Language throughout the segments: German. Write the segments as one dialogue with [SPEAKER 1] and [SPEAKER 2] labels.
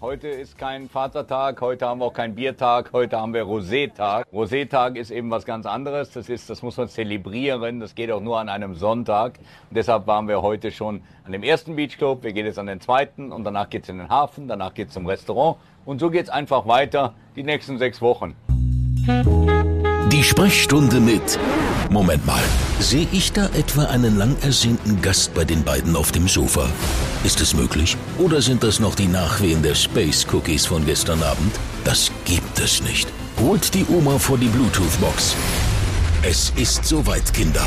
[SPEAKER 1] Heute ist kein Vatertag, heute haben wir auch keinen Biertag, heute haben wir Rosetag. Rosetag ist eben was ganz anderes, das ist, das muss man zelebrieren, das geht auch nur an einem Sonntag. Und deshalb waren wir heute schon an dem ersten Beachclub, wir gehen jetzt an den zweiten und danach geht's in den Hafen, danach geht's zum Restaurant und so geht's einfach weiter die nächsten sechs Wochen.
[SPEAKER 2] Die Sprechstunde mit. Moment mal. Sehe ich da etwa einen lang ersehnten Gast bei den beiden auf dem Sofa? Ist es möglich? Oder sind das noch die Nachwehen der Space Cookies von gestern Abend? Das gibt es nicht. Holt die Oma vor die Bluetooth-Box. Es ist soweit, Kinder.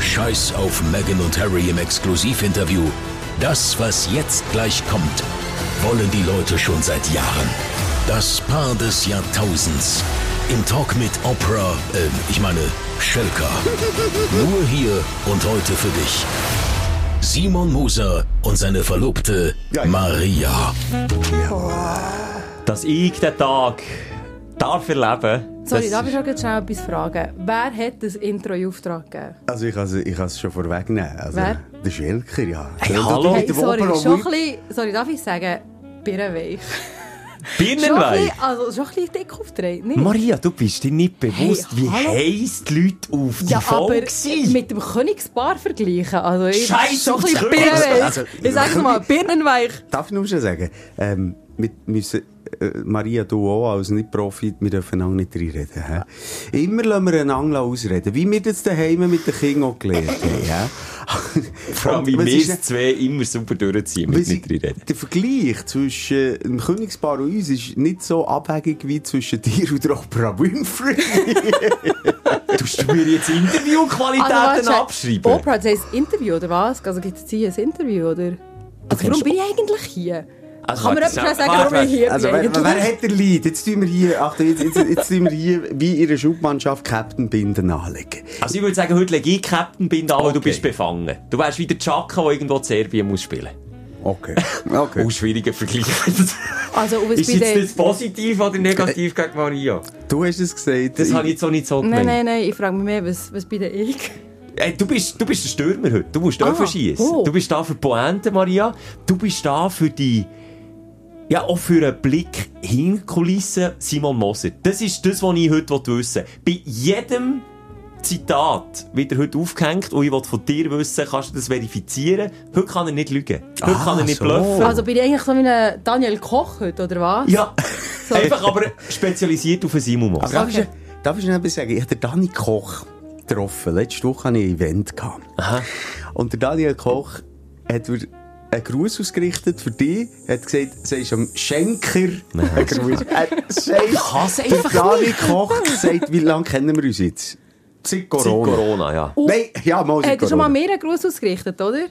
[SPEAKER 2] Scheiß auf Meghan und Harry im Exklusivinterview. Das, was jetzt gleich kommt, wollen die Leute schon seit Jahren. Das Paar des Jahrtausends. Im Talk mit Oprah, äh, ich meine Schelka. Nur hier und heute für dich. Simon Moser und seine Verlobte Maria.
[SPEAKER 3] dass ich den Tag darf erleben
[SPEAKER 4] Sorry,
[SPEAKER 3] das
[SPEAKER 4] darf ich auch jetzt schnell etwas fragen? Wer hat das dus Intro in Auftrag gegeben?
[SPEAKER 5] Also ich kann es ich kann's schon vorwegnehmen. Also,
[SPEAKER 4] Wer?
[SPEAKER 5] Der Schelker, ja.
[SPEAKER 3] Hey,
[SPEAKER 5] Weil du
[SPEAKER 3] hallo?
[SPEAKER 5] mit
[SPEAKER 4] Hey,
[SPEAKER 5] dem
[SPEAKER 4] sorry,
[SPEAKER 5] Opera-
[SPEAKER 4] schon ein bisschen, sorry, darf ich sagen, birrenweich. Schon ein
[SPEAKER 3] Birnenweih.
[SPEAKER 4] bisschen, also schon ein bisschen dick aufgedreht, nicht?
[SPEAKER 3] Maria, du bist dir nicht bewusst,
[SPEAKER 4] Hey,
[SPEAKER 3] wie
[SPEAKER 4] hallo?
[SPEAKER 3] heiß die Leute auf die
[SPEAKER 4] ja, aber
[SPEAKER 3] Folge sind.
[SPEAKER 4] mit dem Königspaar vergleichen, also ich
[SPEAKER 3] Scheiß
[SPEAKER 4] schon ein
[SPEAKER 3] auf
[SPEAKER 4] bisschen
[SPEAKER 3] das Königspaar.
[SPEAKER 4] birrenweich.
[SPEAKER 5] Also,
[SPEAKER 4] ich sag's mal, birnenweich.
[SPEAKER 5] Darf ich nur schon sagen, ähm, wir müssen, äh, Maria, du auch als Nicht-Profi, wir dürfen auch nicht reinreden. He? Immer lassen wir einander ausreden, wie wir das daheim mit den Kindern auch gelernt haben. he?
[SPEAKER 3] Vor allem, wie
[SPEAKER 5] Und was
[SPEAKER 3] wir
[SPEAKER 5] ist
[SPEAKER 3] es zwei immer super durchziehen, mit
[SPEAKER 5] Was
[SPEAKER 3] nicht
[SPEAKER 5] ich-
[SPEAKER 3] reden.
[SPEAKER 5] Der Vergleich zwischen äh, dem Königspaar und uns ist nicht so abhängig wie zwischen dir und der Oprah Winfrey.
[SPEAKER 3] Tust du mir jetzt Interviewqualitäten
[SPEAKER 4] Also, warte,
[SPEAKER 3] abschreiben?
[SPEAKER 4] Oprah, das heisst Interview, oder was? Also gibt's jetzt hier ein Interview, oder? Also warum
[SPEAKER 3] kennst-
[SPEAKER 4] bin ich eigentlich hier?
[SPEAKER 3] Also,
[SPEAKER 4] Kann mir
[SPEAKER 3] warte,
[SPEAKER 4] jemand schnell sagen,
[SPEAKER 3] warte,
[SPEAKER 4] warum ich
[SPEAKER 3] warte.
[SPEAKER 4] hier bin?
[SPEAKER 5] Also, wer,
[SPEAKER 4] eigentlich?
[SPEAKER 5] wer hat der Leid? Jetzt tun wir hier, Achtung, jetzt, jetzt, jetzt tun wir hier, wie ihre Schubmannschaft Captain Binden anlegen.
[SPEAKER 3] Also ich würde sagen, heute lege ich Captain bin an, weil du
[SPEAKER 5] Okay.
[SPEAKER 3] bist befangen. Du wärst wie der Chaka, der irgendwo in Serbien muss spielen
[SPEAKER 5] Okay.
[SPEAKER 3] muss.
[SPEAKER 5] Okay.
[SPEAKER 3] Oh, schwieriger Vergleich.
[SPEAKER 4] Also, und was
[SPEAKER 3] ist
[SPEAKER 4] bei
[SPEAKER 3] jetzt
[SPEAKER 4] den-
[SPEAKER 3] das positiv oder negativ gegen Maria?
[SPEAKER 5] Du hast es gesagt.
[SPEAKER 3] Das habe ich jetzt auch nicht so
[SPEAKER 4] Nein,
[SPEAKER 3] gemeint.
[SPEAKER 4] nein, nein, ich frage mich mehr, was, was bei den ich.
[SPEAKER 3] Hey, du, bist, du bist der Stürmer heute. Du musst ah, verschießen.
[SPEAKER 4] oh.
[SPEAKER 3] Du bist da für die Pointe, Maria. Du bist da für die. Ja, auch für einen Blick hinter die Kulissen, Simon Moser. Das ist das, was ich heute wissen will. Bei jedem Zitat wird er heute aufgehängt und ich will von dir wissen, kannst du das verifizieren? Heute kann er nicht lügen. Heute
[SPEAKER 5] Ah,
[SPEAKER 3] kann er nicht
[SPEAKER 5] so.
[SPEAKER 3] bluffen.
[SPEAKER 4] Also bin ich eigentlich so wie ein Daniel Koch heute, oder was?
[SPEAKER 3] ja,
[SPEAKER 4] So.
[SPEAKER 3] einfach aber spezialisiert auf den Simon Moser.
[SPEAKER 5] Aber darf,
[SPEAKER 4] Okay.
[SPEAKER 5] ich, darf ich noch etwas sagen? Ich hatte Dani Koch getroffen. Letzte Woche hatte ich ein Event. Gehabt. Und der Daniel Koch hat mir einen Gruß ausgerichtet für dich. Er hat gesagt, sei am Schenker einen Gruß. Er
[SPEAKER 3] Kann's
[SPEAKER 5] sagt, der
[SPEAKER 3] einfach
[SPEAKER 5] Dani Koch sagt, wie lange kennen wir uns jetzt? Seit
[SPEAKER 3] Seit
[SPEAKER 5] Corona.
[SPEAKER 3] Corona, ja.
[SPEAKER 5] Nein, ja, mal seit
[SPEAKER 4] Hat er schon
[SPEAKER 5] Corona.
[SPEAKER 4] mal mehr einen Gruß ausgerichtet, oder?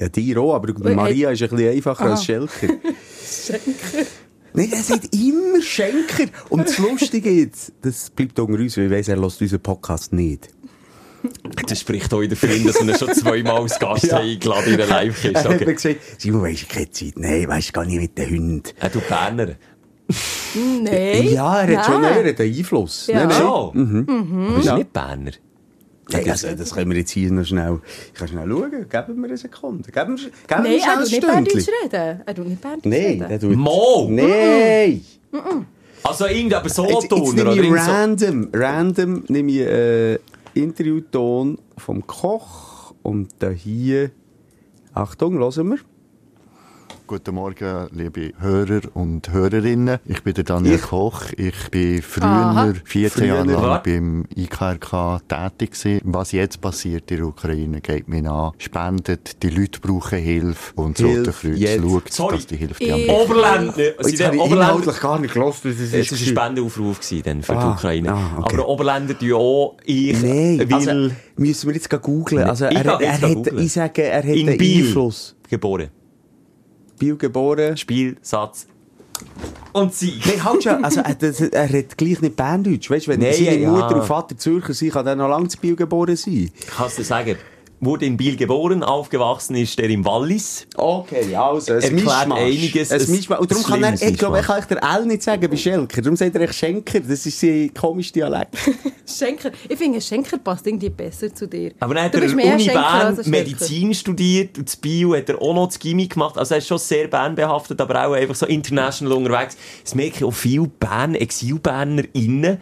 [SPEAKER 5] Ja, dir auch, aber Maria ist ein bisschen einfacher als Schelker. Schenker. Nein, er sagt immer Schenker. Und das Lustige jetzt, das bleibt unter uns, weil ich weiss, er lässt unseren Podcast nicht.
[SPEAKER 3] Das spricht auch wieder für ihn, dass wir ihn schon zweimal als Gast
[SPEAKER 5] Ja.
[SPEAKER 3] haben eingeladen in der Live-Kiste.
[SPEAKER 5] Er hat mir
[SPEAKER 3] Okay.
[SPEAKER 5] gesagt, Simon, weisst du, keine Zeit. Nein, weisst du, gar nicht mit den Hunden.
[SPEAKER 3] Äh, du Berner.
[SPEAKER 4] Nein.
[SPEAKER 5] Ja, er hat schon
[SPEAKER 4] Nein.
[SPEAKER 5] er hat einen Einfluss.
[SPEAKER 4] Ja.
[SPEAKER 5] Nein, nein.
[SPEAKER 3] Schon? Mhm. Aber ist nicht Berner.
[SPEAKER 5] Nein, also, das können wir jetzt hier noch schnell... Ich kann schnell schauen. Geben wir eine Sekunde. Geben wir, geben
[SPEAKER 4] Nein,
[SPEAKER 5] wir
[SPEAKER 4] er tut nicht
[SPEAKER 5] schnell ein
[SPEAKER 4] Berndeutsch
[SPEAKER 5] Stündchen.
[SPEAKER 4] reden. Er tut nicht Berndeutsch
[SPEAKER 5] Nein,
[SPEAKER 4] reden. Mm.
[SPEAKER 5] er tut...
[SPEAKER 3] Mo!
[SPEAKER 5] Nein!
[SPEAKER 3] Also irgendwie aber
[SPEAKER 5] Jetzt, jetzt
[SPEAKER 3] Solothurner oder
[SPEAKER 5] nehme ich
[SPEAKER 3] irgend so.
[SPEAKER 5] random, random nehme ich äh, Interviewton vom Koch und da hier, Achtung, hören wir.
[SPEAKER 6] Guten Morgen, liebe Hörer und Hörerinnen. Ich bin der Daniel
[SPEAKER 5] Ich-
[SPEAKER 6] Koch. Ich bin früher
[SPEAKER 4] Aha.
[SPEAKER 6] 14
[SPEAKER 5] Früher.
[SPEAKER 6] Jahre
[SPEAKER 3] Was?
[SPEAKER 6] lang beim IKRK tätig gewesen. Was jetzt passiert in der Ukraine, geht mich an. Spendet, die Leute brauchen Hilfe und so
[SPEAKER 5] Hilfe
[SPEAKER 6] der Kreuz
[SPEAKER 5] jetzt.
[SPEAKER 6] schaut,
[SPEAKER 3] Sorry.
[SPEAKER 6] dass die Hilfe
[SPEAKER 4] Ich-
[SPEAKER 6] die haben.
[SPEAKER 3] Oberländer.
[SPEAKER 5] Oh, Jetzt habe
[SPEAKER 3] sind
[SPEAKER 5] ich
[SPEAKER 3] Oberländer.
[SPEAKER 5] inhaltlich gar nicht gehört, was es
[SPEAKER 3] Es war ein
[SPEAKER 5] ist.
[SPEAKER 3] Spendenaufruf gewesen dann für die
[SPEAKER 5] Ah,
[SPEAKER 3] Ukraine.
[SPEAKER 5] ah, okay.
[SPEAKER 3] Aber Oberländer tun auch ich,
[SPEAKER 5] Nein,
[SPEAKER 3] weil
[SPEAKER 5] also, müssen wir jetzt gehen googlen. Also,
[SPEAKER 3] Ich
[SPEAKER 5] er,
[SPEAKER 3] kann
[SPEAKER 5] er,
[SPEAKER 3] jetzt
[SPEAKER 5] hat,
[SPEAKER 3] googlen.
[SPEAKER 5] ich sage, er hat
[SPEAKER 3] in
[SPEAKER 5] einen
[SPEAKER 3] Biel
[SPEAKER 5] Einfluss.
[SPEAKER 3] geboren.
[SPEAKER 5] Biel geboren.
[SPEAKER 3] Spielsatz und Sieg.
[SPEAKER 5] Nein, halt schon, also, er, das- er hat gleich nicht Berndeutsch. Weißt du, wenn
[SPEAKER 3] Nein,
[SPEAKER 5] seine
[SPEAKER 3] ja.
[SPEAKER 5] Mutter und Vater Zürcher sind, kann er noch lange zu Biel geboren sein.
[SPEAKER 3] Kannst du sagen? wurde in Biel geboren, aufgewachsen ist er im Wallis.
[SPEAKER 5] Okay, also,
[SPEAKER 3] Erklärt einiges,
[SPEAKER 5] Ein
[SPEAKER 3] ein-
[SPEAKER 5] Mischmasch. Und darum
[SPEAKER 3] ein
[SPEAKER 5] kann er,
[SPEAKER 3] kleines
[SPEAKER 5] ich glaube, er kann
[SPEAKER 3] Mischmasch.
[SPEAKER 5] euch der L nicht sagen bei Schelker. Darum sagt er euch Schenker. Das ist sein komischer Dialekt.
[SPEAKER 4] Schenker. Ich finde, Schenker passt irgendwie besser zu dir.
[SPEAKER 3] Aber dann hat
[SPEAKER 4] du
[SPEAKER 3] er
[SPEAKER 4] bist
[SPEAKER 3] an
[SPEAKER 4] mehr
[SPEAKER 3] der Uni
[SPEAKER 4] Schenker
[SPEAKER 3] Bern
[SPEAKER 4] als ein Schenker.
[SPEAKER 3] Medizin studiert und in Bio hat er auch noch das Gimmick gemacht. Also er ist schon sehr Bern behaftet, aber auch einfach so international unterwegs. Das merke ich auch viele Bern, Exil-Bernerinnen,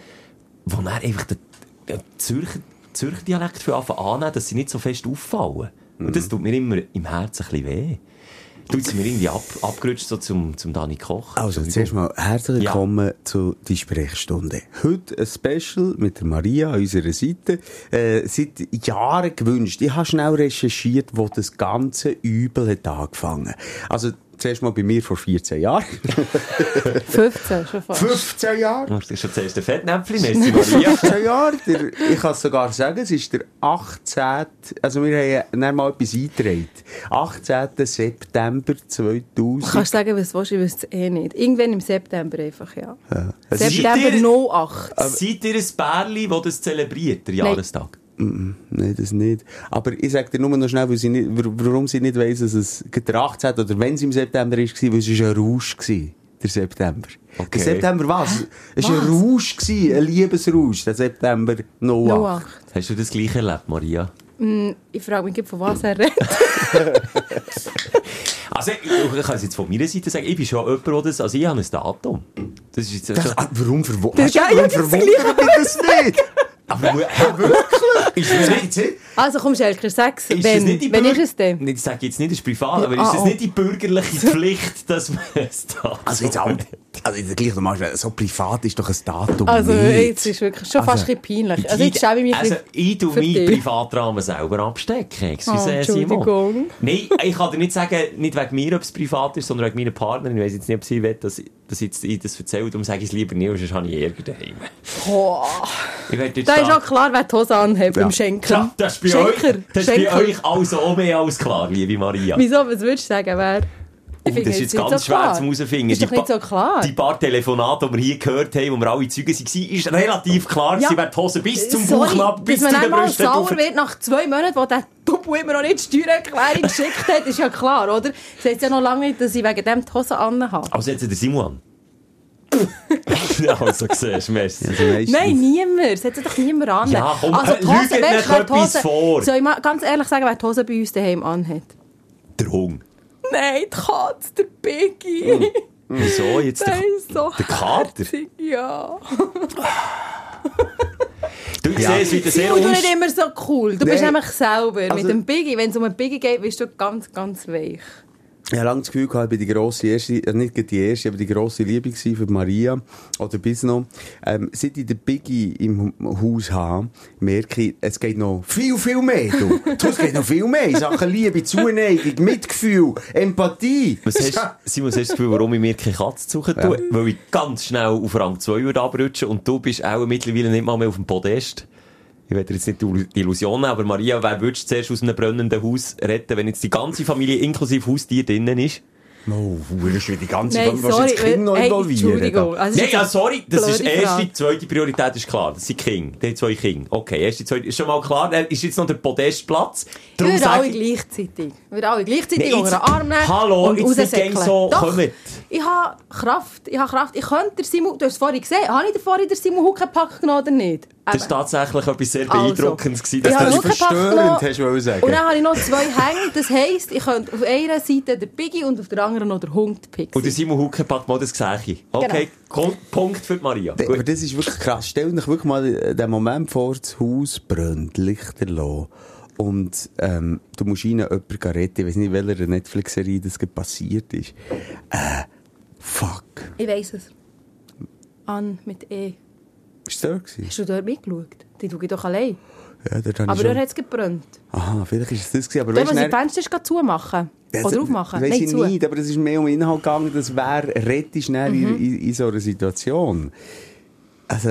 [SPEAKER 3] wo dann einfach den, den Zürcher, Zürcher Dialekt für anfangen annehmen, dass sie nicht so fest auffallen. Und das tut mir immer im Herzen ein bisschen weh. Tut sie mir irgendwie ab, abgerutscht so zum, zum Dani Koch.
[SPEAKER 5] Also, zuerst mal herzlich
[SPEAKER 3] Ja.
[SPEAKER 5] willkommen zu «Die Sprechstunde». Heute ein Special mit der Maria an unserer Seite. Äh, seit Jahren gewünscht. Ich habe schnell recherchiert, wo das ganze Übel hat angefangen Also, zuerst mal bei mir vor 14 Jahren.
[SPEAKER 4] 15 schon fast.
[SPEAKER 5] 15 Jahre?
[SPEAKER 3] Das ist schon zuerst ein Fettnäpfchen, merci Maria.
[SPEAKER 5] 15 Jahre. Der, ich kann es sogar sagen, es ist der 18. Also, wir haben dann mal etwas eingetragen. 18. September 2000.
[SPEAKER 4] Kannst sagen, was du willst, ich wüsste es eh nicht. Irgendwann im September einfach, ja.
[SPEAKER 5] Es ist- Äh,
[SPEAKER 3] Seid
[SPEAKER 4] September
[SPEAKER 3] ihr-
[SPEAKER 4] 08.
[SPEAKER 3] Seid ihr ein Bärli, das das zelebriert, der
[SPEAKER 4] Nein.
[SPEAKER 3] Jahrestag?
[SPEAKER 5] Nein, das nicht. Aber ich sage dir nur noch schnell, weil sie nicht, wa- warum sie nicht weiss, dass es gerade der 18. oder wenn es im September ist, war, weil es war ein Rausch war, der September.
[SPEAKER 3] Okay.
[SPEAKER 5] Der September was? Es war ein
[SPEAKER 4] Was?
[SPEAKER 5] Rausch, gewesen, ein Liebesrausch, der September 08.
[SPEAKER 4] 08.
[SPEAKER 3] Hast du das gleiche erlebt, Maria?
[SPEAKER 4] Ich frage mich, gerade, von was er redet.
[SPEAKER 3] Also, ich, ich kann es jetzt von meiner Seite sagen, ich bin schon jemand, der das, also ich habe ein Datum. Das ist jetzt
[SPEAKER 5] Das,
[SPEAKER 3] schon,
[SPEAKER 5] ah, warum verwo-
[SPEAKER 4] Der
[SPEAKER 5] Hast du-
[SPEAKER 4] Geier
[SPEAKER 5] warum
[SPEAKER 4] hat das
[SPEAKER 5] verwundert mich das nicht?
[SPEAKER 3] aber mu- hä,
[SPEAKER 5] Ist das nicht so?
[SPEAKER 4] Also komm, Schelker, sag's.
[SPEAKER 3] ist das
[SPEAKER 4] wenn,
[SPEAKER 3] nicht die
[SPEAKER 4] wenn
[SPEAKER 3] Bürger-
[SPEAKER 4] ist es denn?
[SPEAKER 3] Nein, Ich sage jetzt nicht, es ist privat, aber
[SPEAKER 4] Ah,
[SPEAKER 3] ist das
[SPEAKER 4] oh.
[SPEAKER 3] nicht die bürgerliche Pflicht, dass man es da...
[SPEAKER 5] Also jetzt auch, also jetzt gleich nochmal, so privat ist doch ein Datum
[SPEAKER 4] Also,
[SPEAKER 5] nicht.
[SPEAKER 4] jetzt ist wirklich schon fast ein bisschen peinlich. Also, jetzt schäme ich mich ein
[SPEAKER 3] Also,
[SPEAKER 4] bisschen
[SPEAKER 3] ich tue
[SPEAKER 4] für
[SPEAKER 3] meinen
[SPEAKER 4] dich.
[SPEAKER 3] Privatrahmen selber abstecken. Excuse,
[SPEAKER 4] Ah,
[SPEAKER 3] äh, Simon.
[SPEAKER 4] Entschuldigung.
[SPEAKER 3] Nein, ich kann dir nicht sagen, nicht wegen mir, ob es privat ist, sondern wegen meiner Partnerin. Ich weiss jetzt nicht, ob sie will, dass ich, dass ich jetzt- ich das erzähle. Darum sage ich es lieber nicht, weil sonst habe ich Ärger daheim.
[SPEAKER 4] Boah.
[SPEAKER 3] Ich werde jetzt
[SPEAKER 4] Da ist auch klar, wer die Hose anhat beim
[SPEAKER 3] Tja,
[SPEAKER 4] Schenker.
[SPEAKER 3] das ist bei
[SPEAKER 4] Schenker.
[SPEAKER 3] euch, das ist
[SPEAKER 4] Schenker.
[SPEAKER 3] bei euch also auch mehr als klar, liebe Maria.
[SPEAKER 4] Wieso, was würdest du sagen, wer? Ich
[SPEAKER 3] Und
[SPEAKER 4] finde,
[SPEAKER 3] Oh, das ist
[SPEAKER 4] jetzt
[SPEAKER 3] jetzt
[SPEAKER 4] nicht
[SPEAKER 3] ganz
[SPEAKER 4] so
[SPEAKER 3] schwer
[SPEAKER 4] klar.
[SPEAKER 3] zum herausfinden.
[SPEAKER 4] Ist doch
[SPEAKER 3] Die
[SPEAKER 4] nicht
[SPEAKER 3] pa-
[SPEAKER 4] so klar.
[SPEAKER 3] Die paar Telefonate, die wir hier gehört haben, wo wir alle Zeugen waren, ist relativ klar,
[SPEAKER 4] Ja.
[SPEAKER 3] sie wäre die Hose bis zum
[SPEAKER 4] Sorry,
[SPEAKER 3] Bauch ab, bis zu
[SPEAKER 4] dass man
[SPEAKER 3] den
[SPEAKER 4] einmal
[SPEAKER 3] Brüsten.
[SPEAKER 4] sauer
[SPEAKER 3] rauf.
[SPEAKER 4] wird nach zwei Monaten, wo der Tupu immer noch nicht die Steuererklärung geschickt hat, ist ja klar, oder? Das heißt ja noch lange nicht, dass ich wegen dem die Hose anhabe.
[SPEAKER 3] Also jetzt der Simon. also, siehst du, merci.
[SPEAKER 5] Also weisst du-
[SPEAKER 4] Nein, niemand. Setzt doch niemand an.
[SPEAKER 3] Ja, komm,
[SPEAKER 4] also,
[SPEAKER 3] äh, lügt
[SPEAKER 4] weisst
[SPEAKER 3] nicht
[SPEAKER 4] du, wer die
[SPEAKER 3] etwas
[SPEAKER 4] Hose-
[SPEAKER 3] vor.
[SPEAKER 4] Soll ich mal ganz ehrlich sagen, wer die Hose bei uns daheim anhat?
[SPEAKER 3] Der Hung.
[SPEAKER 4] Nein, die Katze, der Biggie.
[SPEAKER 3] Wieso jetzt? Hm. Der,
[SPEAKER 4] Der ist so
[SPEAKER 3] der Kater?
[SPEAKER 4] herzig, Ja.
[SPEAKER 3] Du siehst, wie der sehr
[SPEAKER 4] Simon, du bist
[SPEAKER 3] unst...
[SPEAKER 4] nicht immer so cool. Du bist
[SPEAKER 5] Nein.
[SPEAKER 4] nämlich selber.
[SPEAKER 5] Also-
[SPEAKER 4] Mit dem Biggie, wenn es um einen Biggie geht, bist du ganz, ganz weich.
[SPEAKER 5] Ich habe lange das Gefühl gehabt, ich bin die grosse erste, äh, nicht gerade die erste, aber die grosse Liebe gewesen für Maria. Oder bis noch. Ähm, seit ich den Biggie im Hu- Haus habe, merke ich, es geht noch viel, viel mehr, du. du es geht noch viel mehr. in Sachen Liebe, Zuneigung, Mitgefühl, Empathie.
[SPEAKER 3] Was hast,
[SPEAKER 5] Ja.
[SPEAKER 3] Simon, was hast du das Gefühl, warum ich mir keine Katze suchen tue? Weil ich ganz schnell auf Rang 2 würde abrutschen und du bist auch mittlerweile nicht mal mehr auf dem Podest. Ich werde jetzt nicht die Illusionen, aber Maria, wer würdest du zuerst aus einem brennenden Haus retten, wenn jetzt die ganze Familie inklusive Haustier drinnen ist?
[SPEAKER 5] Oh, das ist wieder die ganze
[SPEAKER 4] Nein,
[SPEAKER 5] Familie. Willst du jetzt
[SPEAKER 4] sorry,
[SPEAKER 5] Kinder noch
[SPEAKER 4] hey,
[SPEAKER 5] involvieren?
[SPEAKER 4] Entschuldigung. Also, es ist
[SPEAKER 3] Nein,
[SPEAKER 4] jetzt
[SPEAKER 3] ja,
[SPEAKER 4] eine
[SPEAKER 3] sorry, das ist
[SPEAKER 4] blöde
[SPEAKER 3] erste,
[SPEAKER 4] Frage.
[SPEAKER 3] zweite Priorität ist klar. Das sind King. Die haben zwei King. Okay, erste, zweite ist schon mal klar. Er ist jetzt noch der Podestplatz.
[SPEAKER 4] Wir
[SPEAKER 3] Darum
[SPEAKER 4] würden
[SPEAKER 3] sage
[SPEAKER 4] alle
[SPEAKER 3] ich,
[SPEAKER 4] gleichzeitig. Wir würden alle gleichzeitig
[SPEAKER 3] Nein,
[SPEAKER 4] unter den
[SPEAKER 3] jetzt-
[SPEAKER 4] Arm nehmen
[SPEAKER 3] Hallo,
[SPEAKER 4] und
[SPEAKER 3] jetzt nicht
[SPEAKER 4] raussäckeln.
[SPEAKER 3] gleich so,
[SPEAKER 4] Doch,
[SPEAKER 3] kommt.
[SPEAKER 4] Ich habe Kraft, ich habe Kraft. Ich könnte der Simon, du hast es vorhin gesehen, habe ich dir vorhin den Simon Huckenpack genommen oder nicht?
[SPEAKER 3] das
[SPEAKER 4] Eben.
[SPEAKER 3] ist tatsächlich etwas sehr
[SPEAKER 4] Also.
[SPEAKER 3] beeindruckendes gewesen. dass
[SPEAKER 4] Ich
[SPEAKER 5] Das
[SPEAKER 4] habe
[SPEAKER 5] ist
[SPEAKER 4] nur gepackt
[SPEAKER 5] verstörend,
[SPEAKER 4] noch-
[SPEAKER 5] hast du wollen sagen.
[SPEAKER 4] Und dann habe ich noch zwei Hänge, das heisst, ich könnte auf einer Seite den Biggie und auf der anderen noch den Hund picken.
[SPEAKER 3] Und der Simon Hucke packt mal das Gesäche. Okay,
[SPEAKER 4] Genau.
[SPEAKER 3] Kon- Punkt für die Maria.
[SPEAKER 5] D- Aber
[SPEAKER 3] Gut.
[SPEAKER 5] das ist wirklich krass. Stell dir wirklich mal äh, den Moment vor, das Haus brennt, Lichter lassen. Und ähm, du musst ihnen jemanden gehen retten. Ich weiß nicht, in welcher Netflix-Serie das gerade passiert ist. Äh, fuck.
[SPEAKER 4] Ich weiss es. An mit E.
[SPEAKER 5] Ist der gewesen?
[SPEAKER 4] Hast du dort mitgeschaut? Die schaue ich doch allein.
[SPEAKER 5] Ja, dort hab ich
[SPEAKER 4] Aber
[SPEAKER 5] schon...
[SPEAKER 4] dort hat es gebrannt.
[SPEAKER 5] Aha, vielleicht ist es das gewesen. Aber
[SPEAKER 4] Dort, wo
[SPEAKER 5] weißt
[SPEAKER 4] sie
[SPEAKER 5] du,
[SPEAKER 4] die Fenster ist, gerade zumachen. Oder aufmachen.
[SPEAKER 5] Weiss
[SPEAKER 4] Nein,
[SPEAKER 5] ich
[SPEAKER 4] zu.
[SPEAKER 5] nicht, aber es ist mehr um Inhalt gegangen, dass wer rettet schnell in, in, in so einer Situation. Also,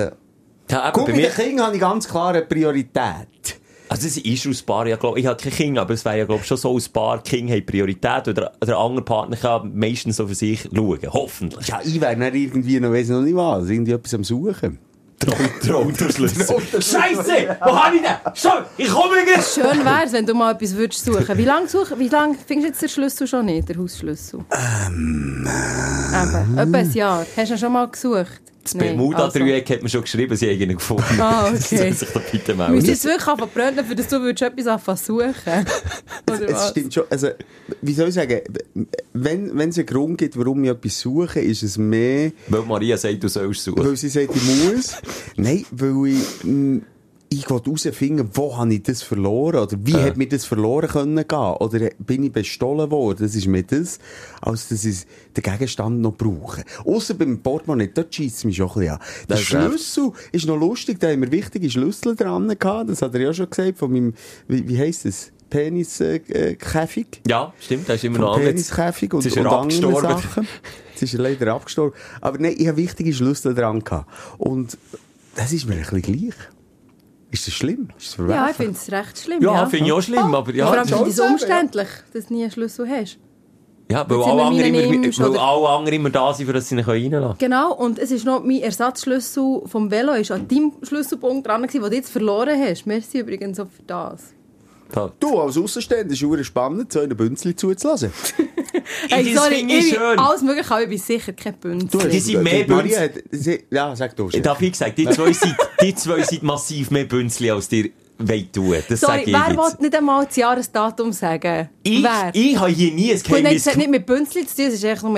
[SPEAKER 3] Ja, eben,
[SPEAKER 5] gut,
[SPEAKER 3] bei
[SPEAKER 5] bei den
[SPEAKER 3] mir,
[SPEAKER 5] Kindern habe ich ganz klar eine Priorität.
[SPEAKER 3] also das ist aus Paar, ja, glaub, ich habe kein King, aber es wäre ja glaub, schon so, aus Paar King haben Priorität oder der andere Partner kann meistens so für sich schauen. Hoffentlich.
[SPEAKER 5] Ja, ich wäre dann irgendwie noch, weiss noch nicht was, irgendwie etwas am Suchen.
[SPEAKER 3] Trauterschlüssel. Scheiße! Wo hab ich den? Schau, ich komme jetzt!
[SPEAKER 4] Schön wäre es, wenn du mal etwas würdest suchen. Wie lange such, wie lang findest du jetzt den Schlüssel schon nicht, den Hausschlüssel?
[SPEAKER 5] Ähm, äh.
[SPEAKER 4] Eben, etwa ein Jahr. Hast du ihn schon mal gesucht? also.
[SPEAKER 3] Das Bermuda-Dreieck hat mir schon geschrieben, sie hätten ihn gefunden.
[SPEAKER 4] Ah, okay.
[SPEAKER 3] Das soll sich doch bitte
[SPEAKER 4] Wir müssen
[SPEAKER 3] melden.
[SPEAKER 4] jetzt wirklich anfangen zu brennen, für das du würdest etwas anfangen zu suchen. Oder
[SPEAKER 5] Es
[SPEAKER 4] was?
[SPEAKER 5] stimmt schon. Also, wie soll ich sagen, wenn, wenn es einen Grund gibt, warum ich etwas suche, ist es mehr,
[SPEAKER 3] Weil Maria sagt, du sollst
[SPEAKER 5] weil
[SPEAKER 3] suchen.
[SPEAKER 5] sie sagt, ich muss. Nein, weil ich, mh, ich will herausfinden, wo habe ich das verloren? Oder wie hat mir das verloren können gehen? Oder bin ich bestohlen worden? Das ist mir das, als dass ich den Gegenstand noch brauche. Außer beim Portemonnaie, dort schießt es mich schon ein bisschen an. Der
[SPEAKER 3] Das ist recht.
[SPEAKER 5] Schlüssel ist noch lustig, da haben wir wichtige Schlüssel dran gehabt. Das hat er ja schon gesagt, von meinem, wie, wie heisst das? Peniskäfig? Äh, Käfig?
[SPEAKER 3] Ja, stimmt, da ist immer noch
[SPEAKER 5] Vom
[SPEAKER 3] anders.
[SPEAKER 5] Peniskäfig und,
[SPEAKER 3] Jetzt ist
[SPEAKER 5] und
[SPEAKER 3] er
[SPEAKER 5] anderen
[SPEAKER 3] abgestorben.
[SPEAKER 5] Sachen. Jetzt ist er leider abgestorben. Aber nein, ich habe wichtige Schlüssel dran gehabt. Und das ist mir ein bisschen gleich. Ist das schlimm? Ist das
[SPEAKER 4] Ja, ich
[SPEAKER 5] verwerflich?
[SPEAKER 4] finde es recht schlimm.
[SPEAKER 3] Ja, finde ich auch schlimm, aber
[SPEAKER 4] Ah, Vor
[SPEAKER 3] ja.
[SPEAKER 4] allem finde ich es
[SPEAKER 5] Ja.
[SPEAKER 4] umständlich, dass du nie einen Schlüssel hast.
[SPEAKER 3] Ja, weil
[SPEAKER 4] Jetzt sind
[SPEAKER 3] alle
[SPEAKER 4] wir
[SPEAKER 3] anderen immer,
[SPEAKER 4] Minenimps,
[SPEAKER 3] weil
[SPEAKER 4] oder?
[SPEAKER 3] alle anderen immer da sind, für dass sie ihn reinlassen können.
[SPEAKER 4] Genau, und es ist noch mein Ersatzschlüssel vom Velo ist an deinem Schlüsselpunkt dran, gewesen, den du jetzt verloren hast. Merci übrigens auch für das.
[SPEAKER 3] Da.
[SPEAKER 5] Du, als Außenstehender ist es spannend, so einen Bünzli zuzulassen.
[SPEAKER 3] das finde ich
[SPEAKER 4] bin
[SPEAKER 3] schön.
[SPEAKER 4] alles mögliche, aber ich bin sicher kein Bündel.
[SPEAKER 3] Die sind mehr Bünzli.
[SPEAKER 5] Maria hat- sie- Ja, sag du. Chef.
[SPEAKER 3] Darf Äh, ich sagen, die zwei sind, die zwei sind massiv mehr Bünzli als dir wollt tun. Das sage
[SPEAKER 4] Sorry,
[SPEAKER 3] ich
[SPEAKER 4] wer will
[SPEAKER 3] jetzt.
[SPEAKER 4] nicht einmal das Jahresdatum sagen?
[SPEAKER 3] Ich,
[SPEAKER 4] wer?
[SPEAKER 3] ich habe hier nie ein
[SPEAKER 4] Gut, nein,
[SPEAKER 3] Geheimnis,
[SPEAKER 4] es hat nicht mit Bünzli zu tun, es ist echt nur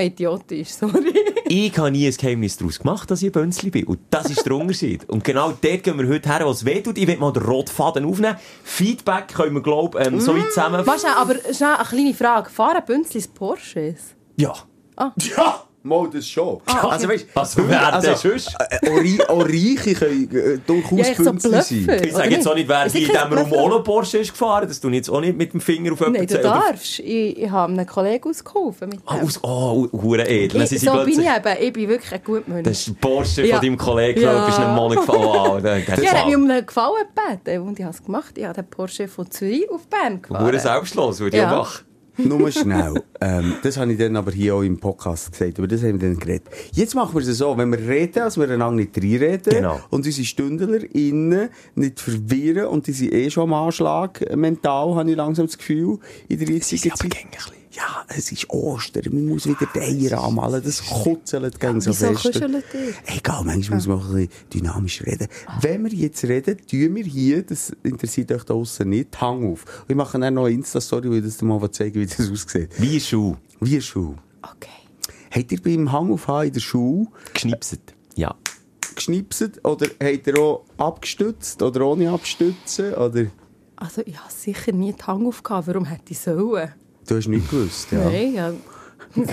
[SPEAKER 4] idiotisch, sorry.
[SPEAKER 3] ich habe nie ein Geheimnis daraus gemacht, dass ich ein Bünzli bin. Und das ist der Unterschied. Und genau dort gehen wir heute her, was weh tut. Ich will mal den roten Faden aufnehmen. Feedback können wir, glaube ich, ähm, so weit zusammen...
[SPEAKER 4] Warte, aber schnell eine kleine Frage. Fahren Bünzlis Porsches?
[SPEAKER 3] Ja. Ja!
[SPEAKER 5] Mal das schon.
[SPEAKER 4] Ah,
[SPEAKER 5] Also, weißt
[SPEAKER 3] Was wäre
[SPEAKER 5] also,
[SPEAKER 3] denn sonst?
[SPEAKER 5] äh, auch Rei- auch Reiche können äh,
[SPEAKER 4] Ja,
[SPEAKER 5] durchaus
[SPEAKER 4] echt so
[SPEAKER 5] Bünzli sein.
[SPEAKER 4] Blöffe.
[SPEAKER 3] Ich sage jetzt auch nicht, wer
[SPEAKER 4] Ist das
[SPEAKER 3] hier in
[SPEAKER 4] kein
[SPEAKER 3] diesem Raum
[SPEAKER 4] Blöffer?
[SPEAKER 3] ohne Porsche ist gefahren. Das tue ich jetzt auch nicht mit dem Finger auf jemanden
[SPEAKER 4] Nein, du
[SPEAKER 3] zählen.
[SPEAKER 4] darfst. Ich, ich habe einem Kollegen ausgeholfen mit dem.
[SPEAKER 3] Ah, aus, oh, hure edel.
[SPEAKER 4] ich,
[SPEAKER 3] Sie sind
[SPEAKER 4] so bin
[SPEAKER 3] plötzlich...
[SPEAKER 4] ich eben. Ich bin wirklich ein guter Mensch.
[SPEAKER 3] Das ist der Porsche
[SPEAKER 4] Ja.
[SPEAKER 3] von deinem Kollegen, glaube ich,
[SPEAKER 4] Ja.
[SPEAKER 3] ist einem Monat gefallen. Oh, der hat
[SPEAKER 4] Ja, er hat mich
[SPEAKER 3] ja,
[SPEAKER 4] um einen Gefallen gebeten und ich habe es gemacht. Ich habe den Porsche von Zürich auf Bern
[SPEAKER 3] Hure
[SPEAKER 4] gefahren.
[SPEAKER 3] selbstlos, würde ich
[SPEAKER 4] Ja.
[SPEAKER 3] auch machen.
[SPEAKER 5] Nur schnell. ähm, das habe ich dann aber hier auch im Podcast gesagt. Über das haben wir dann geredet. Jetzt machen wir es so, wenn wir reden, als wir einander nicht reinreden
[SPEAKER 3] Genau.
[SPEAKER 5] und unsere StündlerInnen nicht verwirren und die sind eh schon am Anschlag äh, mental, habe ich langsam das Gefühl, in der jetzigen Zeit. Ja, es ist Ostern, man muss wieder die Eier anmalen, das kutzelt gegen so
[SPEAKER 4] wieso
[SPEAKER 5] fest.
[SPEAKER 4] kuschelt ihr?
[SPEAKER 5] Egal, manchmal muss man auch ein bisschen dynamisch reden. Wenn wir jetzt reden, tun wir hier, das interessiert euch da draussen nicht, die Hang auf. Und ich mache dann noch eine Insta-Story, wo ich das dir mal zeigen will, wie das aussieht.
[SPEAKER 3] Wie ein Schuh.
[SPEAKER 5] Wie eine Schule.
[SPEAKER 4] Okay.
[SPEAKER 5] Habt ihr beim Hang auf H in der Schule
[SPEAKER 3] Geschnipset. Ja.
[SPEAKER 5] geschnipset oder habt ihr auch abgestützt oder ohne abstützen? Oder
[SPEAKER 4] Also ich habe sicher nie die Hang aufgehauen. Warum hätte ich sollen?
[SPEAKER 5] du hast nicht gewusst, ja.
[SPEAKER 4] Nein, ja.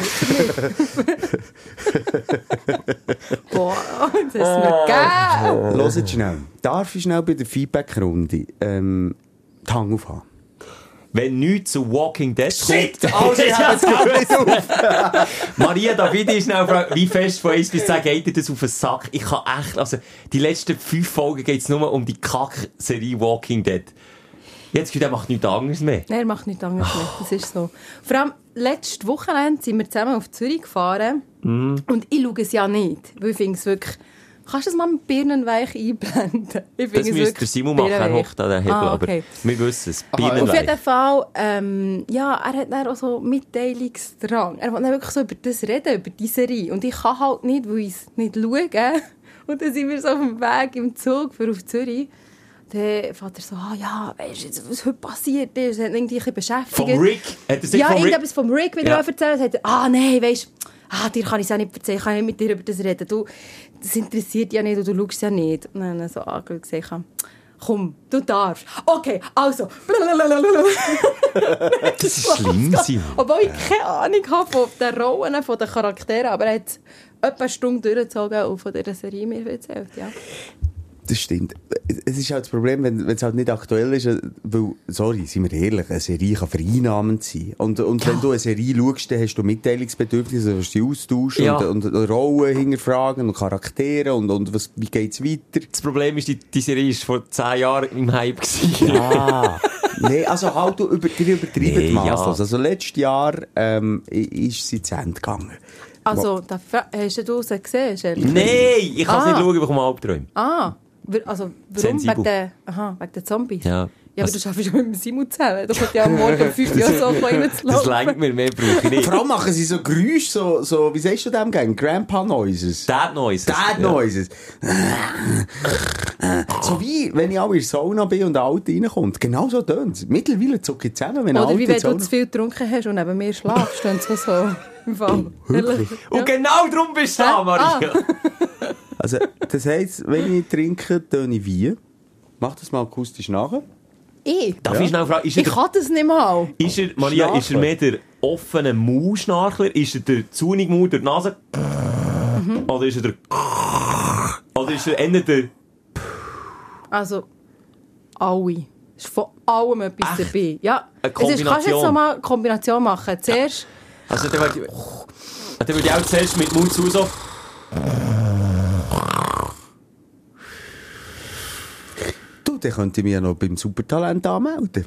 [SPEAKER 4] Boah, das ist mir gegeben.
[SPEAKER 5] Los jetzt schnell. Darf ich schnell bei der Feedback-Runde ähm, die Hang auf H?
[SPEAKER 3] Wenn nichts zu Walking Dead kommt... Also, ich habe es gewusst. Maria Davidi ist schnell gefragt, wie fest von 1 bis 10 geht dir das auf den Sack? Ich kann echt... Also, die letzten fünf Folgen geht es nur um die Kack-Serie Walking Dead. Jetzt, der macht nichts anderes mehr.
[SPEAKER 4] Nein, er macht nichts
[SPEAKER 3] Ah.
[SPEAKER 4] anderes mehr. Das ist so. Vor allem, letztes Wochenende sind wir zusammen auf Zürich gefahren.
[SPEAKER 3] Mhm.
[SPEAKER 4] Und ich schaue es ja nicht. Weil ich finde es wirklich... Kannst du das mal mit Birnenweich einblenden? Ich
[SPEAKER 3] Das
[SPEAKER 4] finde es
[SPEAKER 3] müsste der
[SPEAKER 4] wirklich
[SPEAKER 3] Simon machen, er
[SPEAKER 4] birnenweich.
[SPEAKER 3] hockt an den Hebel,
[SPEAKER 4] Ah, okay.
[SPEAKER 3] aber wir wissen es.
[SPEAKER 4] Auf
[SPEAKER 3] Birnenlein.
[SPEAKER 4] jeden Fall, ähm, ja, er hat dann auch so Mitteilungsdrang. Er will dann wirklich so über das reden, über diese Serie. Und ich kann halt nicht, weil ich es nicht schaue. Und dann sind wir so auf dem Weg im Zug für auf Zürich. Dann fährt er so, ah ja, weißt du, jetzt, was heute passiert ist? Das hat ihn irgendwie ein bisschen beschäftigt.
[SPEAKER 3] Vom Rick? Hat er sich
[SPEAKER 4] ja,
[SPEAKER 3] vom Rick...
[SPEAKER 4] irgendetwas vom Rick wieder
[SPEAKER 3] Ja.
[SPEAKER 4] erzählt. Sagt er, ah nein, weißt du, ah, dir kann ich es ja nicht erzählen, ich kann nicht mit dir über das reden. Du, das interessiert ja nicht und du schaust ja nicht. Und dann so angeschaut und gesagt, komm, du darfst. Okay, also.
[SPEAKER 3] Das ist schlimm, Simon.
[SPEAKER 4] Obwohl ich keine Ahnung habe von den Rollen, von den Charakteren, aber er hat etwa eine Stunde durchgezogen und von dieser Serie mir erzählt, ja.
[SPEAKER 5] Das stimmt. Es ist halt das Problem, wenn wenn es halt nicht aktuell ist, äh, weil, sorry, sind wir ehrlich, eine Serie kann vereinnahmend sein. Und, und wenn du eine Serie schaust, dann hast du Mitteilungsbedürfnisse, dann willst du die austauschen
[SPEAKER 3] Ja.
[SPEAKER 5] und, und Rollen hinterfragen und Charaktere und, und was, wie geht's weiter.
[SPEAKER 3] Das Problem ist, die, die Serie war vor 10 Jahren im Hype. gewesen.
[SPEAKER 5] Ah, nee, also halt du über, die übertreiben
[SPEAKER 3] Nee,
[SPEAKER 5] nee,
[SPEAKER 3] ja.
[SPEAKER 5] maßlos. Also letztes Jahr ähm, i- ist sie zu Ende gegangen.
[SPEAKER 4] Also, da fra- hast du es gesehen, Sherry?
[SPEAKER 3] Nein, ich kann es
[SPEAKER 4] Ah.
[SPEAKER 3] nicht schauen, ich bekomme Albträume.
[SPEAKER 4] Ah, wir- also warum?
[SPEAKER 3] Sensibel.
[SPEAKER 4] Wegen der, aha, wegen der Zombies?
[SPEAKER 3] Ja.
[SPEAKER 4] Ja, aber
[SPEAKER 3] Also-
[SPEAKER 4] du schaffst ja mit dem Simon zusammen. Da kommt ja am Morgen um 5 Uhr so reinzulaufen.
[SPEAKER 3] Das lenkt mir, mehr brauche ich nicht.
[SPEAKER 5] Vor allem machen sie so Geräusche, so, so wie sagst du dem Gang? Grandpa Noises.
[SPEAKER 3] Dad Noises.
[SPEAKER 5] Dad
[SPEAKER 3] Ja.
[SPEAKER 5] Noises. so wie, wenn ich auch in der Sauna bin und der Alte reinkommt. Genau so tönt es. Mittlerweile zucke ich zusammen, wenn
[SPEAKER 4] Oder
[SPEAKER 5] Alte
[SPEAKER 4] wie
[SPEAKER 5] in
[SPEAKER 4] wenn
[SPEAKER 5] die
[SPEAKER 4] du
[SPEAKER 5] Sauna...
[SPEAKER 4] zu viel getrunken hast und neben mir schlafst, dann so so. Im
[SPEAKER 3] Oh,
[SPEAKER 4] Fall. Ehrlich.
[SPEAKER 3] Und genau darum bist du da,
[SPEAKER 4] Ah.
[SPEAKER 3] Maria.
[SPEAKER 5] Also, das heisst, wenn ich trinke, töne ich wie. Mach das mal akustisch nachher.
[SPEAKER 4] Ich,
[SPEAKER 3] Darf ich schnell fragen, ist er,
[SPEAKER 4] ich kann das nicht mal.
[SPEAKER 3] ist er, Maria, ist er
[SPEAKER 5] Schnarchler.
[SPEAKER 3] mehr der offene Mauschnarchler? Ist er der zunige Mau durch die Nase? Oder ist er der... Oder ist er eher der...
[SPEAKER 4] Also, alle. Es ist von allem etwas
[SPEAKER 3] Echt?
[SPEAKER 4] dabei. Ja.
[SPEAKER 3] Eine
[SPEAKER 4] Es ist, kannst du jetzt
[SPEAKER 3] Kombination.
[SPEAKER 4] noch mal eine Kombination machen? Zuerst,
[SPEAKER 3] Also dann würde ich... Dann würde ich auch zuerst mit Mund zu so...
[SPEAKER 5] Du, dann könnte ich mich ja noch beim Supertalent anmelden.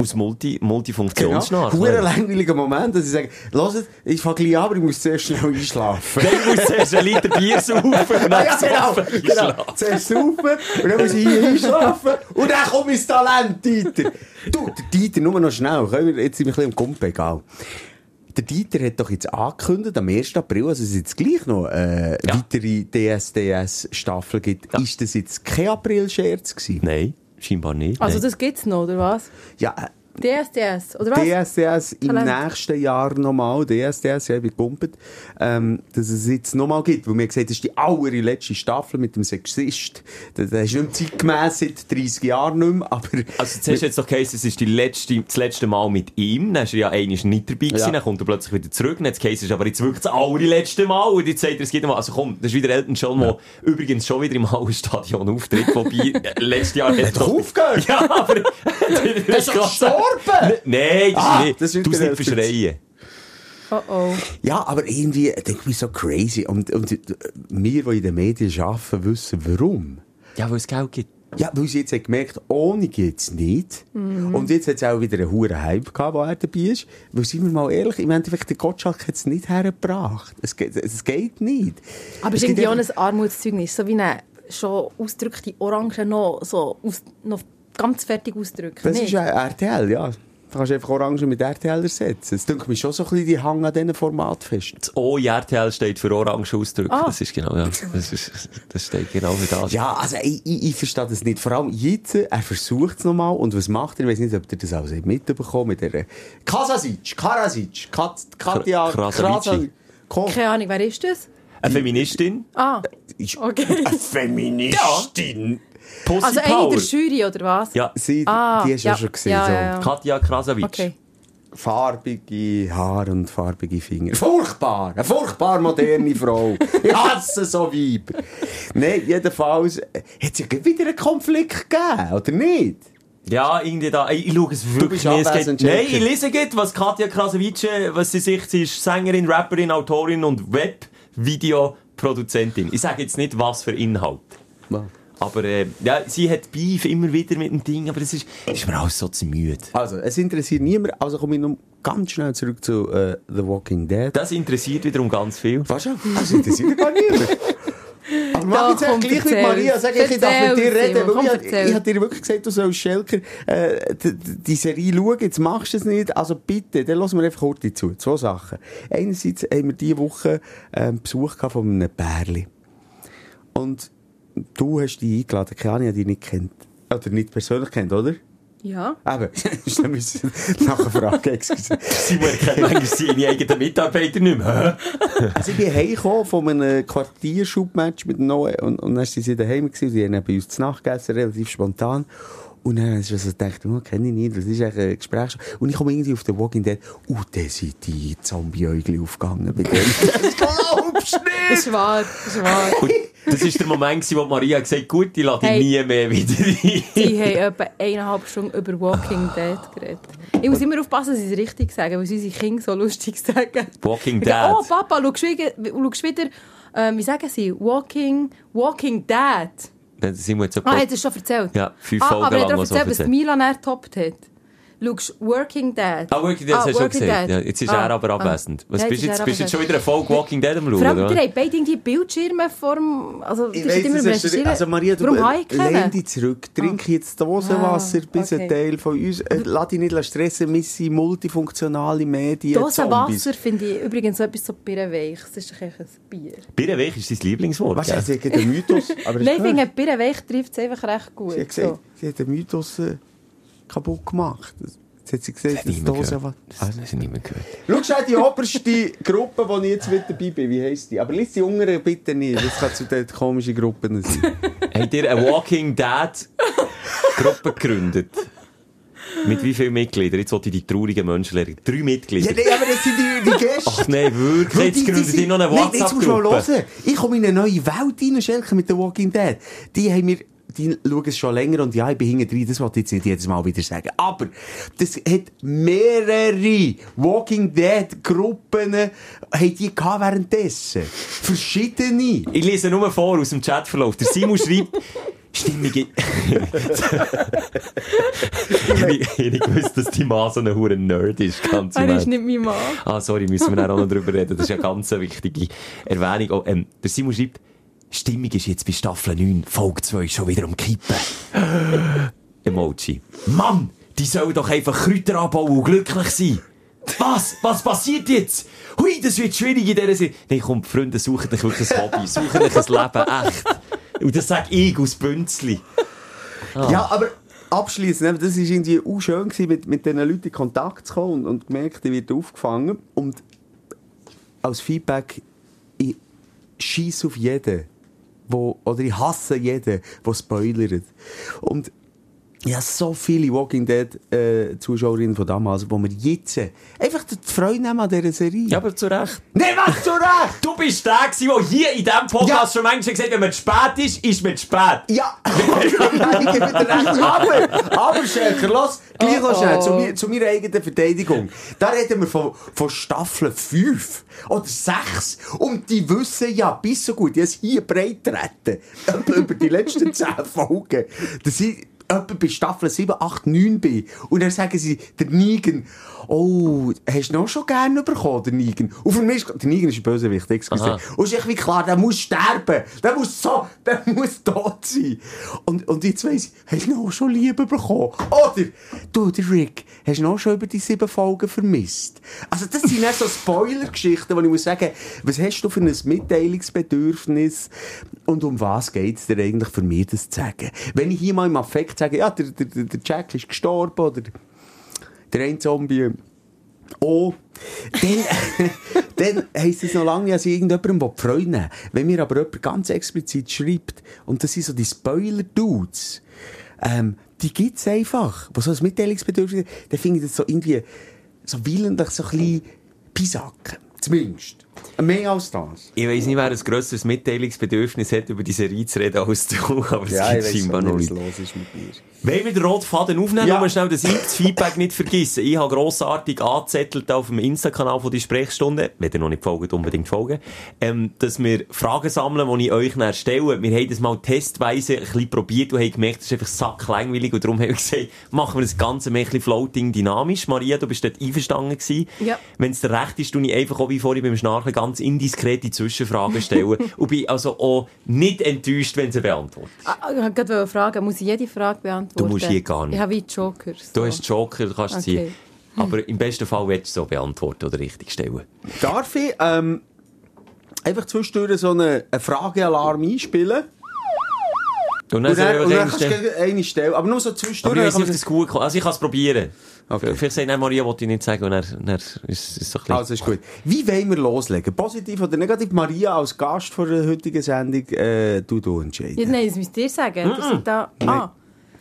[SPEAKER 3] Aus Multi,
[SPEAKER 5] Genau.
[SPEAKER 3] Multifunktionsschnarchler.
[SPEAKER 5] Huere langweiliger Moment, dass ich sage, hört, ich fange gleich an, aber ich muss zuerst schnell einschlafen.
[SPEAKER 3] Dann muss zuerst ein Liter Bier saufen und dann
[SPEAKER 5] ja, genau,
[SPEAKER 3] saufen.
[SPEAKER 5] genau. Zuerst saufen und dann muss ich hier einschlafen und dann kommt mein Talent, Dieter. Du, der Dieter, nur noch schnell, können wir- jetzt sind wir ein bisschen im Kumpen, egal. Der Dieter hat doch jetzt angekündigt, am 1. April, also es ist jetzt gleich noch äh,
[SPEAKER 3] Ja.
[SPEAKER 5] weitere DSDS-Staffel gibt.
[SPEAKER 3] Ja.
[SPEAKER 5] Ist das jetzt kein April-Scherz gewesen?
[SPEAKER 3] Nein, scheinbar nicht.
[SPEAKER 4] also
[SPEAKER 3] nein.
[SPEAKER 4] das gibt es noch, oder was?
[SPEAKER 5] Ja, äh,
[SPEAKER 4] DSDS, oder was?
[SPEAKER 5] DSDS im
[SPEAKER 4] Talent.
[SPEAKER 5] nächsten Jahr nochmal, DSDS, ja, ich bin gepumpt, ähm, dass es jetzt nochmal gibt. Weil wir gesagt das ist die allerletzte Staffel mit dem Sexist. Das, das ist nicht mehr zeitgemäss seit 30 Jahren nicht mehr, aber
[SPEAKER 3] Also zuerst jetzt doch geheißen, es ist die letzte, das letzte Mal mit ihm, dann ist er ja einmal nicht dabei gewesen,
[SPEAKER 5] Ja.
[SPEAKER 3] dann kommt er plötzlich wieder zurück, und jetzt geheißen es aber jetzt wirklich das allerletzte Mal und jetzt sagt er, es geht mal, also komm, das ist wieder Elton John, der übrigens schon wieder im Hallenstadion auftritt, wobei, äh, letztes Jahr hat er
[SPEAKER 5] doch aufgehört.
[SPEAKER 3] Ja, aber... das ist
[SPEAKER 5] gestorben!
[SPEAKER 3] Nein, das
[SPEAKER 5] Ah,
[SPEAKER 3] ist
[SPEAKER 5] das ist
[SPEAKER 3] nicht, du
[SPEAKER 5] wieder
[SPEAKER 3] nicht
[SPEAKER 5] Elton.
[SPEAKER 3] verschreien.
[SPEAKER 4] Oh oh.
[SPEAKER 5] Ja, aber irgendwie, ich denke ich so crazy. Und, und äh, wir, die in den Medien arbeiten, wissen warum.
[SPEAKER 3] Ja, weil es Geld gibt.
[SPEAKER 5] Ja, weil sie jetzt haben gemerkt, ohne geht's nicht. Und jetzt hat es auch wieder einen hohen Hype gehabt, wo er dabei ist. Weil, sind wir mal ehrlich, im Endeffekt, der Gottschalk hat es nicht hergebracht. Es geht, es geht nicht.
[SPEAKER 4] Aber es ist
[SPEAKER 5] gibt
[SPEAKER 4] irgendwie auch
[SPEAKER 5] einfach-
[SPEAKER 4] ein Armutszeugnis, so wie eine schon ausgedrückte Orange noch, so aus, noch ganz fertig ausdrücken.
[SPEAKER 5] Das
[SPEAKER 4] nicht?
[SPEAKER 5] ist dus, ja RTL, ja. Da kannst du einfach Orangen mit RTL ersetzen. Es dünkt mich schon so ein bisschen die Hang an diesen Format fest.
[SPEAKER 3] Das O in RTL steht für Orange ausdrücken,
[SPEAKER 4] Ah.
[SPEAKER 3] das ist genau, ja. Das, ist, das steht genau für das.
[SPEAKER 5] Ja, also ich, ich, ich verstehe das nicht. Vor allem jetzt, er versucht es nochmal und was macht er? Ich weiß nicht, ob ihr das alles habt mitbekommen mit der Kasasic, Karasic, Kat, Katja,
[SPEAKER 3] Kra- Krasavici.
[SPEAKER 5] Krasavic. Komm,
[SPEAKER 4] Keine Ahnung, wer ist das?
[SPEAKER 3] Eine Feministin,
[SPEAKER 4] Ah,
[SPEAKER 5] ist
[SPEAKER 4] okay.
[SPEAKER 5] eine Feministin.
[SPEAKER 3] Pussy
[SPEAKER 4] Also eine in
[SPEAKER 3] Power.
[SPEAKER 4] der Jury, oder was?
[SPEAKER 3] Ja,
[SPEAKER 5] Sie,
[SPEAKER 4] Ah,
[SPEAKER 5] die hast du
[SPEAKER 4] ja,
[SPEAKER 5] ja schon gesehen.
[SPEAKER 4] ja,
[SPEAKER 5] so.
[SPEAKER 4] ja, ja.
[SPEAKER 3] Katja Krasavic.
[SPEAKER 4] Okay.
[SPEAKER 5] Farbige Haare und farbige Finger. Furchtbar! Eine furchtbar moderne Frau. Ich hasse so Weiber. Nein, jedenfalls äh, hat es ja gerade wieder einen Konflikt gegeben, oder nicht?
[SPEAKER 3] Ja, irgendwie da. Ich, ich schaue es wirklich
[SPEAKER 5] bist
[SPEAKER 3] nicht. Es
[SPEAKER 5] abwesend,
[SPEAKER 3] geht, nein,
[SPEAKER 5] Jackie.
[SPEAKER 3] ich lese geht, was Katja Krasavice, was sie sich, sie ist Sängerin, Rapperin, Autorin und Web-Videoproduzentin. Ich sage jetzt nicht, was für Inhalt. Aber äh, ja, sie hat Beef immer wieder mit dem Ding, aber es ist, ist mir alles so zu müde.
[SPEAKER 5] Also, es interessiert niemand. Also komme ich noch ganz schnell zurück zu äh, The Walking Dead.
[SPEAKER 3] Das interessiert wiederum ganz viel.
[SPEAKER 5] Was schon? Das interessiert gar niemand. Aber mach
[SPEAKER 4] Doch,
[SPEAKER 5] jetzt echt
[SPEAKER 4] komm,
[SPEAKER 5] gleich mit
[SPEAKER 4] erzähl's.
[SPEAKER 5] Maria, sag ich, ich darf mit dir
[SPEAKER 4] Erzähl's,
[SPEAKER 5] reden.
[SPEAKER 4] Simon,
[SPEAKER 5] Weil ich,
[SPEAKER 4] komm,
[SPEAKER 5] hab-
[SPEAKER 4] erzähl.
[SPEAKER 5] ich hab dir wirklich gesagt, du sollst Schelker äh, die, die Serie schauen, jetzt machst du es nicht. Also bitte, dann lassen wir einfach kurz zu. Zwei Sachen. Einerseits haben wir diese Woche ähm, Besuch gehabt von einem Bärli. Und du hast dich eingeladen, keine Ahnung, ich hab dich nicht kennt. Oder nicht persönlich kennt, oder?
[SPEAKER 4] Ja.
[SPEAKER 5] Eben, dann müssen wir nachher fragen, excuse.
[SPEAKER 3] Sie erkennt manchmal seine eigenen Mitarbeiter nicht mehr. Hä?
[SPEAKER 5] Also ich bin heimgekommen von einem Quartierschubmatch mit Noe und, und dann sind sie daheim gewesen, und die haben dann bei uns zu Nacht gegessen, relativ spontan. Und dann habe ich also gedacht, oh, kenne ich nicht, das ist eigentlich ein Gespräch. Und ich komme irgendwie auf den Walking Dead, und dann sind die Zombie-Äugel aufgegangen bei denen. das glaubst du nicht!
[SPEAKER 4] Ist wahr, ist wahr.
[SPEAKER 3] Und das war der Moment, gewesen, wo Maria gesagt hat, gut, ich lasse dich
[SPEAKER 4] Hey.
[SPEAKER 3] nie mehr wieder rein.
[SPEAKER 4] Die haben etwa eineinhalb Stunden über Walking Dead geredet. Ich muss immer aufpassen, dass ich es richtig sage, weil unsere Kinder so lustig sagen.
[SPEAKER 3] Walking
[SPEAKER 4] Ich sage,
[SPEAKER 3] Dead.
[SPEAKER 4] Oh, Papa, schau wieder, schau wieder ähm, wie sagen sie? Walking, Walking Dead.
[SPEAKER 3] Dann sind wir jetzt so
[SPEAKER 4] Ah, hat er es schon erzählt?
[SPEAKER 3] Ja, fünf
[SPEAKER 4] ah,
[SPEAKER 3] Folgen
[SPEAKER 4] aber hat
[SPEAKER 3] lang,
[SPEAKER 4] er
[SPEAKER 3] was
[SPEAKER 4] erzählt,
[SPEAKER 3] er
[SPEAKER 4] dass
[SPEAKER 3] erzählt.
[SPEAKER 4] Milan er getoppt hat? schaust Working Dead.
[SPEAKER 3] Ah, Working Dead, das hast du schon
[SPEAKER 4] Working
[SPEAKER 3] gesagt.
[SPEAKER 4] Dead.
[SPEAKER 3] Ja, jetzt ist
[SPEAKER 4] Ah,
[SPEAKER 3] er aber
[SPEAKER 4] ah.
[SPEAKER 3] abwesend. Was
[SPEAKER 4] Ja,
[SPEAKER 3] bist du
[SPEAKER 4] ist
[SPEAKER 3] jetzt?
[SPEAKER 4] er
[SPEAKER 3] Bist du jetzt schon
[SPEAKER 4] abwesesen.
[SPEAKER 3] wieder ein Folk Walking Dead am
[SPEAKER 4] Vor
[SPEAKER 3] Schauen,
[SPEAKER 4] allem, ihr
[SPEAKER 3] oder?
[SPEAKER 4] habt beide irgendwie Bildschirme vorm... Also,
[SPEAKER 5] Ich
[SPEAKER 4] ihr seid
[SPEAKER 5] weiss,
[SPEAKER 4] immer
[SPEAKER 5] es
[SPEAKER 4] am
[SPEAKER 5] ist-
[SPEAKER 4] Recherchieren.
[SPEAKER 5] also Maria, du
[SPEAKER 4] Warum habe ich
[SPEAKER 5] lehn
[SPEAKER 4] keinen?
[SPEAKER 5] dich zurück, trink jetzt Dosenwasser,
[SPEAKER 4] Ah,
[SPEAKER 5] bis
[SPEAKER 4] okay.
[SPEAKER 5] ein Teil von uns. Äh, lass dich nicht stressen, wir sind multifunktionale Medien.
[SPEAKER 4] Dose
[SPEAKER 5] Zombies.
[SPEAKER 4] Wasser finde ich übrigens so etwas so birrenweich. Das ist doch eigentlich ein Bier.
[SPEAKER 3] Birrenweg ist dein Lieblingswort.
[SPEAKER 5] Was
[SPEAKER 3] gell?
[SPEAKER 5] heißt gegen den Mythos? Aber
[SPEAKER 4] Nein, ich
[SPEAKER 5] gehört.
[SPEAKER 4] finde, birrenweich trifft es einfach recht gut.
[SPEAKER 5] Sie hat gesagt,
[SPEAKER 4] so.
[SPEAKER 5] sie hat den Mythos äh, kaputt gemacht. Jetzt hat sie gesagt, das
[SPEAKER 3] Nicht mehr
[SPEAKER 5] Dose
[SPEAKER 3] gehört.
[SPEAKER 5] war.
[SPEAKER 3] Das das ist nicht mehr gehört.
[SPEAKER 5] Schau schnell die oberste Gruppe, die ich jetzt mit dabei bin. Wie heisst die? Aber lies die Jüngeren bitte nicht. Das kann zu den komischen Gruppen sein.
[SPEAKER 3] Habt ihr eine Walking Dead Gruppe gegründet? Mit wie vielen Mitgliedern? Jetzt wollte ich die traurigen Menschen lernen. Drei Mitglieder.
[SPEAKER 5] ja, nein, aber das sind die, die Gäste.
[SPEAKER 3] Ach nein, wirklich?
[SPEAKER 5] Weil
[SPEAKER 3] Jetzt
[SPEAKER 5] die- die
[SPEAKER 3] gründet
[SPEAKER 5] sind-
[SPEAKER 3] ihr noch eine
[SPEAKER 5] Nein, Jetzt musst du mal
[SPEAKER 3] WhatsApp-Gruppe.
[SPEAKER 5] hören. Ich komme in eine neue Welt rein, Schelke, mit The Walking Dead. Die haben mir, die schauen es schon länger und ja, ich bin hinten drin, das wollte ich jetzt nicht jedes Mal wieder sagen. Aber, das hat mehrere Walking Dead Gruppen, äh, haben die gehabt währenddessen. Verschiedene.
[SPEAKER 3] Ich lese nur vor aus dem Chatverlauf. Der Simon schreibt, stimmige... ich hab nicht- ich hab nicht gewusst, dass die Mann so ein hure Nerd ist, ganz im
[SPEAKER 4] Er ist
[SPEAKER 3] Ernst.
[SPEAKER 4] nicht mein Mann.
[SPEAKER 3] Ah, sorry, müssen wir dann auch noch drüber reden. Das ist eine ganz wichtige Erwähnung. Oh, ähm, der Simon schreibt, Stimmung ist jetzt bei Staffel 9, Folge 2 schon wieder am Kippen. Emoji. Mann, die sollen doch einfach Kräuter anbauen und glücklich sein. Was? Was passiert jetzt? Hui, das wird schwierig in dieser Serie. Nein, komm, Freunde, sucht euch wirklich ein Hobby, sucht euch ein Leben, echt. Und das sag ich aus Bünzli.
[SPEAKER 5] Ja, aber abschließend, eben, das war irgendwie auch schön, gewesen, mit, mit diesen Leuten in Kontakt zu kommen und, und gemerkt, ich werde aufgefangen. Und als Feedback, ich schieße auf jeden, wo, oder ich hasse jeden, der spoilert. Und ich habe so viele Walking Dead-Zuschauerinnen von damals, die mir jetzt äh, einfach die Freude nehmen an dieser Serie.
[SPEAKER 3] Ja, aber zu Recht.
[SPEAKER 5] Nein, was zu Recht!
[SPEAKER 3] Du bist der, gewesen, der hier in diesem
[SPEAKER 5] Ja.
[SPEAKER 3] Podcast schon manchmal gesagt hat, wenn man zu spät ist, ist man zu spät.
[SPEAKER 5] Ja, ja, ich gebe dir recht. Aber, aber Schelker, lass gleich noch
[SPEAKER 4] Oh,
[SPEAKER 5] schnell
[SPEAKER 4] oh.
[SPEAKER 5] zu, mir, zu meiner eigenen Verteidigung. Da reden wir von, von Staffel 5 oder 6. Und die wissen ja bis so gut, die haben es hier breit treten, etwa über die letzten 10 Folgen, dass ich etwa bei Staffel 7, 8, 9 bin. Und dann sagen sie, der Nigen, oh, hast du noch schon gerne bekommen, der Nigen? Und für mich ist, der Nigen ist ein Bösewicht, excuse.
[SPEAKER 3] Aha.
[SPEAKER 5] Und es ist echt wie klar, der muss sterben. Der muss so, der muss tot sein. Und, und jetzt weiss ich, hast du noch schon Liebe bekommen? Oder, Oh, du, der Rick, hast du noch schon über die sieben Folgen vermisst? Also, das sind dann so Spoiler-Geschichten, wo ich muss sagen, was hast du für ein Mitteilungsbedürfnis? Und um was geht es dir eigentlich für mich, das zu sagen? Wenn ich hier mal im Affekt sage, ja, der, der, der der Jack ist gestorben oder der eine Zombie, Oh, dann, dann heisst es noch lange, nicht, dass ich irgendjemandem will die Freude nehmen will. Wenn mir aber jemand ganz explizit schreibt, und das sind so die Spoiler-Dudes, ähm, die gibt's einfach, die so ein Mitteilungsbedürfnis haben, dann finde ich das so irgendwie so willentlich so ein bisschen pisacken. Zumindest. Mehr als das.
[SPEAKER 3] Ich weiss nicht, wer ein grösseres Mitteilungsbedürfnis hat, über die Serie zu reden als du, aber es gibt scheinbar noch nicht.
[SPEAKER 5] los ist mit dir.
[SPEAKER 3] Wollen wir den roten Faden aufnehmen?
[SPEAKER 5] Ja.
[SPEAKER 3] Nur schnell, dass ich das Feedback nicht vergesse. Ich habe grossartig angezettelt auf dem Insta-Kanal von die Sprechstunde, wenn ihr noch nicht folgt, unbedingt folgen, ähm, dass wir Fragen sammeln, die ich euch dann stelle. Wir haben das mal testweise ein bisschen probiert und haben gemerkt, das ist einfach sacklangweilig und darum haben wir gesagt, machen wir das Ganze mehr ein bisschen floating dynamisch. Maria, du bist dort einverstanden gewesen.
[SPEAKER 4] Ja.
[SPEAKER 3] Wenn es dir recht ist, tue ich einfach auch wie vorhin beim Schnarchen ganz indiskrete Zwischenfragen stellen und bin also auch nicht enttäuscht, wenn sie beantwortet.
[SPEAKER 4] Ah, ich wollte gerade fragen, muss ich jede Frage beantworten?
[SPEAKER 3] Du musst hier gar nicht.
[SPEAKER 4] Ich habe wie Joker. So.
[SPEAKER 3] Du hast Joker, du kannst
[SPEAKER 4] Okay.
[SPEAKER 3] sie. Aber im besten Fall willst du so beantworten oder richtig stellen.
[SPEAKER 5] Darf ich ähm, einfach zwischendurch so einen einen Fragealarm einspielen?
[SPEAKER 3] Und soll
[SPEAKER 5] Und
[SPEAKER 3] ich
[SPEAKER 5] dann,
[SPEAKER 3] aber
[SPEAKER 5] und dann
[SPEAKER 3] denken,
[SPEAKER 5] kannst du gleich eine stellen. Aber nur so
[SPEAKER 3] aber
[SPEAKER 5] zwischendurch.
[SPEAKER 3] ich weiss nicht,
[SPEAKER 5] dann kann
[SPEAKER 3] ob
[SPEAKER 5] man-
[SPEAKER 3] das gut kommt. Also ich kann es probieren.
[SPEAKER 5] Okay.
[SPEAKER 3] V- Vielleicht sagt dann Maria, wollte ich nicht sagen, und dann, dann ist es so ein bisschen...
[SPEAKER 5] Also ist gut. Wie wollen wir loslegen? Positiv oder negativ? Maria als Gast vor der heutigen Sendung, äh, du, du
[SPEAKER 4] Ja,
[SPEAKER 5] entscheidest.
[SPEAKER 4] nein, das müsst ihr sagen. Das sind da, ah,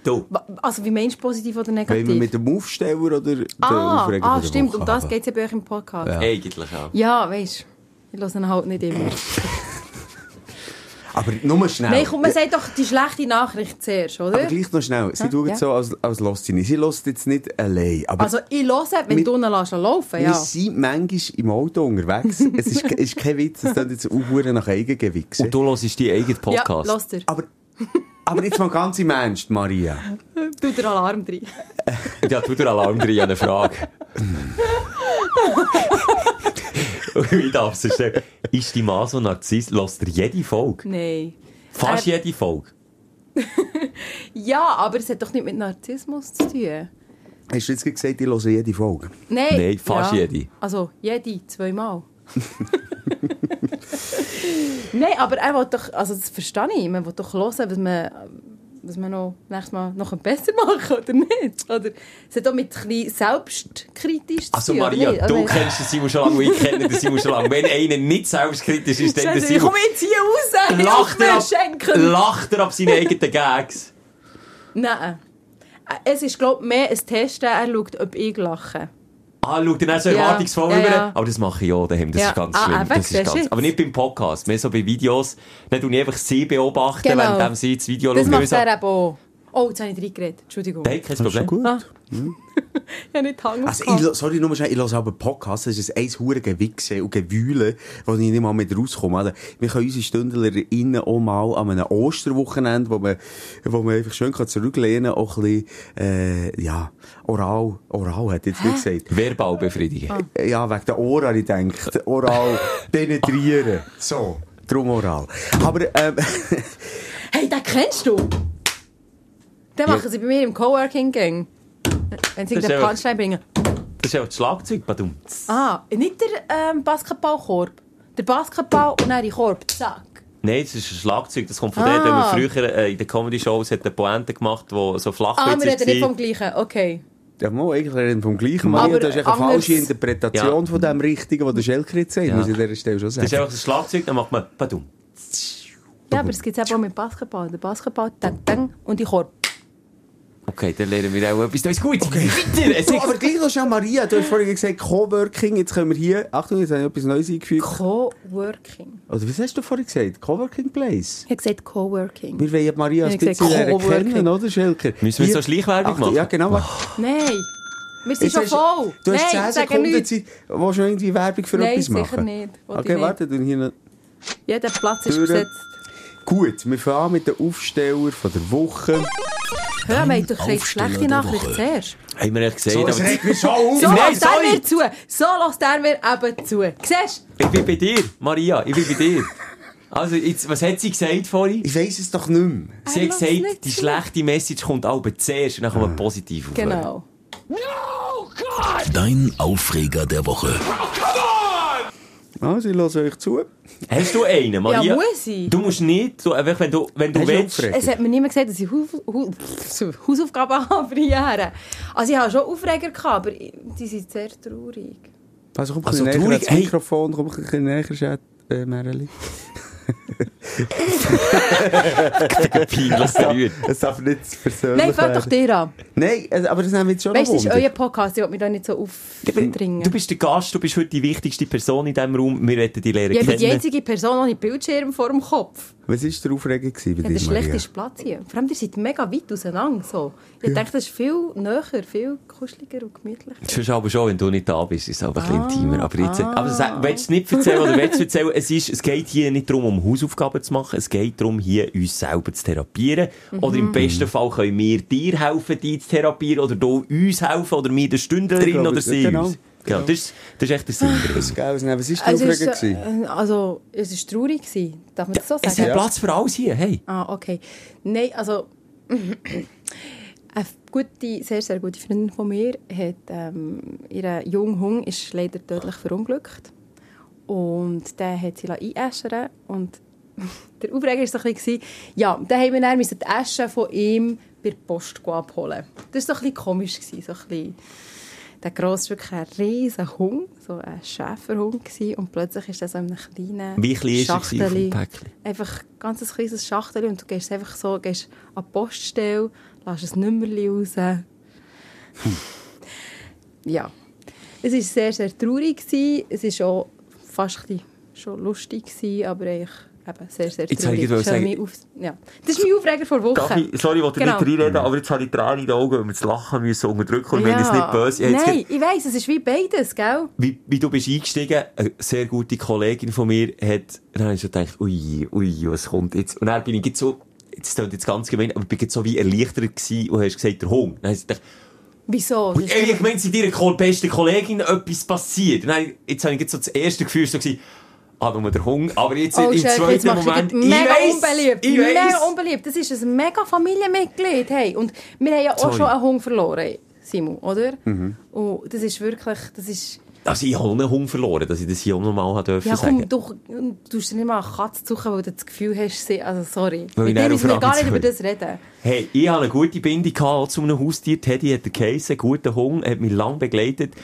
[SPEAKER 3] du.
[SPEAKER 4] wa- also, wie meinst du positiv oder negativ?
[SPEAKER 5] Wollen wir mit dem Aufsteller oder der
[SPEAKER 4] ah,
[SPEAKER 5] Aufregung
[SPEAKER 4] ah,
[SPEAKER 5] der
[SPEAKER 4] stimmt.
[SPEAKER 5] Woche
[SPEAKER 4] Um das
[SPEAKER 5] haben?
[SPEAKER 4] geht es ja bei euch im Podcast. Ja,
[SPEAKER 3] Eigentlich, ja.
[SPEAKER 4] weißt du. Ich höre ihn halt nicht immer.
[SPEAKER 5] Aber nur schnell.
[SPEAKER 4] Nein, komm, man sagt doch die schlechte Nachricht zuerst,
[SPEAKER 5] aber
[SPEAKER 4] oder?
[SPEAKER 5] gleich noch schnell. Sie
[SPEAKER 4] Ja,
[SPEAKER 5] schauen
[SPEAKER 4] ja.
[SPEAKER 5] so, als, als lässt sie nicht. Sie lässt jetzt nicht allein. Aber
[SPEAKER 4] Also, ich höre, wenn
[SPEAKER 5] Mit-
[SPEAKER 4] du ihn lässt laufen
[SPEAKER 5] wir
[SPEAKER 4] ja.
[SPEAKER 5] sind manchmal im Auto unterwegs. es ist, ist kein Witz, es klingt jetzt auch verdammt nach Eigengewichsen.
[SPEAKER 3] Und du hörst deinen eigenen Podcast.
[SPEAKER 4] Ja, lass dir.
[SPEAKER 5] Aber, aber jetzt mal ganz im Ernst, Maria.
[SPEAKER 4] Tu den Alarm rein.
[SPEAKER 3] Ja, tu den Alarm drin, ich habe eine Frage. Und ich darf sie stellen. Ist die Maso Narziss, lässt er jede Folge?
[SPEAKER 4] Nein.
[SPEAKER 3] Fast
[SPEAKER 4] Er-
[SPEAKER 3] jede Folge.
[SPEAKER 4] Ja, aber es hat doch nicht mit Narzissmus zu tun.
[SPEAKER 5] Hast du jetzt gesagt, ich höre jede Folge?
[SPEAKER 4] Nein.
[SPEAKER 3] Nein, fast
[SPEAKER 4] ja.
[SPEAKER 3] jede.
[SPEAKER 4] Also, jede, zweimal. Nein, aber er will doch, also das verstehe ich, man will doch hören, was man, was man noch nächstes Mal noch besser machen oder nicht. Oder es hat auch mit ein bisschen selbstkritisch zu
[SPEAKER 3] Also
[SPEAKER 4] tun, oder
[SPEAKER 3] Maria,
[SPEAKER 4] nicht? Also,
[SPEAKER 3] du kennst den Simon schon lange, und ich kenne den Simon schon lange. Wenn einer nicht selbstkritisch ist, dann der
[SPEAKER 4] Scheiße, ich
[SPEAKER 3] Simon.
[SPEAKER 4] komme jetzt hier raus, ich
[SPEAKER 3] Lacht
[SPEAKER 4] will
[SPEAKER 3] er,
[SPEAKER 4] mir
[SPEAKER 3] ab,
[SPEAKER 4] schenken.
[SPEAKER 3] lacht er ab seinen eigenen Gags.
[SPEAKER 4] Nein. Es ist, glaube ich, mehr ein Testen, er schaut, ob ich lache.
[SPEAKER 3] Ah, schau dir dann so
[SPEAKER 4] Ja,
[SPEAKER 3] erwartungsvoll
[SPEAKER 4] ja,
[SPEAKER 3] rüber.
[SPEAKER 4] ja.
[SPEAKER 3] Aber das mache ich auch daheim, das
[SPEAKER 4] Ja.
[SPEAKER 3] ist ganz
[SPEAKER 4] Ah,
[SPEAKER 3] schlimm.
[SPEAKER 4] eben,
[SPEAKER 3] das ist
[SPEAKER 4] siehst du
[SPEAKER 3] ganz,
[SPEAKER 4] jetzt?
[SPEAKER 3] aber nicht beim Podcast, mehr so bei Videos. Dann tue ich einfach sie beobachten,
[SPEAKER 4] Genau.
[SPEAKER 3] während während sie das Video
[SPEAKER 4] Das
[SPEAKER 3] schauen.
[SPEAKER 4] macht
[SPEAKER 3] Dann
[SPEAKER 4] er eben auch. Oh, jetzt habe ich reingeredet. Entschuldigung.
[SPEAKER 3] Hey, kein Problem.
[SPEAKER 5] gut.
[SPEAKER 4] Ah. ich habe nicht Hang
[SPEAKER 5] Also, ich, lo- sorry, nur schnell, ich höre aber Podcasts, das ist ein hure Gewichse und Gewühle, wo ich nicht mal mit rauskomme. Also, wir können unsere StündlerInnen auch mal an einem Osterwochenende, wo man, wo man einfach schön kann zurücklehnen kann, auch ein bisschen, äh, ja, oral, oral hat jetzt wie gesagt.
[SPEAKER 3] Verbal befriedigen.
[SPEAKER 4] Ah.
[SPEAKER 5] Eh, Ja, wegen der Ohren, habe ich denke. Oral penetrieren. So. Drum oral. Aber, ähm,
[SPEAKER 4] Hey, den kennst du? Den machen sie bei mir im Coworking-Gang. Wenn sie
[SPEAKER 3] Das ist
[SPEAKER 4] den
[SPEAKER 3] einfach-
[SPEAKER 4] Punchline bringen.
[SPEAKER 3] Das ist ja das Schlagzeug, badum.
[SPEAKER 4] Ah, nicht der ähm, Basketballkorb. Der Basketball und dann der Korb. Zack.
[SPEAKER 3] Nein, das ist ein Schlagzeug. Das kommt von
[SPEAKER 4] Ah.
[SPEAKER 3] dort, wenn man früher äh, in den Comedy-Shows hat eine Pointe gemacht, die so flach
[SPEAKER 4] Ah, wir reden nicht
[SPEAKER 3] war.
[SPEAKER 4] vom gleichen. Okay.
[SPEAKER 5] ja, mal, eigentlich reden wir vom gleichen Mann.
[SPEAKER 4] Aber
[SPEAKER 5] Das ist einfach eine
[SPEAKER 4] anders.
[SPEAKER 5] falsche Interpretation
[SPEAKER 3] Ja.
[SPEAKER 5] von dem Richtigen, was der Schellkritz sagt, muss ich an dieser Stelle schon
[SPEAKER 3] Das ist
[SPEAKER 5] sagen.
[SPEAKER 3] einfach ein Schlagzeug, dann macht man badum.
[SPEAKER 4] Ja, aber es gibt es eben auch mit Basketball. Der Basketball, dang, dang, und die Korb.
[SPEAKER 3] Okay, dann lernen wir auch etwas Neues. Gut, weiter! Es
[SPEAKER 5] Du,
[SPEAKER 3] ist
[SPEAKER 5] aber gleich noch schon Maria, du hast vorhin gesagt Coworking, jetzt können wir hier, Achtung, jetzt habe ich etwas Neues eingefügt.
[SPEAKER 4] Coworking.
[SPEAKER 5] Oder was hast du vorhin gesagt? Coworking Place?
[SPEAKER 4] Ich habe gesagt Coworking.
[SPEAKER 5] Wir wollen ja Maria ein
[SPEAKER 4] Ich habe gesagt,
[SPEAKER 5] bisschen lernen
[SPEAKER 4] Coworking.
[SPEAKER 5] kennen, oder Schelker?
[SPEAKER 3] Müssen wir
[SPEAKER 5] Hier-
[SPEAKER 3] so Schleichwerbung
[SPEAKER 5] Achtung,
[SPEAKER 3] machen?
[SPEAKER 5] Ja, nou genau. warte.
[SPEAKER 4] Nein. Wir sind
[SPEAKER 5] Jetzt
[SPEAKER 4] schon
[SPEAKER 5] hast-
[SPEAKER 4] voll.
[SPEAKER 5] Du hast
[SPEAKER 4] Nein,
[SPEAKER 5] 10
[SPEAKER 4] sag
[SPEAKER 5] Sekunden
[SPEAKER 4] nichts.
[SPEAKER 5] Zeit. Willst du noch irgendwie Werbung für
[SPEAKER 4] Nein,
[SPEAKER 5] etwas
[SPEAKER 4] sicher
[SPEAKER 5] machen?
[SPEAKER 4] nicht. Will ich
[SPEAKER 5] Okay,
[SPEAKER 4] nicht.
[SPEAKER 5] warte, dann hier noch...
[SPEAKER 4] Jeder Platz ist
[SPEAKER 5] Türen.
[SPEAKER 4] besetzt.
[SPEAKER 5] Gut, wir fangen an mit den Aufsteller von der Woche.
[SPEAKER 4] Hör, wir haben doch eine
[SPEAKER 2] Aufsteller
[SPEAKER 4] schlechte
[SPEAKER 2] der
[SPEAKER 4] Nachricht
[SPEAKER 2] Woche.
[SPEAKER 4] zuerst.
[SPEAKER 3] Haben wir echt gesehen, aber
[SPEAKER 5] mich schon auf!
[SPEAKER 4] So
[SPEAKER 3] Nein,
[SPEAKER 4] lässt er
[SPEAKER 3] sorry.
[SPEAKER 4] mir zu. So lässt er mir eben zu. Siehst
[SPEAKER 3] ich bin bei dir, Maria, ich bin bei dir. Also, jetzt, was hat sie gesagt vorhin?
[SPEAKER 5] Ich weiss es doch nicht mehr.
[SPEAKER 3] Sie
[SPEAKER 4] I
[SPEAKER 3] hat
[SPEAKER 4] love
[SPEAKER 3] gesagt,
[SPEAKER 4] Lexi.
[SPEAKER 3] die schlechte Message kommt auch zuerst und dann kommen wir positiv auf.
[SPEAKER 4] du? Genau.
[SPEAKER 2] Dein Aufreger der Woche.
[SPEAKER 5] Also, ich lasse euch zu.
[SPEAKER 3] Hast du einen, Maria?
[SPEAKER 4] muss ich.
[SPEAKER 3] Du musst nicht, du, einfach, wenn du, wenn du
[SPEAKER 5] Hast du
[SPEAKER 3] willst.
[SPEAKER 5] Aufreger?
[SPEAKER 4] Es hat mir niemand gesagt, dass ich Haus Hu- Pff, Hausaufgaben habe für die Jahre. Also ich hatte schon Aufreger, gehabt, aber ich- die sind sehr traurig.
[SPEAKER 5] Also, komm,
[SPEAKER 3] Also,
[SPEAKER 5] also, näher
[SPEAKER 3] traurig,
[SPEAKER 5] ans
[SPEAKER 3] ey.
[SPEAKER 5] Mikrofon, komm, ein bisschen näher, Chat, äh, Mereli.
[SPEAKER 3] Peinlich berührt.
[SPEAKER 5] Es darf nicht persönlich
[SPEAKER 4] Nein, fang doch dir an.
[SPEAKER 5] Nein, äh, aber das nehmen wir jetzt schon
[SPEAKER 4] Weißt du,
[SPEAKER 5] noch
[SPEAKER 4] das ist
[SPEAKER 5] Wunder.
[SPEAKER 4] euer Podcast, ich will mich da nicht so
[SPEAKER 3] Du
[SPEAKER 4] aufdringen.
[SPEAKER 3] bist der Gast, du bist heute die wichtigste Person in diesem Raum. Wir werden die Lehre
[SPEAKER 4] Ja, ich bin die
[SPEAKER 3] kennen.
[SPEAKER 4] einzige Person ohne Bildschirm vor dem Kopf.
[SPEAKER 5] Was war der Aufreger gewesen bei
[SPEAKER 4] Ja,
[SPEAKER 5] dir,
[SPEAKER 4] der
[SPEAKER 5] Maria?
[SPEAKER 4] schlechteste Platz hier. Vor allem, ihr seid mega weit auseinander. So. Ich denke, das ist viel näher, viel kuscheliger und gemütlicher.
[SPEAKER 3] Das ist aber schon, wenn du nicht da bist, ist es aber
[SPEAKER 4] Ah,
[SPEAKER 3] ein bisschen intimer. Aber jetzt, aber sag, willst du es nicht erzählen oder willst du es erzählen? Es, ist, es geht hier nicht darum, um Hausaufgaben zu machen. Es geht darum, hier uns selber zu therapieren.
[SPEAKER 4] Mhm.
[SPEAKER 3] Oder im besten Fall können wir dir helfen, dich zu therapieren. Oder du uns helfen. Oder mir der
[SPEAKER 5] Ich
[SPEAKER 3] Stündlerin
[SPEAKER 5] glaube,
[SPEAKER 3] oder sie
[SPEAKER 5] genau.
[SPEAKER 3] uns. Genau. Das, ist, das ist dus, echt der
[SPEAKER 4] Ah.
[SPEAKER 3] Sinn drin.
[SPEAKER 5] Gell, was- nein, was war der
[SPEAKER 4] Also, es
[SPEAKER 5] Aufreger?
[SPEAKER 4] ist,
[SPEAKER 5] gewesen?
[SPEAKER 4] äh, also, es ist traurig gewesen. Darf man das so
[SPEAKER 3] Es
[SPEAKER 4] sagen?
[SPEAKER 3] hat Platz für alles hier, hey.
[SPEAKER 4] Ah, okay. Nein, also... Eine gute, sehr, sehr gute Freundin von mir hat... Ähm, ihr junger Hund ist leider tödlich verunglückt. Und der hat sie einäschern Und der Aufreger war so ein bisschen... Ja, dann haben wir dann müssen die Asche von ihm bei der Post abholen. Das war so ein bisschen komisch. Gewesen, so ein bisschen der grosse, wirklich ein riesen Hund, so ein Schäferhund gewesen. und plötzlich ist er so in einem kleinen
[SPEAKER 3] Wie klein ist er gewesen auf dem
[SPEAKER 4] Schachterli.
[SPEAKER 3] Päckchen?
[SPEAKER 4] Einfach ein ganz kleines Schachtel und du gehst einfach so, gehst an die Poststelle, lässt ein Nummerli raus. ja. Es war sehr, sehr traurig. Gewesen. Es war auch fast ein bisschen schon lustig, gewesen, aber eigentlich eben sehr, sehr
[SPEAKER 3] Jetzt habe ich gerade
[SPEAKER 4] traurig. Das ist
[SPEAKER 3] sagen-
[SPEAKER 4] mein Auf- ja. Das ist mein Aufreger vor Wochen.
[SPEAKER 3] Darf ich, sorry, ich wollte
[SPEAKER 4] Genau.
[SPEAKER 3] nicht reinreden, aber jetzt habe ich Tränen in den Augen, weil wir das Lachen müssen unterdrücken und wir
[SPEAKER 4] Ja.
[SPEAKER 3] haben es nicht böse. Ich habe jetzt
[SPEAKER 4] Nein, ich weiss, es ist wie beides, gell?
[SPEAKER 3] wie, wie du bist eingestiegen, eine sehr gute Kollegin von mir hat, dann habe ich so gedacht, ui, ui, was kommt jetzt? Und dann bin ich jetzt so, jetzt klingt jetzt ganz gemein, aber ich bin jetzt so wie erleichtert gewesen und hast gesagt, der Hund. Dann habe ich so gedacht,
[SPEAKER 4] Wieso? Das ist
[SPEAKER 3] Ich meine, sind ihrer Ko- besten Kollegin etwas passiert? Nein, jetzt habe ich jetzt so das erste Gefühl, so gewesen, ah, nur der Hunger, aber jetzt
[SPEAKER 4] Oh,
[SPEAKER 3] im
[SPEAKER 4] Schäfer,
[SPEAKER 3] zweiten
[SPEAKER 4] jetzt machst du
[SPEAKER 3] Moment,
[SPEAKER 4] dich mega
[SPEAKER 3] weiss,
[SPEAKER 4] unbeliebt.
[SPEAKER 3] ich
[SPEAKER 4] mega
[SPEAKER 3] weiss.
[SPEAKER 4] unbeliebt. Das ist ein mega Familienmitglied. Hey. Und wir haben ja auch
[SPEAKER 3] Sorry. Mhm.
[SPEAKER 4] schon einen Hund verloren, Simon, oder? Und das ist wirklich, das ist...
[SPEAKER 3] Also ich habe einen Hunger verloren, dass ich das hier auch nochmal habe dürfen
[SPEAKER 4] Ja komm,
[SPEAKER 3] sagen.
[SPEAKER 4] du, du tust dir nicht mal eine Katze suchen, weil du das Gefühl hast, sie... Also ah, sorry.
[SPEAKER 3] Weil ich
[SPEAKER 4] Mit
[SPEAKER 3] dann
[SPEAKER 4] dir müssen wir
[SPEAKER 3] auf
[SPEAKER 4] gar nicht
[SPEAKER 3] Rahmen
[SPEAKER 4] über das reden.
[SPEAKER 3] Hey, ich habe eine gute Bindung gehabt, auch zu einem Haustier. Teddy hat den Käse, einen guten Hunger, hat mich lange begleitet.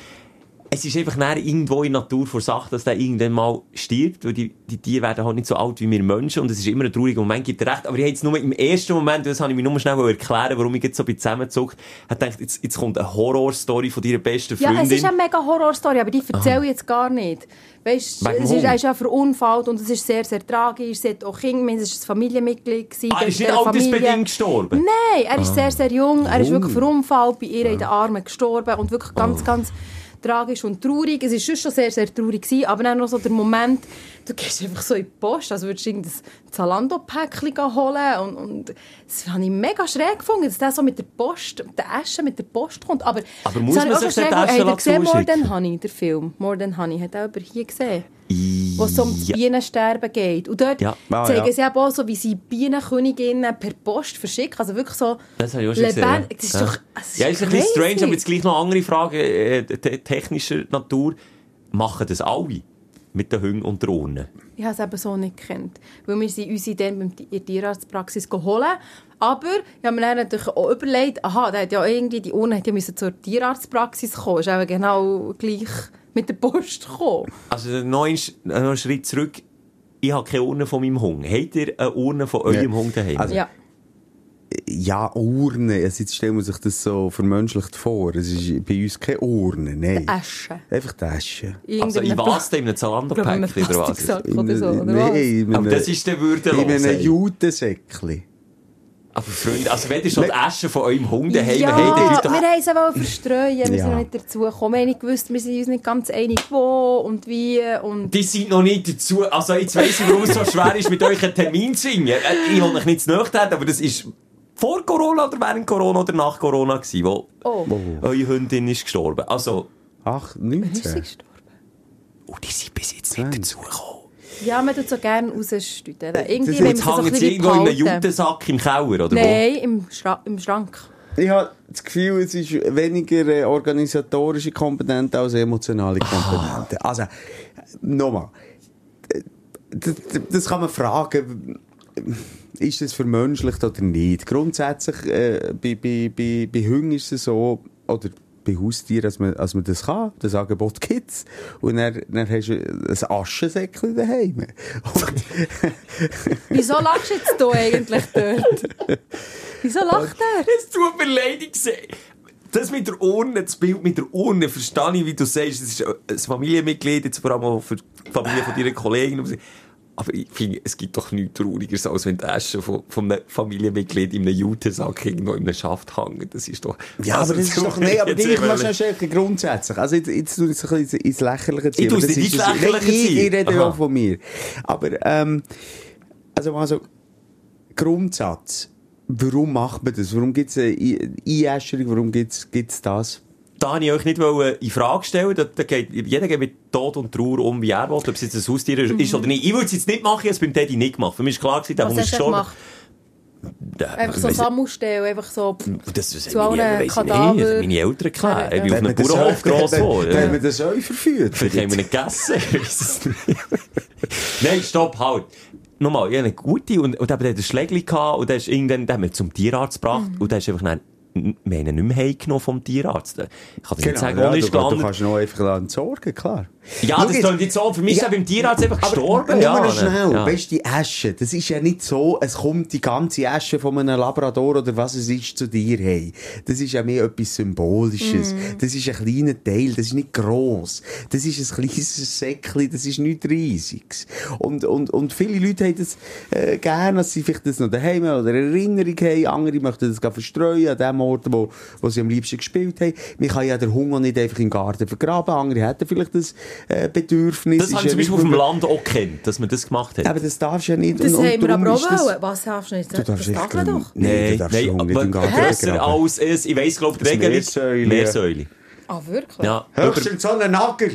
[SPEAKER 3] Es ist einfach näher irgendwo in der Natur vor Sache, dass der irgendwann mal stirbt, weil die, die Tiere werden halt nicht so alt wie wir Menschen und es ist immer ein trauriger Moment, gibt recht. Aber ich habe jetzt nur im ersten Moment, das habe ich mir nur schnell erklären, warum ich jetzt so bei zusammengezuckt habe, gedacht, jetzt, jetzt kommt eine Horrorstory von deiner besten
[SPEAKER 4] Ja,
[SPEAKER 3] Freundin.
[SPEAKER 4] es ist eine mega Horrorstory, aber die erzähle ich jetzt gar nicht. Weißt,
[SPEAKER 3] Wegen
[SPEAKER 4] es
[SPEAKER 3] dem
[SPEAKER 4] ist, er
[SPEAKER 3] Hund?
[SPEAKER 4] ist ja verunfallt und es ist sehr, sehr tragisch. Sie hat auch Kinder, es ist ein Familienmitglied. gewesen,
[SPEAKER 3] ah, er ist
[SPEAKER 4] gehört
[SPEAKER 3] nicht
[SPEAKER 4] dieser Familie.
[SPEAKER 3] altersbedingt gestorben.
[SPEAKER 4] Nein, er ist sehr, sehr jung. Er ist
[SPEAKER 3] Oh.
[SPEAKER 4] wirklich verunfallt, bei ihr in den Armen gestorben und wirklich ganz, ganz tragisch und traurig. Es war sonst schon sehr, sehr traurig, gewesen, aber dann noch so der Moment, du gehst einfach so in die Post, als würdest du irgendein Zalando-Päckchen holen und, und das habe ich mega schräg gefunden, dass der so mit der Post, mit der Asche mit der Post kommt. Aber,
[SPEAKER 3] Aber muss
[SPEAKER 4] das habe
[SPEAKER 3] man
[SPEAKER 4] ich auch
[SPEAKER 3] sich
[SPEAKER 4] schon
[SPEAKER 3] nicht
[SPEAKER 4] schräg gefunden.
[SPEAKER 3] die Asche
[SPEAKER 4] Habt ihr gesehen,
[SPEAKER 3] zuschicken?
[SPEAKER 4] More Than Honey, der Film, More Than Honey, hat auch über hier gesehen wo es um das
[SPEAKER 3] Ja.
[SPEAKER 4] Bienensterben geht. Und dort
[SPEAKER 3] Ja.
[SPEAKER 5] Ah,
[SPEAKER 4] zeigen
[SPEAKER 5] ja.
[SPEAKER 4] sie eben auch so, wie sie Bienenköniginnen per Post verschicken. Also wirklich so
[SPEAKER 3] Das habe ich auch schon gesehen. ja.
[SPEAKER 4] Das ist
[SPEAKER 3] ja.
[SPEAKER 4] doch das ist
[SPEAKER 3] ja, ist ein
[SPEAKER 4] crazy.
[SPEAKER 3] bisschen strange, aber jetzt gleich noch andere Fragen äh, te- technischer Natur. Machen das alle? Mit den Hüngen und Drohnen?
[SPEAKER 4] Ich habe es eben so nicht gekannt. Weil wir sind unsere dann beim Ti- in der Tierarztpraxis geholt. Aber ich habe mir dann natürlich auch überlegt, aha, der hat ja irgendwie, die Urne hat ja müssen zur Tierarztpraxis kommen. Ist eben genau gleich mit der Post gekommen.
[SPEAKER 3] Also der neue Sch- äh, noch einen Schritt zurück. Ich habe keine Urne von meinem Hund. Habt ihr eine Urne von eurem
[SPEAKER 5] Nee.
[SPEAKER 3] Hund daheim?
[SPEAKER 5] Also-
[SPEAKER 4] Ja.
[SPEAKER 5] Ja, Urne. Also jetzt stellen wir sich das so vermenschlicht vor. Es ist bei uns keine Urne, nein.
[SPEAKER 4] Asche.
[SPEAKER 5] Einfach die Asche.
[SPEAKER 3] also in was? denn? In einem Zalando-Päckchen oder was?
[SPEAKER 4] Plastiksack oder so, oder was?
[SPEAKER 5] Nein,
[SPEAKER 3] Aber das ist der Würde
[SPEAKER 5] in einem Judensäckchen.
[SPEAKER 3] Aber Freunde, also wenn ihr schon die Asche von eurem Hund daheim
[SPEAKER 4] ja,
[SPEAKER 3] habt, dann tut
[SPEAKER 4] wir
[SPEAKER 3] doch...
[SPEAKER 4] haben es auch verstreuen, wir
[SPEAKER 5] Ja.
[SPEAKER 4] sind noch nicht dazu gekommen. Wir haben nicht gewusst, wir sind uns nicht ganz einig, wo und wie. Und
[SPEAKER 3] Die sind noch nicht dazu. Also, jetzt weiss ich, warum es so schwer ist, mit euch einen Termin zu singen. Äh, Ich will euch nicht zu nahe treten, aber das ist vor Corona oder während Corona oder nach Corona gewesen, wo
[SPEAKER 4] oh,
[SPEAKER 3] eure Hündin ist gestorben. Also,
[SPEAKER 5] Ach,
[SPEAKER 4] ist sie
[SPEAKER 5] 19.
[SPEAKER 4] gestorben?
[SPEAKER 3] oh, die sind bis jetzt nicht dazugekommen.
[SPEAKER 4] Ja, man tut so gerne rausstüten. Irgendwie
[SPEAKER 5] jetzt
[SPEAKER 4] wollen wir
[SPEAKER 3] Jetzt hängen sie
[SPEAKER 4] sie so ein bisschen
[SPEAKER 3] irgendwo in einem
[SPEAKER 4] behalten.
[SPEAKER 3] Jutensack im Keller, oder
[SPEAKER 4] Nein, im, Schra im Schrank.
[SPEAKER 5] Ich habe das Gefühl, es ist weniger äh, organisatorische Komponente als emotionale Komponente. Also, äh, nochmal. D- d- d- Das kann man fragen, äh, ist das vermenschlicht oder nicht? Grundsätzlich, äh, bei, bei, bei, bei Hüngen ist es so, oder bei Haustieren, dass man, dass man das kann, das Angebot gibt es. Und dann, dann hast du ein Aschensäckchen daheim. Und,
[SPEAKER 4] Wieso lachst jetzt du eigentlich dort? Wieso lacht er?
[SPEAKER 3] Es tut mir leid, ich sehe. Das mit der Urne, das Bild mit der Urne, verstehe ich, wie du sagst, es ist ein Familienmitglied, jetzt vor allem auch für die Familie von deiner Kollegin. Aber ich finde, es gibt doch nichts Traurigeres, als wenn die Asche von, von einem Familienmitglied in einem Jutensack irgendwo in einem Schaft hängen. Das ist doch...
[SPEAKER 5] Ja,
[SPEAKER 3] Also,
[SPEAKER 5] aber das ist
[SPEAKER 3] sorry,
[SPEAKER 5] doch, nee, aber
[SPEAKER 3] jetzt
[SPEAKER 5] dich machst
[SPEAKER 3] ehrlich.
[SPEAKER 5] du noch stärker grundsätzlich. Also, jetzt, jetzt tue ich es ein bisschen ins- ins Lächerliche ziehen.
[SPEAKER 3] Ich tu's
[SPEAKER 5] aber das
[SPEAKER 3] nicht
[SPEAKER 5] ist
[SPEAKER 3] ins
[SPEAKER 5] es- Nein,
[SPEAKER 3] Lächerliche
[SPEAKER 5] ich- Ich
[SPEAKER 3] ziehen.
[SPEAKER 5] rede
[SPEAKER 3] Aha.
[SPEAKER 5] ja von mir. Aber, ähm, also, also, Grundsatz. Warum macht man das? Warum gibt es eine I- Einäscherung? Warum gibt es das?
[SPEAKER 3] Da wollte ich euch nicht wollen in Frage stellen. Da, da geht, jeder geht mit Tod und Trauer um, wie er will. Ob es jetzt ein Haustier ist, ist oder nicht. Ich würde es jetzt nicht machen, ich habe es beim Teddy nicht gemacht. Für mich ist klar, gewesen, der
[SPEAKER 4] Mhm. Was
[SPEAKER 3] Hund ist
[SPEAKER 4] hast du
[SPEAKER 3] gestorben.
[SPEAKER 4] gemacht?
[SPEAKER 3] Der-
[SPEAKER 4] Einfach so
[SPEAKER 3] weiss-
[SPEAKER 4] Sammelstellen, einfach so...
[SPEAKER 3] Das ist
[SPEAKER 4] Zu allen
[SPEAKER 3] meine, weiss ich
[SPEAKER 4] Kadaver.
[SPEAKER 3] nicht. meine Eltern klar. Ich bin auf
[SPEAKER 5] Wenn
[SPEAKER 3] einem
[SPEAKER 5] man das
[SPEAKER 3] Bauernhof
[SPEAKER 5] soll-
[SPEAKER 3] gross
[SPEAKER 5] wenn-
[SPEAKER 3] geworden.
[SPEAKER 5] Wenn man das euch verführt.
[SPEAKER 3] Vielleicht haben wir ihn gegessen. Ich weiss es nicht. Nein, stopp, halt. Nochmal, ich hatte eine gute und, und eben, der hat ein Schlägli gehabt und der ist irgendwann, den haben wir zum Tierarzt gebracht
[SPEAKER 4] Mhm.
[SPEAKER 3] und der ist einfach dann, wir haben ihn nicht mehr heimgenommen vom Tierarzt. Ich kann dir nicht sagen, wo er
[SPEAKER 5] Genau, ja, du,
[SPEAKER 3] ist
[SPEAKER 5] du
[SPEAKER 3] gelandet.
[SPEAKER 5] kannst noch einfach entsorgen, klar.
[SPEAKER 3] Ja,
[SPEAKER 5] Schau
[SPEAKER 3] das
[SPEAKER 5] jetzt-
[SPEAKER 3] klingt jetzt so. Für mich ist
[SPEAKER 5] Ja.
[SPEAKER 3] er beim Tierarzt einfach gestorben.
[SPEAKER 5] Aber
[SPEAKER 3] ja,
[SPEAKER 5] nur
[SPEAKER 3] ne?
[SPEAKER 5] noch schnell,
[SPEAKER 3] Ja.
[SPEAKER 5] weißt du, die Asche, das ist ja nicht so, es kommt die ganze Asche von einem Labrador oder was es ist zu dir hey. Das ist ja mehr etwas Symbolisches. Das ist ein kleiner Teil, das ist nicht gross. Das ist ein kleines Säckchen, das ist nichts Riesiges. Und, und, und viele Leute haben das äh, gerne, dass sie vielleicht das noch daheim haben oder Erinnerung haben. Andere möchten das gar verstreuen an dem Ort, Orten, wo, wo sie am liebsten gespielt haben. Man kann ja den Hunger nicht einfach im Garten vergraben. Andere hätten vielleicht das äh, Bedürfnis.
[SPEAKER 3] Das
[SPEAKER 5] Ist
[SPEAKER 3] habe ich
[SPEAKER 5] ja
[SPEAKER 3] zum
[SPEAKER 5] nicht
[SPEAKER 3] Beispiel auf dem
[SPEAKER 5] nur-
[SPEAKER 3] Land auch kennt, dass man das gemacht hat.
[SPEAKER 5] Aber das darfst du ja nicht.
[SPEAKER 4] Das
[SPEAKER 5] Und- und
[SPEAKER 4] haben wir
[SPEAKER 5] darum
[SPEAKER 4] aber
[SPEAKER 5] ist
[SPEAKER 4] auch
[SPEAKER 5] das-
[SPEAKER 4] wollen. Was darfst du nicht?
[SPEAKER 5] Du darfst
[SPEAKER 4] das darf man doch.
[SPEAKER 5] Nein, du darfst schon nicht im Garten
[SPEAKER 3] grösser
[SPEAKER 5] vergraben.
[SPEAKER 3] als es, ich weiss, glaube ich, die
[SPEAKER 5] Das
[SPEAKER 3] Regelung.
[SPEAKER 5] Meersäule.
[SPEAKER 3] Meersäule.
[SPEAKER 4] Ah, wirklich?
[SPEAKER 3] Ja, über,
[SPEAKER 5] Höchstens so einen Nager.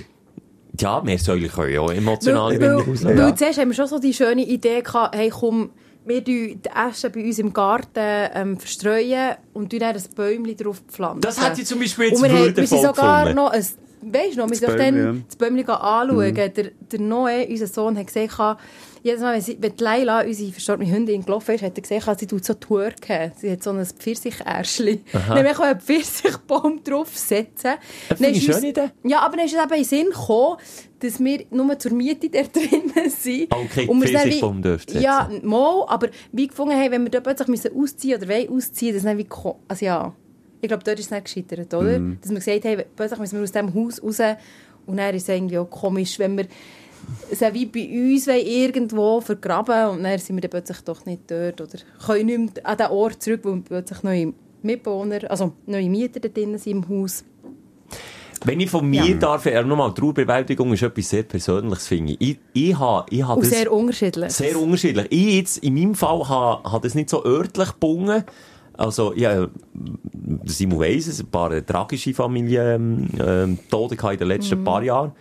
[SPEAKER 3] ja Meersäule können ja auch
[SPEAKER 4] Weil,
[SPEAKER 3] emotional
[SPEAKER 4] weil,
[SPEAKER 3] rauslaufen.
[SPEAKER 4] weil zuerst haben wir schon so die schöne Idee gehabt, hey komm, wir tun die Äste bei uns im Garten ähm, verstreuen und tun dann ein Bäumchen drauf pflanzen.
[SPEAKER 3] Das hätte ich zum Beispiel jetzt
[SPEAKER 4] Und wir, haben, wir
[SPEAKER 3] würdevoll
[SPEAKER 4] sind sogar
[SPEAKER 3] gefunden.
[SPEAKER 4] noch ein, weißt du noch, wir sind
[SPEAKER 5] Bäumli, ja. Mhm.
[SPEAKER 4] dann das Bäumchen anschauen. Der, der Noe, unser Sohn, hat gesehen, gehabt, jedes Mal, wenn, sie, wenn die Leila, unsere verstorbene Hündin, gelaufen ist, hat er gesehen, gehabt, sie tut so Twerken. Sie hat so ein Pfirsich-Ärschli. Dann kann man einen Pfirsichbaum draufsetzen.
[SPEAKER 3] Das
[SPEAKER 4] Dann
[SPEAKER 3] finde ich
[SPEAKER 4] ist
[SPEAKER 3] eine schöne
[SPEAKER 4] uns- Ja, aber dann ist es eben in den Sinn gekommen, dass wir nur zur Miete da drinnen sind.
[SPEAKER 3] Ah, okay,
[SPEAKER 4] Und wir sind dann wie-
[SPEAKER 3] Pfirsichbaum dürft ihr
[SPEAKER 4] Ja, mal, aber wie gefunden haben, wenn wir dort plötzlich müssen ausziehen oder wollen ausziehen, das ist dann wie... ko- Also ja, ich glaube, dort ist es dann gescheitert, oder?
[SPEAKER 3] Mhm.
[SPEAKER 4] Dass wir gesagt haben, plötzlich müssen wir aus diesem Haus raus und dann ist es irgendwie auch komisch, wenn wir es auch wie bei uns wollen, irgendwo vergraben und dann sind wir dann plötzlich doch nicht dort oder können nicht mehr an den Ort zurück, weil plötzlich neue Mitbewohner, also neue Mieter da drinnen sind im Haus.
[SPEAKER 3] Wenn ich von mir darf, er nochmal, Trauerbewältigung ist etwas sehr Persönliches, finde ich. Ich, ich habe, ich habe
[SPEAKER 4] Und
[SPEAKER 3] das
[SPEAKER 4] sehr unterschiedlich.
[SPEAKER 3] sehr unterschiedlich. Ich jetzt, in meinem Fall, habe, habe das nicht so örtlich gebunden. Also, ja, Simon weiss es, ein paar äh, tragische Familien, ähm, Tode gehabt in den letzten
[SPEAKER 4] Mhm.
[SPEAKER 3] paar Jahren.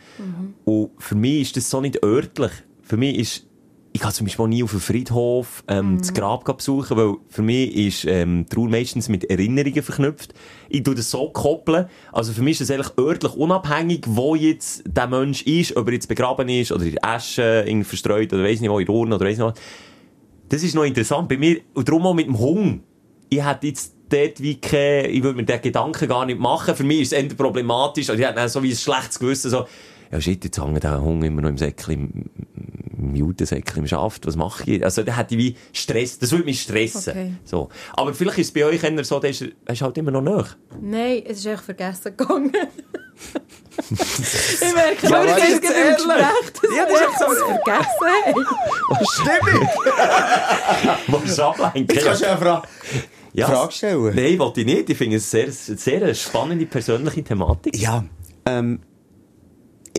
[SPEAKER 3] Und für mich ist das so nicht örtlich. Für mich ist, ich kann zum Beispiel nie auf den Friedhof ähm, das Grab gehen besuchen, weil für mich ist ähm, Trauer meistens mit Erinnerungen verknüpft. Ich tue das so koppeln. Also für mich ist das eigentlich örtlich unabhängig, wo jetzt der Mensch ist, ob er jetzt begraben ist oder in Asche irgendwie verstreut oder weiss nicht wo, in der Urne oder weiss nicht was. Das ist noch interessant. Bei mir, und darum auch mit dem Hunger. Ich hätte jetzt dort wie keine, ich würde mir den Gedanken gar nicht machen. Für mich ist es eher problematisch. Also ich hätte dann so wie ein schlechtes Gewissen, so, ja shit, jetzt hängt der Hunger immer noch im Säckchen, im, im Judensäckchen, im Schaft. Was mache ich? Also da hätte ich wie Stress. Das würde mich stressen.
[SPEAKER 4] Okay.
[SPEAKER 3] So. Aber vielleicht ist es bei euch eher so, da ist er er ist halt immer noch nah.
[SPEAKER 4] Nein, es ist echt vergessen gegangen. ich merke,
[SPEAKER 3] Ja,
[SPEAKER 4] nur,
[SPEAKER 3] was
[SPEAKER 4] ich
[SPEAKER 3] ist
[SPEAKER 4] jetzt gerade im
[SPEAKER 3] jetzt
[SPEAKER 4] Gespräch, dass
[SPEAKER 3] Ja,
[SPEAKER 4] ja,
[SPEAKER 3] das ist echt
[SPEAKER 4] das es vergessen haben.
[SPEAKER 3] Wo es ablenkt.
[SPEAKER 5] Jetzt kannst du ja fragen.
[SPEAKER 3] Ja.
[SPEAKER 5] Frage stellen.
[SPEAKER 3] Nein, wollte ich nicht. Ich finde es sehr, sehr eine spannende persönliche Thematik.
[SPEAKER 5] Ja, ähm,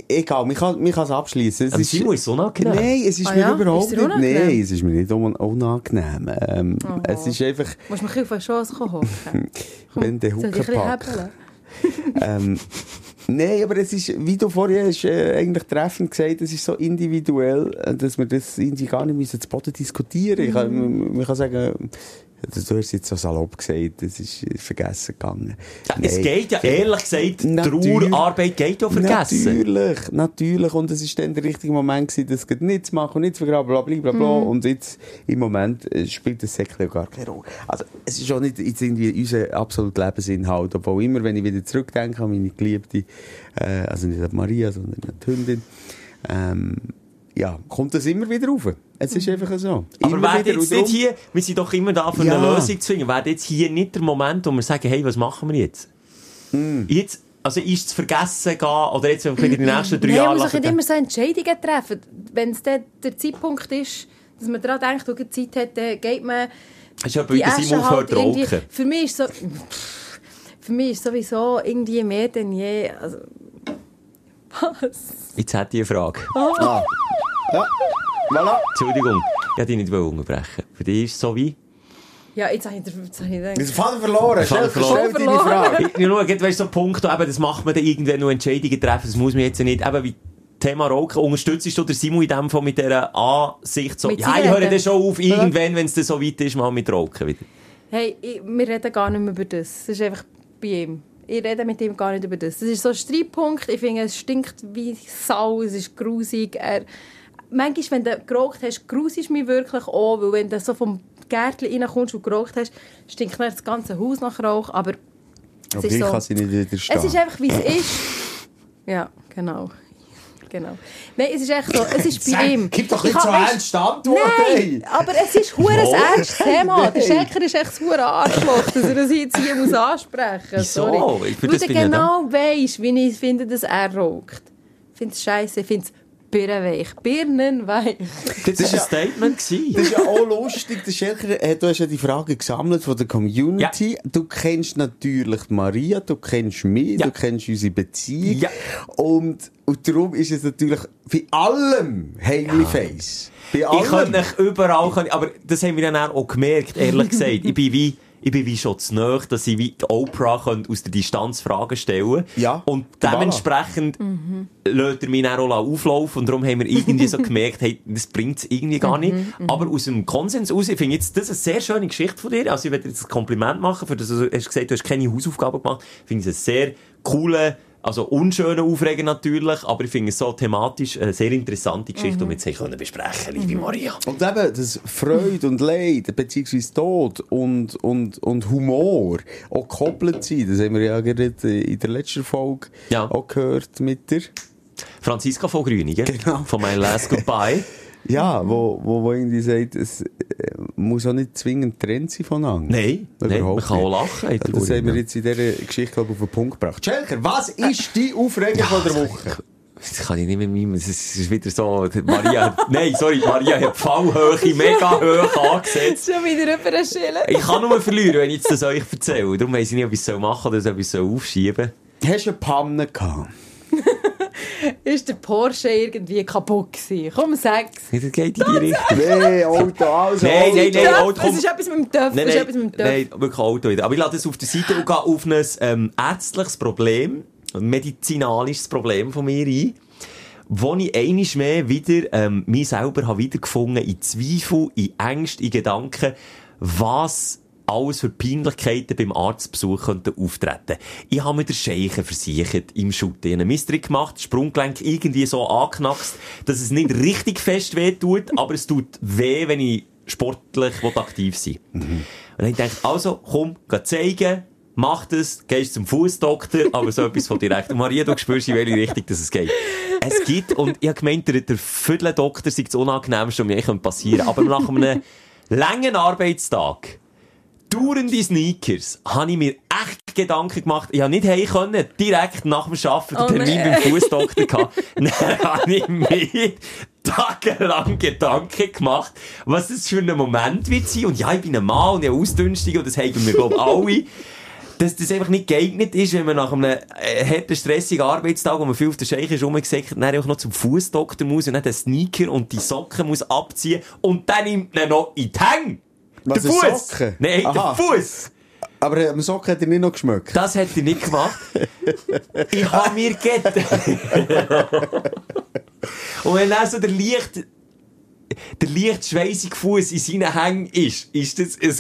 [SPEAKER 5] egal, man kann, man kann es abschließen. Es
[SPEAKER 3] Ähm, Simon ist so unangenehm.
[SPEAKER 5] Nein, es ist
[SPEAKER 4] Ah
[SPEAKER 5] mir
[SPEAKER 4] ja?
[SPEAKER 5] überhaupt
[SPEAKER 4] Ist dir
[SPEAKER 5] nicht.
[SPEAKER 4] unangenehm?
[SPEAKER 5] Nein, es ist mir nicht un- unangenehm. Ähm,
[SPEAKER 4] Oh.
[SPEAKER 5] Es ist einfach,
[SPEAKER 4] Musst du mich auf eine Chance hocken?
[SPEAKER 5] wenn der
[SPEAKER 4] Soll ich ein
[SPEAKER 5] Hucke
[SPEAKER 4] bisschen
[SPEAKER 5] packt.
[SPEAKER 4] hebeln?
[SPEAKER 5] Ähm, Nein, aber es ist, wie du vorhin hast, äh, eigentlich treffend gesagt, es ist so individuell, äh, dass wir das irgendwie gar nicht müssen zu Boden diskutieren müssen. Ich kann,
[SPEAKER 3] Mhm.
[SPEAKER 5] man- man kann sagen, äh, du hast jetzt so salopp gesagt, es ist äh, vergessen gegangen.
[SPEAKER 3] Ja, Es
[SPEAKER 5] Nein.
[SPEAKER 3] geht ja, ehrlich gesagt,
[SPEAKER 5] Natürlich.
[SPEAKER 3] Trauerarbeit geht ja vergessen.
[SPEAKER 5] Natürlich, natürlich. Und es war dann der richtige Moment, gewesen, das gerade nicht zu machen und nicht zu vergraben, bla, bla, bla, bla. Und jetzt, im Moment, äh, spielt das Säckchen gar keine Rolle. Also, es ist auch nicht jetzt irgendwie unser absoluter Lebensinhalt. Obwohl immer, wenn ich wieder zurückdenke an meine Geliebte, äh, also nicht an Maria, sondern an die Hündin, ähm, ja, kommt das immer wieder rauf. Es ist einfach so.
[SPEAKER 3] Aber
[SPEAKER 5] immer
[SPEAKER 3] wäre
[SPEAKER 5] wieder
[SPEAKER 3] jetzt
[SPEAKER 5] und
[SPEAKER 3] nicht
[SPEAKER 5] darum-
[SPEAKER 3] hier, wir sind doch immer da, für eine
[SPEAKER 5] Ja.
[SPEAKER 3] Lösung zu finden, wäre jetzt hier nicht der Moment, wo wir sagen, hey, was machen wir jetzt? Jetzt, also ist es vergessen gehen, oder jetzt einfach wieder die nächsten drei
[SPEAKER 4] Nein, man
[SPEAKER 3] Jahre
[SPEAKER 4] muss doch nicht
[SPEAKER 3] lassen-
[SPEAKER 4] immer so Entscheidungen treffen. Wenn es dann der Zeitpunkt ist, dass man daran denkt, wo Zeit hat, dann geht man
[SPEAKER 3] Hast du jemanden, der Simon
[SPEAKER 4] Asche halt
[SPEAKER 3] aufhört
[SPEAKER 4] irgendwie-
[SPEAKER 3] rauchen?
[SPEAKER 4] Für mich ist so... Für mich ist sowieso irgendwie mehr denn je... Also, was?
[SPEAKER 3] Jetzt hätte ich eine Frage.
[SPEAKER 5] Ja, voilà.
[SPEAKER 3] Entschuldigung, ich wollte dich nicht unterbrechen. Für dich ist es so wie...
[SPEAKER 4] Ja, jetzt habe ich... Jetzt habe ich gedacht.
[SPEAKER 5] Das Vater verloren. Stell,
[SPEAKER 3] verloren.
[SPEAKER 5] stell deine Frage.
[SPEAKER 3] Ich ich schaue, jetzt weißt du, so Punkte, eben, das macht man dann irgendwann noch Entscheidungen treffen, das muss man jetzt ja nicht, eben wie Thema Rauchen, unterstützt du den Simon in dem Fall mit dieser Ansicht so,
[SPEAKER 4] Mit
[SPEAKER 3] ja, ich
[SPEAKER 4] Zigaretten.
[SPEAKER 3] höre dann schon auf, irgendwann, wenn es dann so weit ist, mal mit Rauchen wieder.
[SPEAKER 4] Hey, ich, wir reden gar nicht mehr über das. Das ist einfach bei ihm. Ich rede mit ihm gar nicht über das. Das ist so ein Streitpunkt. Ich finde, es stinkt wie Sau. Es ist grusig. Er, manchmal, wenn du geraucht hast, grusisch mich wirklich auch. Weil wenn du so vom Gärtchen reinkommst und geraucht hast, stinkt dann das ganze Haus nach Rauch. Aber es
[SPEAKER 5] Aber
[SPEAKER 4] ist
[SPEAKER 5] ich
[SPEAKER 4] so.
[SPEAKER 5] kann sie nicht widerstehen.
[SPEAKER 4] Es ist einfach, wie es ist. Ja, genau. Genau. Nein, es ist echt so. Es ist bei ihm.
[SPEAKER 5] Gib doch
[SPEAKER 4] Ich
[SPEAKER 5] nicht so
[SPEAKER 4] hab-
[SPEAKER 5] ernst Antwort,
[SPEAKER 4] Nein,
[SPEAKER 5] ey.
[SPEAKER 4] aber es ist hure ein ernstes Thema. Der Schecker ist echt ein hure Arschloch, dass er das jetzt hier muss ansprechen muss.
[SPEAKER 3] Wieso? Ich- für
[SPEAKER 4] Weil
[SPEAKER 3] das
[SPEAKER 4] du
[SPEAKER 3] bin ich ja
[SPEAKER 4] genau weisst, wie ich finde, dass er raucht. Ich finde es scheiße, ich finde es Birnenweich. Birnenweich.
[SPEAKER 3] Das war ein Statement. gewesen.
[SPEAKER 5] Das ist Dus ja auch lustig. Der Schelker, äh, du hast ja die Fragen gesammelt von der Community. Du kennst natürlich Maria, du kennst mich,
[SPEAKER 3] Ja.
[SPEAKER 5] du kennst unsere Beziehung.
[SPEAKER 3] Ja.
[SPEAKER 5] Und, und darum ist es natürlich bei allem Heimli Face. Bei
[SPEAKER 3] Ich könnte
[SPEAKER 5] allem.
[SPEAKER 3] nicht überall, können, aber das haben wir dann auch gemerkt, ehrlich gesagt. Ich bin wie, ich bin wie schon zu nahe, dass ich wie die Oprah könnte aus der Distanz Fragen stellen
[SPEAKER 5] Ja,
[SPEAKER 3] Und
[SPEAKER 5] voilà.
[SPEAKER 3] dementsprechend lädt er mich dann auch auflaufen und darum haben wir irgendwie so gemerkt, hey, das bringt es irgendwie gar nicht. Aber aus dem Konsens aus, ich finde jetzt, das ist eine sehr schöne Geschichte von dir. Also ich werde jetzt ein Kompliment machen, für das du hast gesagt, du hast keine Hausaufgaben gemacht. Ich finde es eine sehr coole, also unschöne Aufreger natürlich, aber ich finde es so thematisch eine sehr interessante Geschichte, die wir jetzt haben können besprechen, liebe Maria.
[SPEAKER 5] Und eben, das Freude und Leid, beziehungsweise Tod und, und, und Humor auch gekoppelt sein, das haben wir ja gerade in der letzten Folge
[SPEAKER 3] Ja.
[SPEAKER 5] auch gehört mit der.
[SPEAKER 3] Franziska von Grüningen,
[SPEAKER 5] Genau.
[SPEAKER 3] von My Last Goodbye.
[SPEAKER 5] Ja, wo, wo, wo irgendwie sagt, es äh, muss auch nicht zwingend trennt sein voneinander.
[SPEAKER 3] Nein, nein, man kann auch lachen. in der
[SPEAKER 5] Das haben wir
[SPEAKER 3] Urine.
[SPEAKER 5] jetzt in dieser Geschichte, glaube ich, auf den Punkt gebracht. Schelker, was
[SPEAKER 3] Äh,
[SPEAKER 5] ist die Aufregung von der Woche?
[SPEAKER 3] Das kann ich nicht mehr mimen. Es ist es ist wieder so, Maria, nein, sorry, Maria hat die Fallhöhe mega hoch angesetzt.
[SPEAKER 4] Schon wieder über den Schillen.
[SPEAKER 3] Ich kann nur verlieren, wenn ich jetzt das euch erzähle. Darum weiss ich nicht, ob ich es machen soll oder ob ich es aufschieben
[SPEAKER 5] Hast du eine Panne gehabt?
[SPEAKER 4] Ist der Porsche irgendwie kaputt gewesen? Komm, sag's.
[SPEAKER 3] soll. Das geht in die Richtung.
[SPEAKER 5] Nein, Auto, also.
[SPEAKER 3] Nein, nein, nein,
[SPEAKER 4] Töff,
[SPEAKER 3] Auto, komm.
[SPEAKER 4] Es ist etwas mit dem Töff.
[SPEAKER 3] Nein,
[SPEAKER 4] es ist
[SPEAKER 3] nein,
[SPEAKER 4] etwas mit dem Töff.
[SPEAKER 3] nein, wirklich Auto wieder. Aber ich lasse das auf der Seite und gehe auf ein ähm, ärztliches Problem, ein medizinalisches Problem von mir ein, wo ich einmal mehr wieder ähm, mich selber habe wiedergefunden in Zweifel, in Ängsten, in Gedanken, was alles für Peinlichkeiten beim Arztbesuch könnten auftreten. Ich habe mir den Scheichen versichert im Schutten. Ich habe einen Mistrick gemacht, das Sprunggelenk irgendwie so angeknackst, dass es nicht richtig fest weh tut, aber es tut weh, wenn ich sportlich will aktiv sein und dann denkt, also, komm, geh zeigen, mach das, gehst zum Fußdoktor, aber so etwas von direkt. Und Maria, du spürst, in welche Richtung das es geht. Es gibt, und ich habe gemeint, der, der Vierteldoktor sei das Unangenehmste, was mir eigentlich passieren könnte. Aber nach einem langen Arbeitstag, dauernde Sneakers, habe ich mir echt Gedanken gemacht. Ich habe nicht heim können, direkt nach dem Arbeiten den
[SPEAKER 4] Oh
[SPEAKER 3] Termin
[SPEAKER 4] nein.
[SPEAKER 3] beim Fußdoktor gehabt. Dann habe ich mir tagelang Gedanken gemacht, was das für ein Moment wird sein. Und ja, ich bin ein Mann und ich habe Ausdünstige und das haben wir, glaube ich, alle. Dass das einfach nicht geeignet ist, wenn man nach einem äh, harten, stressigen Arbeitstag, wo man viel auf der Scheiche ist, rumgesäckt, dann auch noch zum Fußdoktor muss und dann den Sneaker und die Socken muss abziehen und dann nimmt man noch in die Hänge.
[SPEAKER 5] Was,
[SPEAKER 3] der
[SPEAKER 5] ein
[SPEAKER 3] Fuß!
[SPEAKER 5] Socken?
[SPEAKER 3] Nein,
[SPEAKER 5] Aha.
[SPEAKER 3] der Fuß!
[SPEAKER 5] Aber am Socken hat er nicht noch geschmeckt.
[SPEAKER 3] Das hat er nicht gemacht. ich habe mir gedacht. Und wenn dann so der leicht, der leicht schweißige Fuß in seinen Hängen ist, ist das ein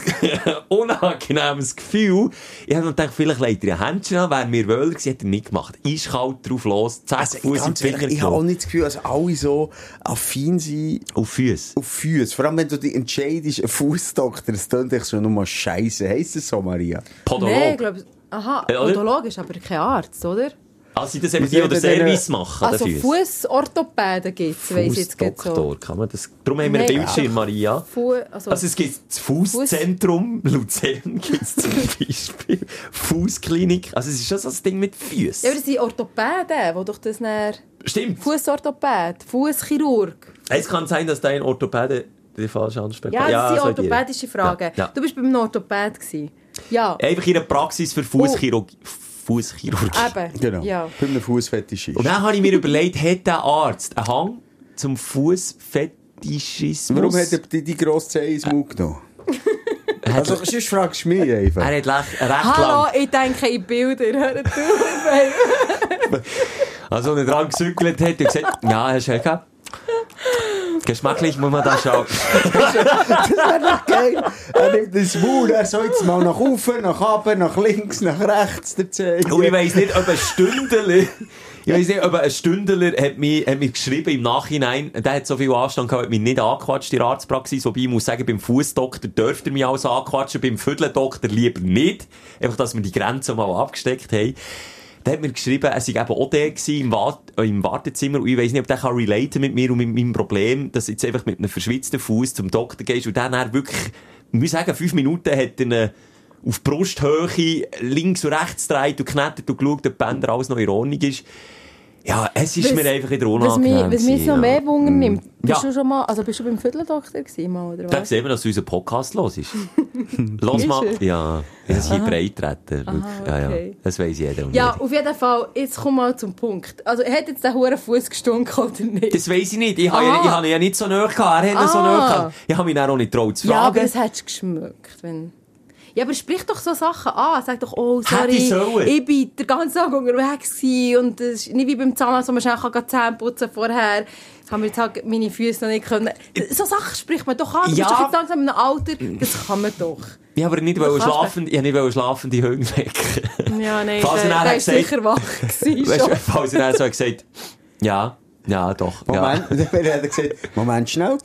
[SPEAKER 3] unangenehmes Gefühl. Ich habe mir gedacht, vielleicht legt er ein Händchen an, wäre mir wohl gewesen, hat er nicht gemacht. Ist kalt drauf los, zack, Fuß in
[SPEAKER 5] Also, Ganz
[SPEAKER 3] die Finger
[SPEAKER 5] ehrlich, ich habe auch
[SPEAKER 3] genommen.
[SPEAKER 5] nicht das Gefühl, dass alle so affin sind
[SPEAKER 3] Auf Füße.
[SPEAKER 5] auf Füße. Vor allem, wenn du dich entscheidest, ein Fußdoktor, das tönt dich schon nur scheiße. Heisst es so, Maria?
[SPEAKER 3] Podolog.
[SPEAKER 4] Nein, ich glaube, aha,
[SPEAKER 3] Ja, oder?
[SPEAKER 4] Podolog ist aber kein Arzt, oder?
[SPEAKER 3] also, das eben
[SPEAKER 5] Was
[SPEAKER 3] die, die den
[SPEAKER 5] hat er denn-
[SPEAKER 3] Service machen,
[SPEAKER 4] Also
[SPEAKER 3] den Füssen.
[SPEAKER 4] Fußorthopäden gibt es, weiss ich jetzt gerade so.
[SPEAKER 3] Fußdoktor, kann man das? Darum haben wir
[SPEAKER 4] Nein,
[SPEAKER 3] einen
[SPEAKER 4] ja.
[SPEAKER 3] Bildschirm, Maria.
[SPEAKER 4] Fu also,
[SPEAKER 3] Also es gibt das Fußzentrum, Luzern gibt es zum Beispiel, Fußklinik, also es ist schon so ein Ding mit
[SPEAKER 4] ja, aber
[SPEAKER 3] Füßen.
[SPEAKER 4] das sind Orthopäden, die doch das dann...
[SPEAKER 3] Stimmt.
[SPEAKER 4] Fußorthopäd, Fußchirurg.
[SPEAKER 3] Es kann sein, dass dein Orthopäde die falsche
[SPEAKER 4] Ja,
[SPEAKER 3] Ansprechpartner
[SPEAKER 4] das sind
[SPEAKER 3] so in die
[SPEAKER 4] orthopädische
[SPEAKER 3] Richtung.
[SPEAKER 4] Fragen.
[SPEAKER 3] Ja,
[SPEAKER 4] Du bist beim Orthopäd gsi. Ja,
[SPEAKER 3] ja. Einfach in der Praxis für Fußchirurgie. Fußchirurgie.
[SPEAKER 4] eben.
[SPEAKER 5] Genau.
[SPEAKER 4] Ja.
[SPEAKER 5] Bei einem Fußfetischist.
[SPEAKER 3] Und dann habe ich mir überlegt, hat der Arzt einen Hang zum Fußfetischismus?
[SPEAKER 5] Warum hat er die, die grosse Zehe ins Maul genommen? Also, sonst fragst du mich einfach.
[SPEAKER 3] er hat lech- recht lang
[SPEAKER 4] Hallo, ich denke in Bilder. Hört auf.
[SPEAKER 3] Also, wenn er dran gezügelt hat und gesagt, ja, Herr Schelka, geschmacklich muss man da schauen.
[SPEAKER 5] Geil. Er nimmt das Maul, er soll jetzt mal nach oben, nach unten, nach links, nach rechts, der Zehe.
[SPEAKER 3] Und Oh, ich weiss nicht, ob ein Stündeler, ich weiss nicht, ob ein Stündeler hat mir, hat mir geschrieben im Nachhinein, der hat so viel Anstand gehabt, hat mich nicht angequatscht in der Arztpraxis, wobei ich muss sagen, beim Fußdoktor dürfte er mich alles anquatschen, beim Vierteldoktor lieber nicht. Einfach, dass wir die Grenze mal abgesteckt haben. Der hat mir geschrieben, er sei eben auch der gewesen, im, Wart äh, im Wartezimmer und ich weiss nicht, ob der kann relaten mit mir und mit meinem Problem, dass jetzt einfach mit einem verschwitzten Fuß zum Doktor gehst und dann, dann wirklich, ich muss sagen, fünf Minuten hat er ihn auf Brusthöhe links und rechts dreht und knetet und schaut, ob die Bänder alles noch in Ordnung ist. Ja, es ist
[SPEAKER 4] Was-
[SPEAKER 3] mir einfach in der
[SPEAKER 4] Was mich,
[SPEAKER 3] unangenehm.
[SPEAKER 4] was mich noch
[SPEAKER 3] gewesen, ja. Mm.
[SPEAKER 4] mehr Wunder nimmt, bist
[SPEAKER 3] Ja.
[SPEAKER 4] du schon mal, also bist du beim Vierteldoktor gewesen, mal, oder
[SPEAKER 3] Da
[SPEAKER 4] was?
[SPEAKER 3] sehen wir, dass unser Podcast los ist. los
[SPEAKER 4] Ist
[SPEAKER 3] mal.
[SPEAKER 4] er?
[SPEAKER 3] Ja, es ist hier breitreten.
[SPEAKER 4] Aha,
[SPEAKER 3] Ja, ja.
[SPEAKER 4] okay.
[SPEAKER 3] Das weiss jeder. und
[SPEAKER 4] Ja,
[SPEAKER 3] jede.
[SPEAKER 4] auf jeden Fall, jetzt komm mal zum Punkt. Also, hat jetzt der hure Fuß gestunken oder nicht?
[SPEAKER 3] Das weiss ich nicht. Ich habe
[SPEAKER 4] Ah.
[SPEAKER 3] ja, ich habe ihn ja nicht so nahe gehabt. Er hat ihn so
[SPEAKER 4] Ah.
[SPEAKER 3] nahe gehabt. Ich habe mich dann auch nicht getraut zu
[SPEAKER 4] ja, aber
[SPEAKER 3] fragen.
[SPEAKER 4] das hättest du geschmückt, wenn... Ja, aber sprich doch so Sachen an. Sag doch, oh,
[SPEAKER 3] Hätte
[SPEAKER 4] sorry,
[SPEAKER 3] ich sollen.
[SPEAKER 4] ich bin den ganzen Tag unterwegs gewesen und es ist nicht wie beim Zahnarzt, wo man schnell kann die Zähne putzen vorher. Haben wir jetzt halt meine Füße noch nicht können. So Sachen spricht man doch an. Du
[SPEAKER 3] Ja.
[SPEAKER 4] bist doch jetzt langsam in einem Alter, das kann man doch.
[SPEAKER 3] ich habe aber nicht wollen
[SPEAKER 4] kannst
[SPEAKER 3] schlafen, ich habe nicht wollen schlafende Hunde wecken.
[SPEAKER 4] Ja, nein, äh,
[SPEAKER 3] Falls er
[SPEAKER 4] der,
[SPEAKER 3] nachher
[SPEAKER 4] der ist
[SPEAKER 3] gesagt-
[SPEAKER 4] sicher wach gewesen
[SPEAKER 3] Weißt du,
[SPEAKER 4] schon.
[SPEAKER 3] falls er dann so gesagt hat, ja, ja, doch.
[SPEAKER 5] Moment, ja. dann hat er gesagt, Moment schnell.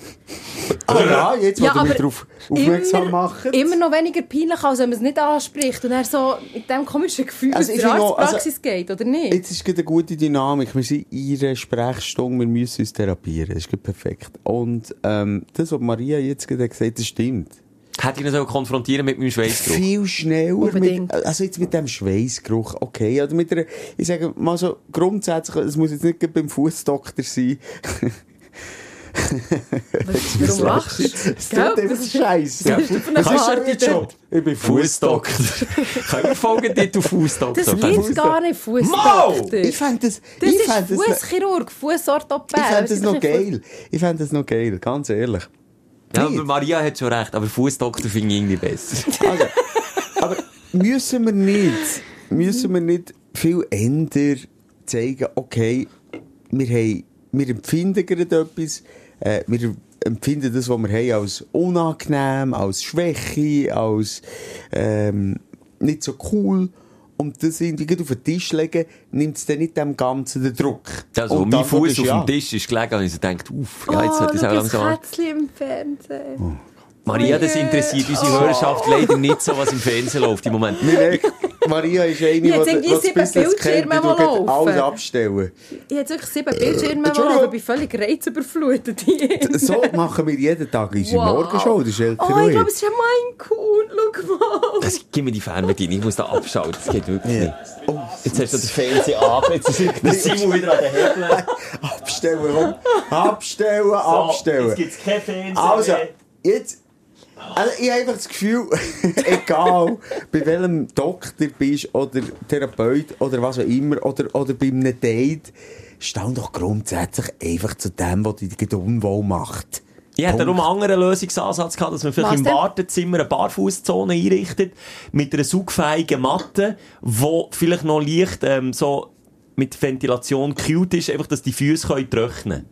[SPEAKER 5] Ah ja, jetzt, wo
[SPEAKER 4] Ja,
[SPEAKER 5] du mich
[SPEAKER 4] aber
[SPEAKER 5] darauf aufmerksam machen.
[SPEAKER 4] immer noch weniger peinlich, als wenn man es nicht anspricht und er so mit diesem komischen Gefühl
[SPEAKER 5] Also,
[SPEAKER 4] also,
[SPEAKER 5] ich
[SPEAKER 4] zur
[SPEAKER 5] finde auch, also-
[SPEAKER 4] Arztpraxis geht, oder nicht?
[SPEAKER 5] Jetzt ist gerade eine gute Dynamik. Wir sind in einer Sprechstunde, wir müssen uns therapieren. Das ist gerade perfekt. Und ähm, das, was Maria jetzt gerade gesagt hat, das stimmt.
[SPEAKER 3] Hätte ich ihn so konfrontieren mit meinem Schweißdruck.
[SPEAKER 5] Viel schneller. Mit,
[SPEAKER 4] Unbedingt.
[SPEAKER 5] also jetzt mit dem Schweißgeruch, okay. Oder mit einer, ich sage mal so grundsätzlich, es muss jetzt nicht gerade beim Fußdoktor sein.
[SPEAKER 4] Warum lachst du?
[SPEAKER 5] Es
[SPEAKER 4] Gell?
[SPEAKER 5] tut einfach scheiße.
[SPEAKER 4] das ist einfach eine Karte dort.
[SPEAKER 5] Ich bin Fußdoktor.
[SPEAKER 3] Können wir folgen dir auf Fußdoktor?
[SPEAKER 4] Das liegt gar nicht Fußdoktor.
[SPEAKER 5] Ich fände das,
[SPEAKER 4] Das
[SPEAKER 5] ich
[SPEAKER 4] ist
[SPEAKER 5] fänd das,
[SPEAKER 4] Fußchirurg, Fußorthopäd.
[SPEAKER 5] ich fänd das
[SPEAKER 4] Weißt du,
[SPEAKER 5] noch
[SPEAKER 4] ist ein
[SPEAKER 5] geil. Ich fände das noch geil, ganz ehrlich.
[SPEAKER 3] Ja,
[SPEAKER 5] Nicht.
[SPEAKER 3] aber Maria hat schon recht, aber Fußdoktor finde ich irgendwie besser.
[SPEAKER 5] Also, aber müssen wir nicht, müssen wir nicht viel änder zeigen, okay, wir, haben, wir empfinden gerade etwas, äh, wir empfinden das, was wir haben, als unangenehm, als Schwäche, als ähm, nicht so cool. Und das irgendwie gerade auf den Tisch legen, nimmt es dann nicht dem Ganzen den Druck.
[SPEAKER 3] Also,
[SPEAKER 5] Und
[SPEAKER 3] mein
[SPEAKER 5] die Antwort
[SPEAKER 3] Fuß
[SPEAKER 5] ist
[SPEAKER 3] auf
[SPEAKER 5] ja.
[SPEAKER 3] dem Tisch ist gelegen und ich so gedacht, uff,
[SPEAKER 4] Fuß-
[SPEAKER 3] ja, jetzt
[SPEAKER 4] oh,
[SPEAKER 3] hat es auch
[SPEAKER 4] schau, das
[SPEAKER 3] langsam an.
[SPEAKER 4] Kätzchen im Fernsehen.
[SPEAKER 3] Maria, das
[SPEAKER 4] Oje.
[SPEAKER 3] interessiert unsere Hörerschaft leider nicht so, was im Fernsehen läuft im Moment.
[SPEAKER 5] Wir merken, Maria ist eine, die
[SPEAKER 4] Jetzt sind die
[SPEAKER 5] was
[SPEAKER 4] sieben
[SPEAKER 5] Business kennt, die
[SPEAKER 4] Bildschirme,
[SPEAKER 5] tut
[SPEAKER 4] die
[SPEAKER 5] alles
[SPEAKER 4] laufen.
[SPEAKER 5] abstellen.
[SPEAKER 4] Ich habe wirklich sieben Bildschirme,
[SPEAKER 5] Entschuldigung.
[SPEAKER 4] aber ich bin völlig reizüberflutet. hier.
[SPEAKER 5] So machen wir jeden Tag unsere
[SPEAKER 4] Wow.
[SPEAKER 5] Morgenshow. Das ist
[SPEAKER 4] Oh,
[SPEAKER 5] Elke
[SPEAKER 4] ich
[SPEAKER 5] Ruhe.
[SPEAKER 4] glaube, es ist ja mein Kuhn. Schau mal.
[SPEAKER 3] Also, gib mir die Fernbedienung, ich muss da abschalten, das geht wirklich nicht. Jetzt hast du das Fernsehen ab, jetzt ist der Simon wieder an den Hebeln.
[SPEAKER 5] abstellen, komm. Abstellen, abstellen.
[SPEAKER 3] gibt's kein Fernsehen
[SPEAKER 5] Also, jetzt... Also, ich habe einfach das Gefühl, egal bei welchem Doktor bist oder Therapeut oder was auch immer oder, oder bei einem Date, stell doch grundsätzlich einfach zu dem, was dich gerade unwohl macht.
[SPEAKER 3] Ich hätte darum einen anderen Lösungsansatz gehabt, dass man vielleicht
[SPEAKER 4] Was
[SPEAKER 3] im
[SPEAKER 4] denn?
[SPEAKER 3] Wartezimmer eine Barfußzone einrichtet, mit einer saugfähigen Matte, wo vielleicht noch leicht, ähm, so mit Ventilation gekühlt ist, einfach, dass die Füße können trocknen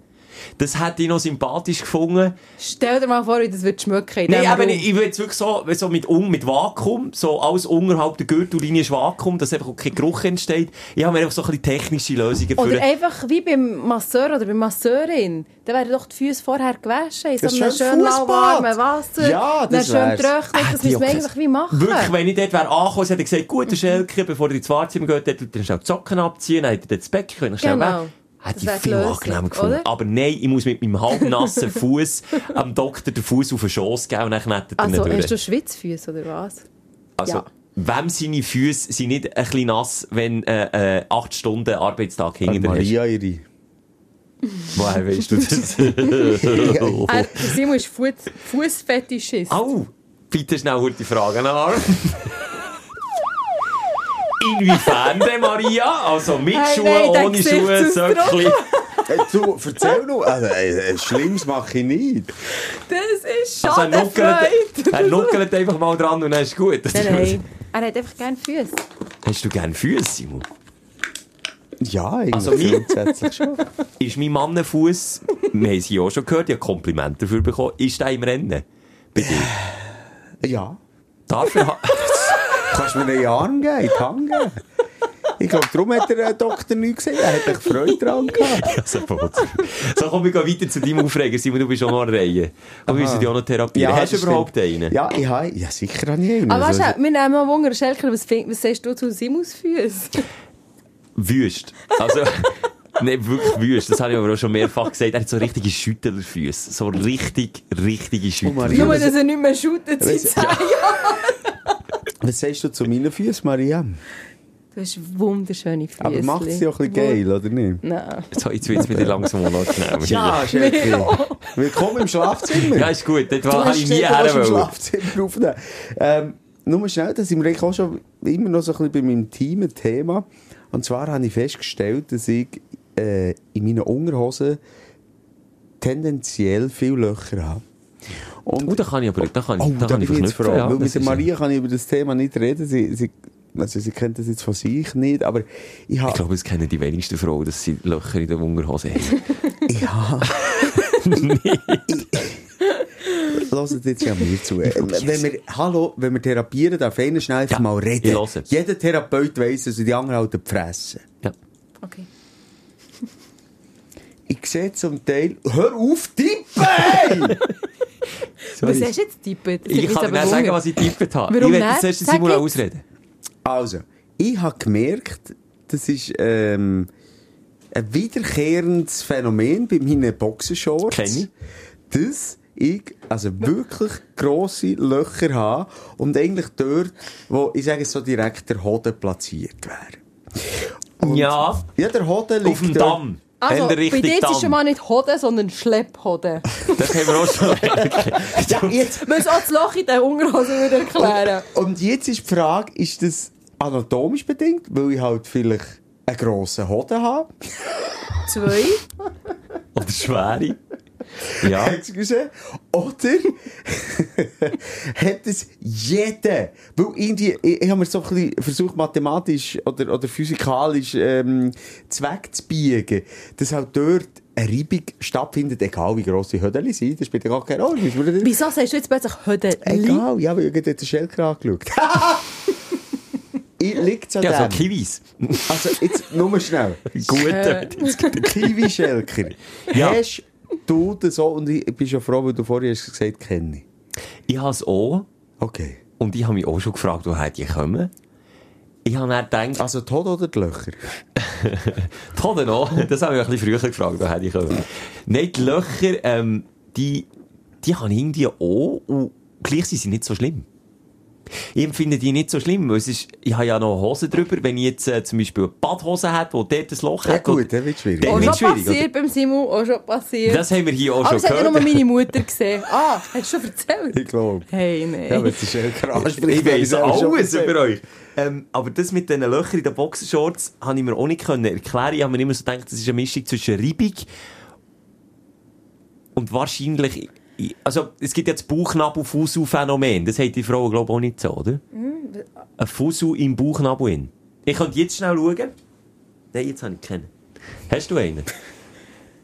[SPEAKER 3] Das hätte ich noch sympathisch gefunden.
[SPEAKER 4] Stell dir mal vor, wie das wird schmecken. in
[SPEAKER 3] Nein,
[SPEAKER 4] diesem
[SPEAKER 3] aber
[SPEAKER 4] Raum.
[SPEAKER 3] ich, ich will jetzt wirklich so, so mit, Un- mit Vakuum, so alles unterhalb der Gürtellinie ist Vakuum, dass einfach auch kein Geruch entsteht. Ich habe mir einfach so ein bisschen technische Lösungen
[SPEAKER 4] Oder
[SPEAKER 3] für...
[SPEAKER 4] einfach wie beim Masseur oder bei Masseurin. Da werden doch die Füße vorher gewaschen. In so
[SPEAKER 5] Das
[SPEAKER 4] einem
[SPEAKER 5] schöne
[SPEAKER 4] schön
[SPEAKER 5] Fussbad.
[SPEAKER 4] lauwarmen Wasser.
[SPEAKER 5] Ja, das
[SPEAKER 4] Dann schön
[SPEAKER 5] wär's.
[SPEAKER 4] getrocknet. Das
[SPEAKER 3] Hätte ich
[SPEAKER 4] müssen wir
[SPEAKER 3] auch
[SPEAKER 4] eigentlich wie machen.
[SPEAKER 3] Ah, Wirklich, wenn ich dort wäre angekommen, hätte ich gesagt, gut, der Schelke, bevor ihr ins Wartezimmer geht, dort tut ihr schnell die Socken abziehen, dann hätte ihr das Becken können, schnell
[SPEAKER 4] Genau.
[SPEAKER 3] weg.
[SPEAKER 4] Das
[SPEAKER 3] Hätte ich
[SPEAKER 4] wäre die
[SPEAKER 3] viel
[SPEAKER 4] Lösung,
[SPEAKER 3] angenehmer gefunden.
[SPEAKER 4] oder?
[SPEAKER 3] Aber nein, ich muss mit meinem halbnassen Fuß am Doktor den Fuß auf den Schoss geben und dann knetet er ihn
[SPEAKER 4] Also,
[SPEAKER 3] durch.
[SPEAKER 4] hast du Schwitzfüße oder was?
[SPEAKER 3] Also,
[SPEAKER 4] Ja.
[SPEAKER 3] wem seine Füße sind nicht ein bisschen nass, wenn äh, äh, acht Stunden Arbeitstag hinter dir ist?
[SPEAKER 5] Maria ihre...
[SPEAKER 3] Woher weißt du das?
[SPEAKER 4] Er, der Simon ist Äh, Fuß- Fußfetischist.
[SPEAKER 3] Au! Bitte schnell kurz die Frage nach. Inwiefern denn, Maria? Also mit
[SPEAKER 4] Hey,
[SPEAKER 3] Schuhen,
[SPEAKER 4] nein, der
[SPEAKER 3] ohne Schuhe,
[SPEAKER 4] Gesichtsausdruck.
[SPEAKER 3] Söckli.
[SPEAKER 5] Hey, du, erzähl noch. Also, äh, äh, Schlimmes mache ich nicht.
[SPEAKER 4] Das ist
[SPEAKER 3] Also er nuckelt, er
[SPEAKER 4] Schadenfreude.
[SPEAKER 3] nuckelt einfach mal dran und dann ist gut.
[SPEAKER 4] Nein, nein. Er hat einfach gerne Füße.
[SPEAKER 3] Hast du gerne Füße, Simon?
[SPEAKER 5] Ja, eigentlich
[SPEAKER 3] Also, mein-
[SPEAKER 5] grundsätzlich schon.
[SPEAKER 3] Ist mein Mannenfuß, wir haben es hier auch schon gehört, ich habe Komplimente dafür bekommen, ist der im Rennen? Bei dir?
[SPEAKER 5] Ja.
[SPEAKER 3] Darf er... ha-
[SPEAKER 5] Kannst du mir einen Arm geben, in die Hand geben? Ich glaube, darum hat der äh, Doktor nichts gesehen. Er hat echt Freude dran gehabt.
[SPEAKER 3] Also, Bozen. so komm, ich geh weiter zu deinem Aufreger, Simon, du bist auch noch an der Reihe. Aber wir müssen dich auch noch therapieren. Hast du
[SPEAKER 5] das
[SPEAKER 3] überhaupt
[SPEAKER 5] stimmt.
[SPEAKER 3] einen?
[SPEAKER 5] Ja, ich habe, ja, sicher habe ich einen.
[SPEAKER 4] Aber
[SPEAKER 5] Also,
[SPEAKER 4] weißt du, wir nehmen mal Wunder, Schelker, was, find- was sagst du zu Simons Füßen?
[SPEAKER 3] Wüst. Also, nicht wirklich wüst. Das habe ich aber auch schon mehrfach gesagt. Er hat so richtige Schüttlerfüße. So richtig, richtige
[SPEAKER 4] Oh
[SPEAKER 5] oh, Maria.
[SPEAKER 3] Schüttler.
[SPEAKER 4] Nur, dass er nicht mehr shootet seit
[SPEAKER 5] Weiss-
[SPEAKER 4] zehn Jahren.
[SPEAKER 5] was sagst du zu meinen Füßen, Maria?
[SPEAKER 4] Du hast wunderschöne Füße.
[SPEAKER 5] Aber macht es ja auch ein bisschen geil, oder nicht?
[SPEAKER 4] Nein.
[SPEAKER 3] So, jetzt wird es wieder langsam unangenehm. Ja.
[SPEAKER 5] Schäfli. Willkommen im Schlafzimmer.
[SPEAKER 3] ja, ist gut. Dort
[SPEAKER 5] Du
[SPEAKER 3] war
[SPEAKER 5] hast
[SPEAKER 3] ich
[SPEAKER 5] gesehen,
[SPEAKER 3] nie
[SPEAKER 5] du kannst im
[SPEAKER 3] her.
[SPEAKER 5] Schlafzimmer aufnehmen. Ähm, nur schnell, da sind wir eigentlich auch schon immer noch so ein bisschen bei meinem Team ein Thema. Und zwar habe ich festgestellt, dass ich äh, in meinen Unterhosen tendenziell viele Löcher habe. Und
[SPEAKER 3] Oh, da kann ich aber, da kann ich,
[SPEAKER 5] Oh,
[SPEAKER 3] da kann ich
[SPEAKER 5] bin ich jetzt
[SPEAKER 3] verknüpfen.
[SPEAKER 5] froh.
[SPEAKER 3] Ja,
[SPEAKER 5] Weil
[SPEAKER 3] das
[SPEAKER 5] mit der
[SPEAKER 3] ist ja-
[SPEAKER 5] Maria kann ich über das Thema nicht reden. Sie, sie, also sie kennt das jetzt von sich nicht, aber ich
[SPEAKER 3] Ich
[SPEAKER 5] habe...
[SPEAKER 3] glaube, es kennen die wenigsten Frauen, dass sie Löcher in der Unterhose haben.
[SPEAKER 5] Ich habe... Hört jetzt ja mir zu. Wenn wir, hallo, wenn wir therapieren, darf einer schnell einfach
[SPEAKER 3] Ja,
[SPEAKER 5] mal reden.
[SPEAKER 3] ich höre.
[SPEAKER 5] Jeder Therapeut weiss, dass die anderen halt fressen.
[SPEAKER 3] Ja.
[SPEAKER 4] Okay.
[SPEAKER 5] Ich sehe zum Teil... Hör auf, tippen! hey!
[SPEAKER 4] Was hast du jetzt tippen? Das hat
[SPEAKER 3] Ich
[SPEAKER 4] mich
[SPEAKER 3] kann
[SPEAKER 4] aber
[SPEAKER 3] dir nicht sagen,
[SPEAKER 4] gewundert.
[SPEAKER 3] was ich getippt habe.
[SPEAKER 4] Warum
[SPEAKER 3] ich werde jetzt
[SPEAKER 4] nicht?
[SPEAKER 3] erst den
[SPEAKER 4] Sag
[SPEAKER 3] Simon
[SPEAKER 4] jetzt.
[SPEAKER 3] ausreden.
[SPEAKER 5] Also, ich habe gemerkt, das ist ähm, ein wiederkehrendes Phänomen bei meinen Boxershorts.
[SPEAKER 3] Kenn ich.
[SPEAKER 5] Dass ich also wirklich grosse Löcher habe und eigentlich dort, wo ich sage es so direkt, der Hoden platziert wäre. Und-
[SPEAKER 3] Ja.
[SPEAKER 5] Ja, der Hoden liegt
[SPEAKER 3] Auf dem
[SPEAKER 5] dort-
[SPEAKER 3] Damm.
[SPEAKER 4] Also,
[SPEAKER 3] Haben wir
[SPEAKER 4] bei
[SPEAKER 3] richtig
[SPEAKER 4] dir ist es schon
[SPEAKER 3] Damm.
[SPEAKER 4] mal nicht Hoden, sondern Schlepphoden.
[SPEAKER 3] Das haben wir auch schon.
[SPEAKER 5] Ja, jetzt,
[SPEAKER 4] Müssen auch das Loch in den Unterhosen würde erklären.
[SPEAKER 5] Und jetzt ist die Frage, ist das anatomisch bedingt, weil ich halt vielleicht einen grossen Hoden habe?
[SPEAKER 4] Zwei.
[SPEAKER 3] Oder schwere. Ja.
[SPEAKER 5] Excuse. Oder hat es jeder? Weil irgendwie, ich, ich habe mir so ein bisschen versucht, mathematisch oder, oder physikalisch ähm, zweckzubiegen, dass halt dort eine Reibung stattfindet, egal wie gross die Hödel sind. Das spielt ja gar keine Rolle. Müssen wir nicht-
[SPEAKER 4] Wieso sagst du jetzt plötzlich Hödeli?
[SPEAKER 5] Egal, ja, weil ich habe den Schelker angeschaut. Ich liegt an
[SPEAKER 3] Ja, so
[SPEAKER 5] dem.
[SPEAKER 3] Kiwis.
[SPEAKER 5] Also, jetzt nur schnell.
[SPEAKER 3] Gut.
[SPEAKER 4] Äh.
[SPEAKER 5] Kiwi-Schelker.
[SPEAKER 3] Ja.
[SPEAKER 5] Hast du das so, und ich bin schon froh, weil du vorher hast gesagt, kenne ich.
[SPEAKER 3] Ich habe es auch.
[SPEAKER 5] Okay.
[SPEAKER 3] Und ich habe mich auch schon gefragt, woher die kommen. Ich habe dann gedacht,
[SPEAKER 5] Also Tod oder die Löcher? Also-
[SPEAKER 3] Tode noch. Das habe ich ein bisschen früher gefragt, woher die kommen. Nein, die Löcher, ähm, die, die habe ich irgendwie auch und gleich sind sie nicht so schlimm. Ich empfinde die nicht so schlimm, weil es ist, ich habe ja noch Hosen drüber, wenn ich jetzt äh, zum Beispiel eine Badhose habe, wo dort ein Loch
[SPEAKER 5] Ja
[SPEAKER 3] hat.
[SPEAKER 5] gut,
[SPEAKER 3] wo-
[SPEAKER 5] dann wird schwierig.
[SPEAKER 3] Dann
[SPEAKER 4] Auch
[SPEAKER 3] wird's
[SPEAKER 4] Oh, schon
[SPEAKER 3] schwierig, oder?
[SPEAKER 4] passiert beim Simon, auch schon passiert.
[SPEAKER 3] Das haben wir hier auch
[SPEAKER 4] Aber
[SPEAKER 3] schon
[SPEAKER 4] das hat ja
[SPEAKER 3] gehört.
[SPEAKER 4] nur meine Mutter gesehen. Ah, hast du schon erzählt?
[SPEAKER 5] Ich glaube.
[SPEAKER 4] Hey, nein.
[SPEAKER 5] Ja, wenn es Schelker anspricht,
[SPEAKER 3] Ah, Ich weiß
[SPEAKER 5] habe ich selber
[SPEAKER 3] alles
[SPEAKER 5] schon
[SPEAKER 3] über
[SPEAKER 5] gesagt.
[SPEAKER 3] euch. Ähm, aber das mit diesen Löchern in den Boxershorts habe ich mir auch nicht können erklären. Ich habe mir immer so gedacht, das ist eine Mischung zwischen Reibung und wahrscheinlich... Also, es gibt ja das Bauchnabel- Fusu-Phänomen. Das haben die Frauen, glaube ich, auch nicht so, oder?
[SPEAKER 4] Mm,
[SPEAKER 3] Ein Fusu im Bauchnabel. hin. Ich könnte jetzt schnell schauen. Nein, jetzt habe ich keinen. Hast du einen?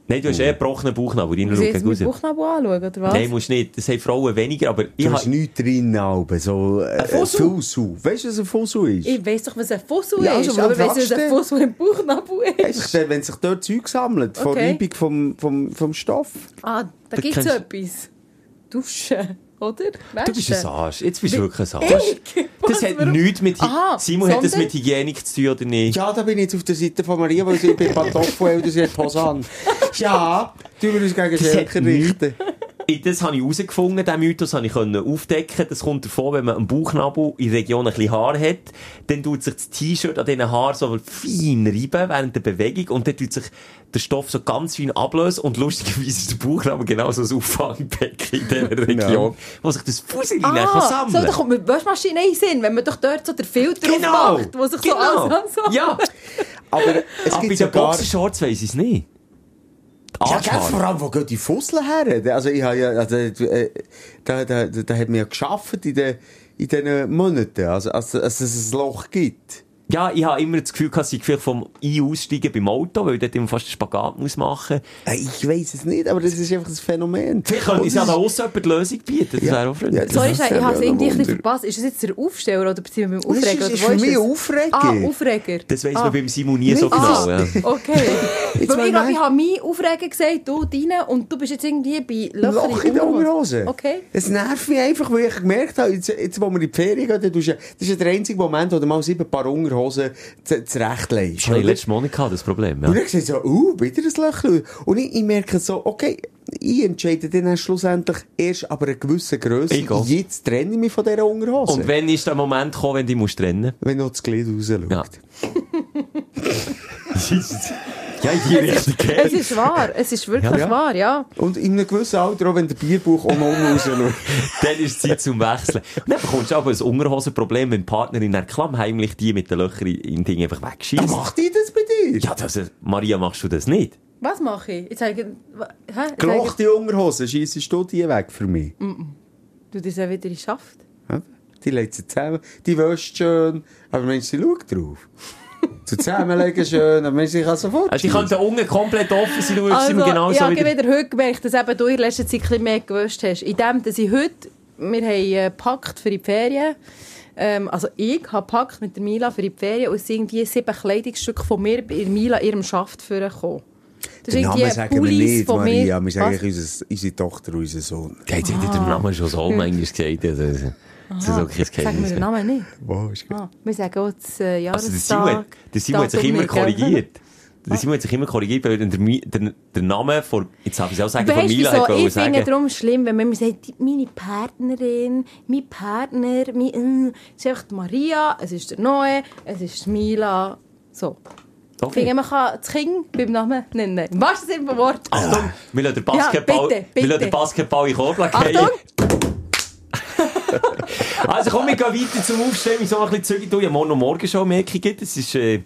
[SPEAKER 3] Nein, du hast eher einen gebrochenen Bauchnabel. Deinen
[SPEAKER 4] Muss ich jetzt
[SPEAKER 3] schauen,
[SPEAKER 4] meinen
[SPEAKER 3] raus.
[SPEAKER 4] Bauchnabel anschauen, oder was?
[SPEAKER 3] Nein, musst nicht. Das haben Frauen weniger, aber ich
[SPEAKER 5] Du
[SPEAKER 3] habe...
[SPEAKER 5] hast nichts drin, aber so... Äh, ein
[SPEAKER 3] Fussu?
[SPEAKER 5] Fusu. Weißt du, was ein Fusu ist?
[SPEAKER 4] ich weiss doch, was ein Fussel
[SPEAKER 5] Ja, also,
[SPEAKER 4] ist,
[SPEAKER 5] warum
[SPEAKER 4] aber weiss ich, was
[SPEAKER 5] fragst du
[SPEAKER 4] ein
[SPEAKER 5] denn?
[SPEAKER 4] Fussel im Bauchnabel ist?
[SPEAKER 5] Weißt du, wenn sich dort Zeug sammelt, von
[SPEAKER 4] Okay.
[SPEAKER 5] Reibung vom, vom, vom Stoff.
[SPEAKER 4] Ah, da gibt es etwas. Duschen, oder?
[SPEAKER 3] Du bist ein Arsch. Jetzt bist du wirklich ein Arsch.
[SPEAKER 4] Ich?
[SPEAKER 3] Das
[SPEAKER 4] Was?
[SPEAKER 3] hat
[SPEAKER 4] Warum?
[SPEAKER 3] nichts mit... Hy-
[SPEAKER 4] Aha,
[SPEAKER 3] Simon hat das
[SPEAKER 4] sondern-
[SPEAKER 3] mit Hygienik zu tun, oder nicht?
[SPEAKER 5] Ja, da bin ich jetzt auf der Seite von Maria, weil sie bei Pantoffel und sie hat Posan. Ja, tun wir uns gegen Schelker richten.
[SPEAKER 3] Ich- Das habe ich herausgefunden, diesen Mythos habe ich können aufdecken. Das kommt davon, wenn man am Bauchnabel in der Region ein bisschen Haar hat, dann tut sich das T-Shirt an diesen Haaren so fein reiben während der Bewegung und dann tut sich der Stoff so ganz fein ablösen und lustigerweise ist der Bauchnabel genauso ein Auffangbecken in dieser Region, wo sich das Fuseli ah,
[SPEAKER 4] Ah,
[SPEAKER 3] kann
[SPEAKER 4] so,
[SPEAKER 3] sammeln
[SPEAKER 4] da kommt mir die Waschmaschine in den Sinn, wenn man doch dort so den Filter
[SPEAKER 3] Genau!
[SPEAKER 4] aufmacht, wo sich
[SPEAKER 3] genau.
[SPEAKER 4] so alles so...
[SPEAKER 3] Ja,
[SPEAKER 5] Aber es
[SPEAKER 3] aber Ah, bei
[SPEAKER 5] gibt
[SPEAKER 3] den
[SPEAKER 5] sogar...
[SPEAKER 3] Boxershorts weiss ich es nicht. Die
[SPEAKER 5] Ja,
[SPEAKER 3] Arschhaare.
[SPEAKER 5] gell, vor allem, wo gehen die Fusseln her? Also, ich habe ja, also, äh, da, da, da, da hat man ja geschafft in den, in diesen Monaten, also, als, als es ein Loch gibt.
[SPEAKER 3] Ja, ich habe immer das Gefühl, gehabt, sie vielleicht vom Ein-Aussteigen beim Auto, weil ich dort immer fast einen Spagat muss machen muss.
[SPEAKER 5] Äh, Ich weiß es nicht, aber das ist einfach ein Phänomen.
[SPEAKER 3] Vielleicht könnte
[SPEAKER 5] Und
[SPEAKER 3] ich ja
[SPEAKER 5] es
[SPEAKER 3] da
[SPEAKER 5] ist-
[SPEAKER 3] aussen jemand die Lösung bieten. Das
[SPEAKER 5] Ja.
[SPEAKER 3] wäre auch freundlich.
[SPEAKER 5] Ja,
[SPEAKER 4] Sorry, ich, ich
[SPEAKER 5] Das ist
[SPEAKER 4] habe es irgendwie
[SPEAKER 5] ja
[SPEAKER 4] ein
[SPEAKER 5] Wunder.
[SPEAKER 4] bisschen verpasst. Ist das jetzt der Aufsteller oder beziehen wir beim
[SPEAKER 5] Das ist-
[SPEAKER 4] Aufreger?
[SPEAKER 5] ist
[SPEAKER 4] oder wo
[SPEAKER 5] für mich
[SPEAKER 4] das?
[SPEAKER 5] Aufreger.
[SPEAKER 4] Ah, Aufreger.
[SPEAKER 3] Das weiss
[SPEAKER 4] ah.
[SPEAKER 3] man beim Simon nie so
[SPEAKER 5] Nicht
[SPEAKER 3] genau. Ja.
[SPEAKER 5] das-
[SPEAKER 4] Okay. Weil ich
[SPEAKER 5] meine
[SPEAKER 4] glaube,
[SPEAKER 5] ich-
[SPEAKER 4] ich habe meinen Aufreger gesagt, du deinen, und du bist jetzt irgendwie bei
[SPEAKER 5] Ein
[SPEAKER 4] Löcher
[SPEAKER 5] Loch in der Unterhose.
[SPEAKER 4] Okay.
[SPEAKER 5] Es nervt mich einfach, weil ich gemerkt habe, jetzt, jetzt wo wir in die Ferien gehen, dann tust du, das ist ja der einzige Moment, wo du mal sieben Paar Unterhosen Unterhosen zu- zurechtlegst.
[SPEAKER 3] Hey,
[SPEAKER 5] oder?
[SPEAKER 3] letztes Monat hatte das Problem, ja.
[SPEAKER 5] Und ich sehe so, uh, wieder ein Löchchen. Und ich, ich merke so, okay, ich entscheide dann schlussendlich erst aber eine gewisse Größe.
[SPEAKER 3] Ich auch.
[SPEAKER 5] Jetzt trenne ich mich von dieser Unterhose.
[SPEAKER 3] Und wenn ist der Moment gekommen, wenn du musst trennen
[SPEAKER 5] wenn noch das Glied rausschaut.
[SPEAKER 3] Ja. ja, in die Richtung
[SPEAKER 4] Es
[SPEAKER 3] geht.
[SPEAKER 4] ist wahr, es ist wirklich
[SPEAKER 5] Ja.
[SPEAKER 4] wahr, ja.
[SPEAKER 5] Und in einem gewissen Alter, auch wenn der Bierbuch auch noch rausschaut.
[SPEAKER 3] Dann ist es Zeit zum Wechseln. Und dann bekommst du aber ein Unterhosenproblem, wenn die Partnerin dann klammheimlich die mit den Löchern in- in Ding einfach
[SPEAKER 5] Dann
[SPEAKER 3] wegschießt.
[SPEAKER 5] macht die das bei dir?
[SPEAKER 3] Ja, das, ist- Maria, machst du das nicht?
[SPEAKER 4] Was mache ich? Jetzt sage ich, hä? Jetzt sage
[SPEAKER 5] Gelochte Unterhosen, scheissest du die weg für mich?
[SPEAKER 3] Mm.
[SPEAKER 4] ich, du das ja wieder in Schaft.
[SPEAKER 5] Hä? Die legt sie zusammen, die eh, wäscht schön, aber Mensch, sie schaut drauf. Zusammenlegen schön, aber Mensch, sie kann sofort.
[SPEAKER 3] Also, die könnte unten komplett offen sein, du würdest immer genau
[SPEAKER 4] Also, ich
[SPEAKER 3] so
[SPEAKER 4] habe
[SPEAKER 3] wieder...
[SPEAKER 4] wieder heute gemerkt, dass eben du in letzter Zeit ein bisschen mehr gewusst hast. In dem, dass ich heute, wir haben äh, gepackt für die Ferien, ähm, also ich habe gepackt mit der Mila für die Ferien und es sind irgendwie sieben Kleidungsstücke von mir bei Mila in ihrem Schaft vorgekommen. Das ist
[SPEAKER 5] Den
[SPEAKER 4] irgendwie
[SPEAKER 5] Namen
[SPEAKER 4] ein
[SPEAKER 5] sagen wir
[SPEAKER 4] Pullis
[SPEAKER 5] nicht,
[SPEAKER 4] von
[SPEAKER 5] Maria. Wir sagen
[SPEAKER 4] Was?
[SPEAKER 5] eigentlich unser, unsere Tochter und unseren Sohn.
[SPEAKER 3] Jetzt hätte ich den Namen schon so manchmal gesagt. Also, das ist
[SPEAKER 4] Hm. Ah,
[SPEAKER 3] wirklich kein
[SPEAKER 4] Sagen wir den
[SPEAKER 3] Geheimnis.
[SPEAKER 4] Namen nicht.
[SPEAKER 5] Wow, ist
[SPEAKER 4] Ah, wir sagen auch das äh,
[SPEAKER 3] Also der
[SPEAKER 4] Jahrestag.
[SPEAKER 3] Simon, der Simon hat sich
[SPEAKER 4] Datum
[SPEAKER 3] immer
[SPEAKER 4] nicht, gell?
[SPEAKER 3] korrigiert. Der Simon hat sich immer korrigiert, weil der, Mi- der, der Name von, jetzt darf ich es auch sagen, von
[SPEAKER 4] Weißt du
[SPEAKER 3] Mila
[SPEAKER 4] wieso?
[SPEAKER 3] hat wollen
[SPEAKER 4] Ich finde
[SPEAKER 3] sagen.
[SPEAKER 4] darum schlimm, wenn man mir sagt, meine Partnerin, mein Partner, mein, mm, es ist einfach die Maria, es ist der Noe, es ist die Mila. So. Ich finde,
[SPEAKER 3] Okay.
[SPEAKER 4] man kann das Kind beim Namen nennen. Was ist das im Wort?
[SPEAKER 3] Achtung, Ah, wir lassen den Basketball,
[SPEAKER 4] bitte,
[SPEAKER 3] wir lassen
[SPEAKER 4] bitte.
[SPEAKER 3] den Basketball in den Korb fallen.
[SPEAKER 4] Achtung!
[SPEAKER 3] Also komm, wir gehen weiter zum Aufstehen. Wir sind noch ein bisschen zügig durch. Ja, morgen und morgen schon Merkung gibt. Es ist, äh,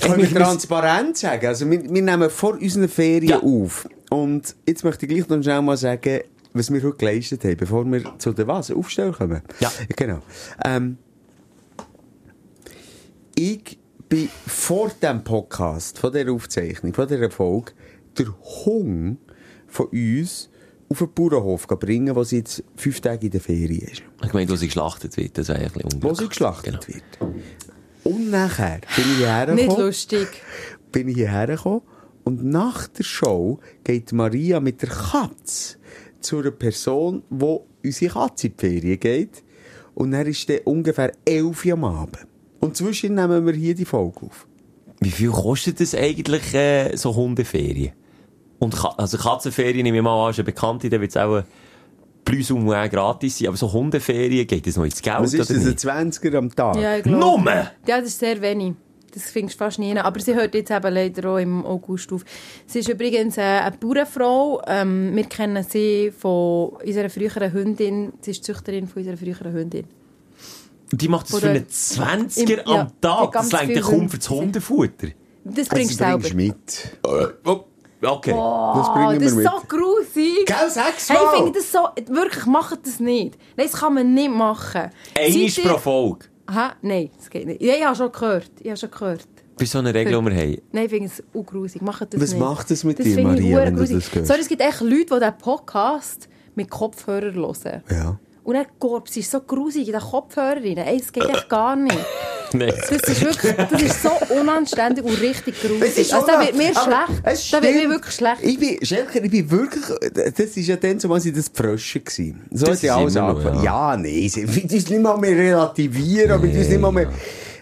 [SPEAKER 5] Können
[SPEAKER 3] ich-
[SPEAKER 5] wir transparent sagen? Also, wir, wir nehmen vor unseren Ferien
[SPEAKER 3] Ja.
[SPEAKER 5] auf. Und jetzt möchte ich gleich noch schnell mal sagen, was wir heute geleistet haben, bevor wir zu der was? Aufstellen kommen.
[SPEAKER 3] Ja.
[SPEAKER 5] Genau. Ähm, ich bin vor dem Podcast, von dieser Aufzeichnung, von dieser Folge, der Hung von uns auf den Bauernhof bringen, wo sie jetzt fünf Tage in der Ferien ist.
[SPEAKER 3] ich meine, wo sie geschlachtet wird, das wäre ein bisschen unglücklich. Genau.
[SPEAKER 5] Wo sie geschlachtet wird. Und nachher bin ich hierher
[SPEAKER 4] Nicht
[SPEAKER 5] gekommen.
[SPEAKER 4] lustig.
[SPEAKER 5] bin ich hierher gekommen und nach der Show geht Maria mit der Katze zu einer Person, wo unsere Katze in die Ferien geht. Und dann ist der ungefähr 11 Uhr am Abend. Und zwischen nehmen wir hier die Folge auf.
[SPEAKER 3] Wie viel kostet das eigentlich, äh, so Hundeferien? Und Ka also Katzenferien nehme ich mal an, ist eine Bekannte, dann wird es auch äh, plus und moins gratis sein. Aber so Hundeferien, geht das noch ins Geld
[SPEAKER 5] Was ist
[SPEAKER 3] oder
[SPEAKER 5] das, ein
[SPEAKER 3] nicht?
[SPEAKER 5] 20er am Tag?
[SPEAKER 4] Ja, ich glaub.
[SPEAKER 3] Nummer!
[SPEAKER 4] Ja, das ist sehr wenig. Das findest du fast nie. Aber sie hört jetzt eben leider auch im August auf. Sie ist übrigens äh, eine Bauernfrau. Ähm, wir kennen sie von unserer früheren Hündin. Sie ist die Züchterin von unserer früheren Hündin.
[SPEAKER 3] Die macht das für
[SPEAKER 4] Oder-
[SPEAKER 3] einen 20er
[SPEAKER 4] Im- ja,
[SPEAKER 3] am Tag.
[SPEAKER 4] ganz
[SPEAKER 3] Das längt ja
[SPEAKER 4] viel
[SPEAKER 3] kaum
[SPEAKER 4] Hunde.
[SPEAKER 3] für das Hundefutter.
[SPEAKER 4] Das
[SPEAKER 5] Das
[SPEAKER 4] bringst du selber.
[SPEAKER 5] Also, bringst du mit.
[SPEAKER 3] Okay.
[SPEAKER 5] Das
[SPEAKER 4] Oh,
[SPEAKER 5] bringen
[SPEAKER 4] das
[SPEAKER 5] wir
[SPEAKER 4] ist
[SPEAKER 5] mit.
[SPEAKER 4] so grusig.
[SPEAKER 5] Gell, sag's
[SPEAKER 4] Hey, ich
[SPEAKER 5] mal.
[SPEAKER 4] finde das so... Wirklich, macht das nicht. Nein, das kann man nicht machen.
[SPEAKER 3] Einmal
[SPEAKER 4] Seid ihr-
[SPEAKER 3] pro Folge.
[SPEAKER 4] Hä? Nein, das geht nicht. Ja, ich habe schon gehört. Ich habe schon gehört.
[SPEAKER 3] Bei so einer Regel, die wir haben.
[SPEAKER 4] Nein, ich finde es auch grusig. Macht das
[SPEAKER 5] Was
[SPEAKER 4] nicht.
[SPEAKER 5] macht das mit
[SPEAKER 4] das
[SPEAKER 5] dir,
[SPEAKER 4] finde ich
[SPEAKER 5] Maria,
[SPEAKER 4] hure
[SPEAKER 5] wenn du
[SPEAKER 4] grusig.
[SPEAKER 5] das hörst?
[SPEAKER 4] Sorry, es gibt echt Leute, die diesen Podcast mit Kopfhörer hören.
[SPEAKER 5] Ja.
[SPEAKER 4] Und dann Korb, sie ist so grusig in den Kopfhörer rein. Ey, das geht echt gar nicht.
[SPEAKER 3] Nein.
[SPEAKER 4] Das ist wirklich, das ist so unanständig und richtig
[SPEAKER 5] Es
[SPEAKER 4] grusig.
[SPEAKER 5] ist
[SPEAKER 4] Also da
[SPEAKER 5] unangenehm.
[SPEAKER 4] wird mir
[SPEAKER 5] Aber es
[SPEAKER 4] schlecht. Da wird mir
[SPEAKER 5] stimmt.
[SPEAKER 4] wirklich schlecht.
[SPEAKER 5] Ich bin, Schelker, ich bin wirklich, das ist ja dann so, als ich das Frösche gsi. So
[SPEAKER 3] Das
[SPEAKER 5] hat ja
[SPEAKER 3] ist
[SPEAKER 5] alles
[SPEAKER 3] immer noch,
[SPEAKER 5] angefangen. Ja, nee, sie- wir müssen nicht mal mehr relativieren, wir müssen nicht mal mehr,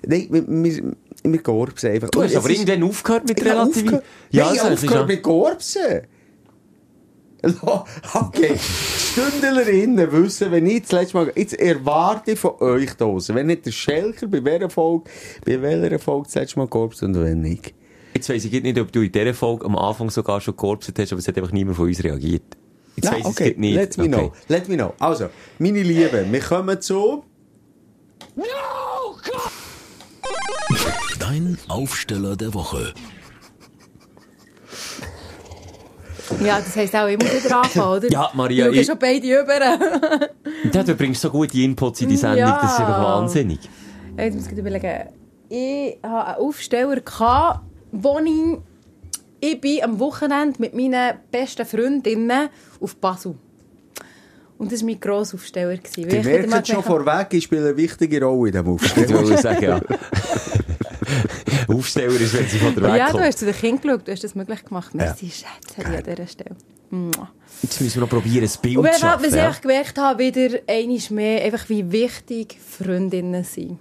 [SPEAKER 5] nein, wir, wir, wir gorbsen einfach.
[SPEAKER 3] Du
[SPEAKER 5] Und
[SPEAKER 3] hast
[SPEAKER 5] es
[SPEAKER 3] aber
[SPEAKER 5] ist-
[SPEAKER 3] irgendwann aufgehört mit
[SPEAKER 5] Ich hab
[SPEAKER 3] relativ.
[SPEAKER 5] aufgehört- Nein, ich hab
[SPEAKER 3] das ist
[SPEAKER 5] aufgehört mit gorbsen. Okay, Stündlerinnen wissen, wenn ich das letzte Mal, jetzt erwarte ich von euch da draussen, wenn nicht der Schelker, bei welcher Folge, bei welcher Folge das letzte Mal gorbst und wenn nicht.
[SPEAKER 3] Jetzt weiss ich gerade nicht, ob du in dieser Folge am Anfang sogar schon gekorpset hast, aber es hat einfach niemand von uns reagiert. Jetzt
[SPEAKER 5] Ja,
[SPEAKER 3] weiss ich es
[SPEAKER 5] okay,
[SPEAKER 3] gerade nicht.
[SPEAKER 5] let me
[SPEAKER 3] Okay.
[SPEAKER 5] know. Let me know. Also, meine Lieben, wir kommen zu...
[SPEAKER 2] Dein Aufsteller der Woche.
[SPEAKER 4] Ja, das heisst auch, ich muss wieder anfangen, oder?
[SPEAKER 3] Ja, Maria,
[SPEAKER 4] Ich schaue
[SPEAKER 3] ich-
[SPEAKER 4] schon beide über.
[SPEAKER 3] Ja, du bringst so gute Inputs in die Sendung,
[SPEAKER 4] Ja.
[SPEAKER 3] das ist einfach wahnsinnig.
[SPEAKER 4] Jetzt muss ich gerade überlegen. Ich hatte einen Aufsteller, gehabt, wo ich... Ich bin am Wochenende mit meinen besten Freundinnen auf Basel. Und das war mein grosser Aufsteller. gewesen, weil
[SPEAKER 5] Ihr
[SPEAKER 4] ich wieder mal
[SPEAKER 5] merkt schon
[SPEAKER 4] gemerkt habe-
[SPEAKER 5] vorweg, ich spiele eine wichtige Rolle in diesem
[SPEAKER 3] Das
[SPEAKER 5] Aufstieg.
[SPEAKER 3] wollte ich sagen, ja. Aufsteller ist, wenn sie von der Weg
[SPEAKER 4] Ja, du
[SPEAKER 3] kommt.
[SPEAKER 4] hast zu den Kindern geschaut, du hast das möglich gemacht. Merci, Schätze, an dieser Stelle. Mua.
[SPEAKER 3] Jetzt müssen wir noch probieren, ein
[SPEAKER 4] Und
[SPEAKER 3] Bild
[SPEAKER 4] wenn
[SPEAKER 3] zu
[SPEAKER 4] ich, was
[SPEAKER 3] schaffen.
[SPEAKER 4] ich
[SPEAKER 3] Ja.
[SPEAKER 4] einfach gemerkt habe, wieder einmal mehr, einfach wie wichtig Freundinnen sind.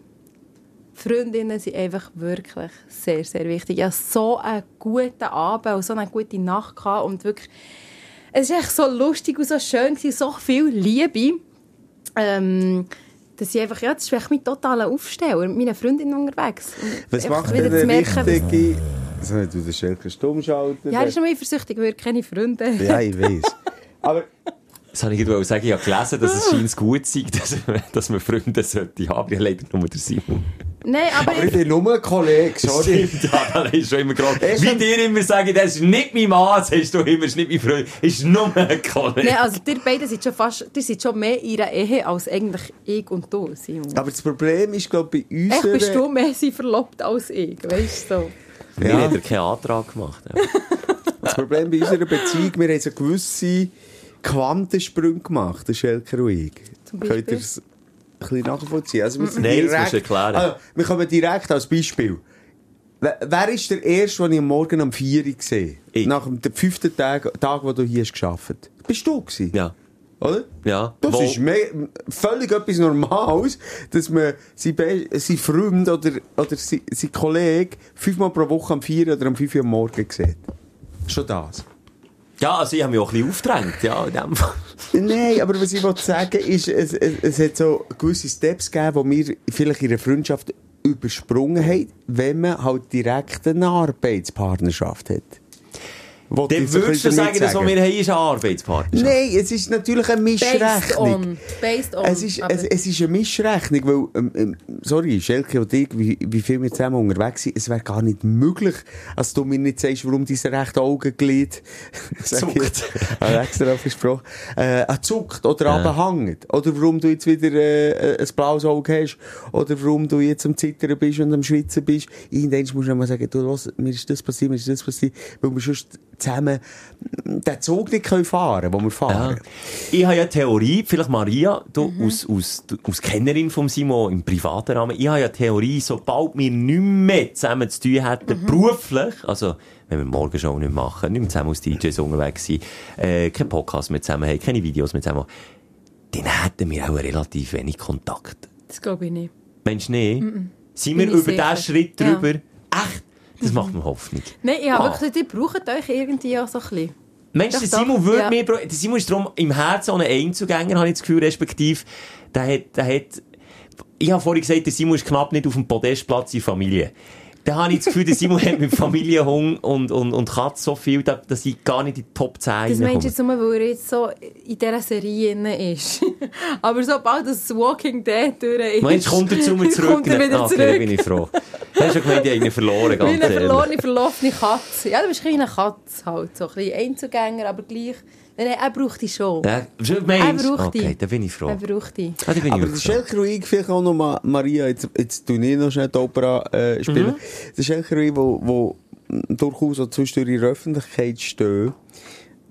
[SPEAKER 4] Freundinnen sind einfach wirklich sehr, sehr wichtig. Ich hatte so einen guten Abend und so eine gute Nacht gehabt und wirklich, es war echt so lustig und so schön, gewesen, so viel Liebe. Ähm, dass ich einfach, ja, das ist echt mein totaler Aufsteller, mit meinen Freundinnen unterwegs. Und
[SPEAKER 5] Was
[SPEAKER 4] einfach
[SPEAKER 5] macht
[SPEAKER 4] wieder
[SPEAKER 5] denn
[SPEAKER 4] zu
[SPEAKER 5] eine
[SPEAKER 4] merken,
[SPEAKER 5] richtige... Also, wenn du den Schelker stumm schalten...
[SPEAKER 4] Ja, er ist noch mal versüchtig, weil er keine Freunde hat.
[SPEAKER 5] Ja, ich weiss. Aber
[SPEAKER 3] Das habe ich gerade sagen, ich habe gelesen, dass es scheint gut sei, dass, dass man Freunde sollte haben. Ich leider nur der Simon.
[SPEAKER 4] Nein, aber,
[SPEAKER 5] ich bin nur ein Kollege, sorry.
[SPEAKER 3] Stimmt, ja, das ist schon immer gerade.
[SPEAKER 5] Ist
[SPEAKER 3] Wie
[SPEAKER 5] ein-
[SPEAKER 3] dir immer sagen, das ist nicht mein Mann, das hast du immer, das ist nicht mein Freund, das ist nur ein Kollege.
[SPEAKER 4] nein, also ihr beiden seid schon fast, ihr seid schon mehr in einer Ehe als eigentlich ich und du, Simon.
[SPEAKER 5] Aber das Problem ist, glaube ich, bei uns...
[SPEAKER 4] Echt bist du mehr sie verlobt als ich, weißt du? So.
[SPEAKER 3] Mir
[SPEAKER 5] Ja.
[SPEAKER 3] hat er keinen Antrag gemacht. Ja.
[SPEAKER 5] Das Problem bei unserer Beziehung, wir haben so gewisse Quantensprünge gemacht, der Schelker und ich.
[SPEAKER 4] Zum Beispiel?
[SPEAKER 5] Könnt ihr es ein bisschen nachvollziehen? Also wir sind
[SPEAKER 3] Nein, das musst du erklären.
[SPEAKER 5] Also, wir kommen direkt als Beispiel. Wer- Wer ist der Erste, den ich am Morgen um 4 Uhr gesehen
[SPEAKER 3] Ich.
[SPEAKER 5] Nach dem dem fünften Tag, Tag wo du hier hast gearbeitet hast. Bist du gewesen?
[SPEAKER 3] ja.
[SPEAKER 5] Oder?
[SPEAKER 3] Ja.
[SPEAKER 5] Das
[SPEAKER 3] Wo-
[SPEAKER 5] ist me- völlig etwas Normales, dass man seinen Be- seinen Freund oder, oder seinen seinen Kollegen fünfmal pro Woche am 4 oder am 5 Uhr am Morgen sieht. Schon das.
[SPEAKER 3] ja, also ich habe mich auch ein bisschen aufgedrängt, ja, in dem Fall.
[SPEAKER 5] Nein, aber was ich wollte sagen ist, es, es, es hat so gewisse Steps gegeben, die wir vielleicht in der Freundschaft übersprungen haben, wenn man halt direkt eine Arbeitspartnerschaft hat. Wollte ich
[SPEAKER 3] Dann
[SPEAKER 5] jetzt ein
[SPEAKER 3] würdest du
[SPEAKER 5] bisschen
[SPEAKER 3] sagen,
[SPEAKER 5] damit
[SPEAKER 3] das, was wir haben, ist ein Arbeitspartner.
[SPEAKER 5] Nein, es ist natürlich eine
[SPEAKER 4] Based
[SPEAKER 5] Mischrechnung.
[SPEAKER 4] on. Based on.
[SPEAKER 5] Es ist,
[SPEAKER 4] aber-
[SPEAKER 5] es, es ist eine Mischrechnung, weil, ähm, ähm, sorry, Schelke und ich, wie, wie viel wir zusammen unterwegs sind, es wäre gar nicht möglich, als du mir nicht sagst, warum dein rechte Augenglied sag ich jetzt, habe ich extra versprochen, äh, äh, zuckt oder runterhängt. Oder warum du jetzt wieder äh, äh, ein blaues Auge hast. Oder warum du jetzt am Zittern bist und am Schwitzen bist. Irgendwann musst du mal sagen, du, los, mir ist das passiert, mir ist das passiert, weil wir sonst zusammen mm, den Zug nicht können fahren können, den wir
[SPEAKER 3] Ah, Ja.
[SPEAKER 5] fahren.
[SPEAKER 3] Ich habe ja eine Theorie, vielleicht Maria, du
[SPEAKER 5] Mhm.
[SPEAKER 3] aus, aus, du- aus Kennerin von Simon im privaten Rahmen, ich habe ja die Theorie, sobald wir nicht mehr zusammen zu tun
[SPEAKER 5] Mhm.
[SPEAKER 3] hätten, beruflich, also wenn wir morgen schon nicht machen, nicht mehr zusammen als DJs unterwegs sind, äh, keinen Podcast mehr zusammen haben, keine Videos mehr zusammen haben, dann hätten wir auch relativ wenig Kontakt.
[SPEAKER 4] das glaube ich nicht.
[SPEAKER 3] Mensch, nee, sind wir
[SPEAKER 4] Bin ich
[SPEAKER 3] über diesen
[SPEAKER 4] sicher.
[SPEAKER 3] Schritt
[SPEAKER 4] Ja.
[SPEAKER 3] drüber? Echt? Das macht mir Hoffnung.
[SPEAKER 4] Nein, ich habe
[SPEAKER 3] Ah.
[SPEAKER 4] wirklich gesagt, ihr braucht euch irgendwie auch so ein bisschen.
[SPEAKER 3] Mensch,
[SPEAKER 4] Doch,
[SPEAKER 3] der
[SPEAKER 4] doch,
[SPEAKER 3] Simon würde
[SPEAKER 4] ja.
[SPEAKER 3] mir, der Simon ist darum im Herzen ohne Einzugänger, habe ich das Gefühl, respektive, der hat, der hat, ich habe vorhin gesagt, der Simon ist knapp nicht auf dem Podestplatz in Familie. Da habe ich das Gefühl, der Simon hat mit Familie, Hung und, und, und Katze so viel, da- dass ich gar nicht in die Top 10
[SPEAKER 4] Das meinst du
[SPEAKER 3] reinkomme.
[SPEAKER 4] jetzt nur, weil er jetzt so in dieser Serie drin ist. aber sobald das Walking Dead durch ist...
[SPEAKER 3] Mensch, kommt er zu mir zurück?
[SPEAKER 4] Kommt er wieder
[SPEAKER 3] Ah, okay,
[SPEAKER 4] zurück.
[SPEAKER 3] bin ich froh. Du hast schon gemeint, ich habe ihn verloren, ganz
[SPEAKER 4] Wie eine
[SPEAKER 3] ehrlich.
[SPEAKER 4] verlorene, verlaufene Katze. Ja, du bist ein kleiner Katze halt. So ein bisschen Einzugänger, aber gleich. Nein, nein, er braucht dich schon.
[SPEAKER 3] Ja,
[SPEAKER 4] Er
[SPEAKER 3] Mensch,
[SPEAKER 4] braucht
[SPEAKER 3] okay,
[SPEAKER 4] dich.
[SPEAKER 3] da bin ich froh.
[SPEAKER 4] Er
[SPEAKER 3] Ah,
[SPEAKER 4] braucht dich.
[SPEAKER 3] da bin ich
[SPEAKER 5] Aber
[SPEAKER 3] wirklich
[SPEAKER 5] der
[SPEAKER 3] froh.
[SPEAKER 5] Schelker und ich, vielleicht auch noch Ma Maria, jetzt, jetzt tue ich noch schnell die Opera äh, spielen. Der Schelker und ich, wo, wo durchaus auch zwischendurch in der Öffentlichkeit stehen,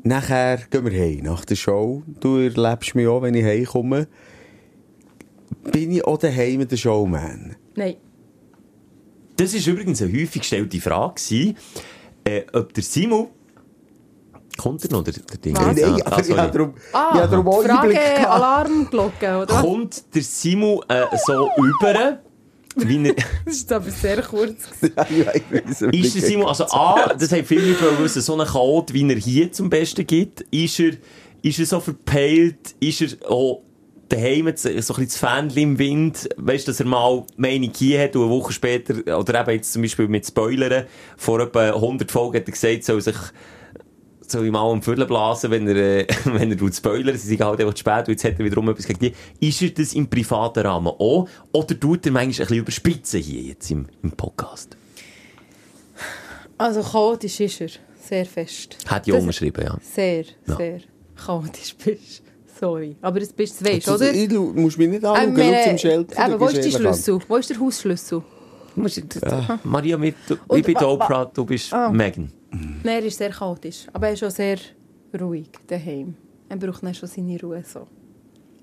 [SPEAKER 5] nachher gehen wir heim, nach der Show. Du erlebst mich auch, wenn ich heimkomme. Bin ich auch daheim der Showman?
[SPEAKER 4] Nein.
[SPEAKER 3] Das ist übrigens eine häufig gestellte Frage, gewesen, äh, ob der Simon. Kommt er noch, der, der Ding?
[SPEAKER 4] Was?
[SPEAKER 5] Nein,
[SPEAKER 3] Ah,
[SPEAKER 5] aber ich
[SPEAKER 3] sorry.
[SPEAKER 5] habe darum,
[SPEAKER 4] Ah,
[SPEAKER 5] ich habe darum auch Einblick
[SPEAKER 4] Frage,
[SPEAKER 5] gehabt.
[SPEAKER 4] Alarmglocke, oder?
[SPEAKER 3] Kommt der Simon äh, so über? Wie er,
[SPEAKER 4] Das ist aber sehr kurz.
[SPEAKER 5] Ja, ich weiss,
[SPEAKER 3] ist der
[SPEAKER 5] aber ich-
[SPEAKER 3] Simon, also A, das haben viele Leute wollen wissen, so einen Chaot, wie er hier zum Besten gibt, ist er, ist er so verpeilt, ist er auch daheim jetzt so ein bisschen das Fähnchen im Wind, weißt du, dass er mal Meinung hier hat und eine Woche später, oder eben jetzt zum Beispiel mit Spoilern, vor etwa 100 Folgen hat er gesagt, soll sich soll ich mal am Viertel blasen, wenn er, äh, wenn er tut Spoiler, sie sind halt einfach zu spät und jetzt hat er wiederum etwas gegen die. Ist er das im privaten Rahmen auch? Oder tut er manchmal ein bisschen überspitzen hier jetzt im, im Podcast?
[SPEAKER 4] Also chaotisch ist er. Sehr fest.
[SPEAKER 3] Hat ja
[SPEAKER 4] Das-
[SPEAKER 3] umgeschrieben, ja.
[SPEAKER 4] Sehr,
[SPEAKER 3] Ja.
[SPEAKER 4] sehr chaotisch bist Sorry. Aber es bist du, weißt du,
[SPEAKER 5] Also,
[SPEAKER 4] oder?
[SPEAKER 5] ich schau- musst mich nicht
[SPEAKER 4] Ähm,
[SPEAKER 5] anschauen,
[SPEAKER 4] meine-
[SPEAKER 5] schau zum Schelker.
[SPEAKER 4] eben,
[SPEAKER 5] du
[SPEAKER 4] wo
[SPEAKER 5] bist
[SPEAKER 4] ist dein
[SPEAKER 5] elegant.
[SPEAKER 4] Schlüssel? Wo ist der Hausschlüssel?
[SPEAKER 3] Maria, mit, du,
[SPEAKER 4] Und
[SPEAKER 3] ich bin
[SPEAKER 4] wa- Ah. wa-
[SPEAKER 3] Oprah, du bist Megan.
[SPEAKER 4] Nein, er ist sehr chaotisch. Aber er ist auch sehr ruhig daheim. Er braucht dann schon seine Ruhe. So.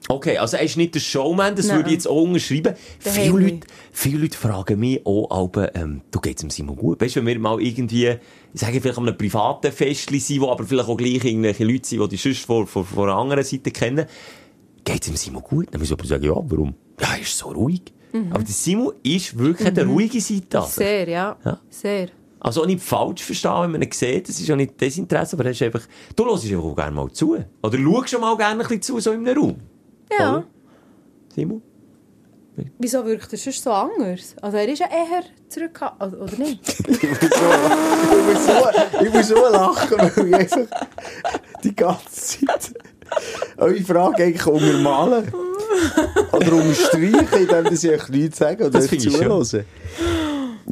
[SPEAKER 3] Okay, also er ist nicht der Showman, das
[SPEAKER 4] Nein.
[SPEAKER 3] würde ich jetzt auch unterschreiben.
[SPEAKER 4] Der
[SPEAKER 3] Viele
[SPEAKER 4] Henry.
[SPEAKER 3] Leute, viele Leute fragen mich auch, aber, ähm, du geht's dem Simon gut. Weißt du, wenn wir mal irgendwie, ich sage vielleicht an einem privaten Festli sind, wo aber vielleicht auch gleich irgendwelche Leute sind, die die sonst von, von, von einer anderen Seite kennen, geht's dem Simon gut? Dann muss ich aber sagen, ja, warum? Ja, er ist so ruhig.
[SPEAKER 4] Mhm.
[SPEAKER 3] Aber der Simon ist wirklich mhm. der ruhige Seite. an sich.
[SPEAKER 4] Sehr, ja.
[SPEAKER 3] Ja.
[SPEAKER 4] Sehr.
[SPEAKER 3] Also auch nicht falsch verstehen, wenn man ihn sieht. Das ist ja nicht Desinteresse, aber er ist einfach, du hörst einfach auch gerne mal zu. Oder schaust schon mal gerne ein bisschen zu, so in einem Raum.
[SPEAKER 4] Ja.
[SPEAKER 3] Oder? Simon?
[SPEAKER 4] Wieso wirkt er sonst so anders? Also er ist ja eher zurück... Oder oder nicht?
[SPEAKER 5] Ich muss so, ich muss so lachen, weil ich einfach die Oh, ganze Zeit eure Frage eigentlich untermalen. Oder umstreichen, indem dass ich euch nichts sage oder
[SPEAKER 3] Das
[SPEAKER 5] euch
[SPEAKER 3] finde ich
[SPEAKER 5] zuhören.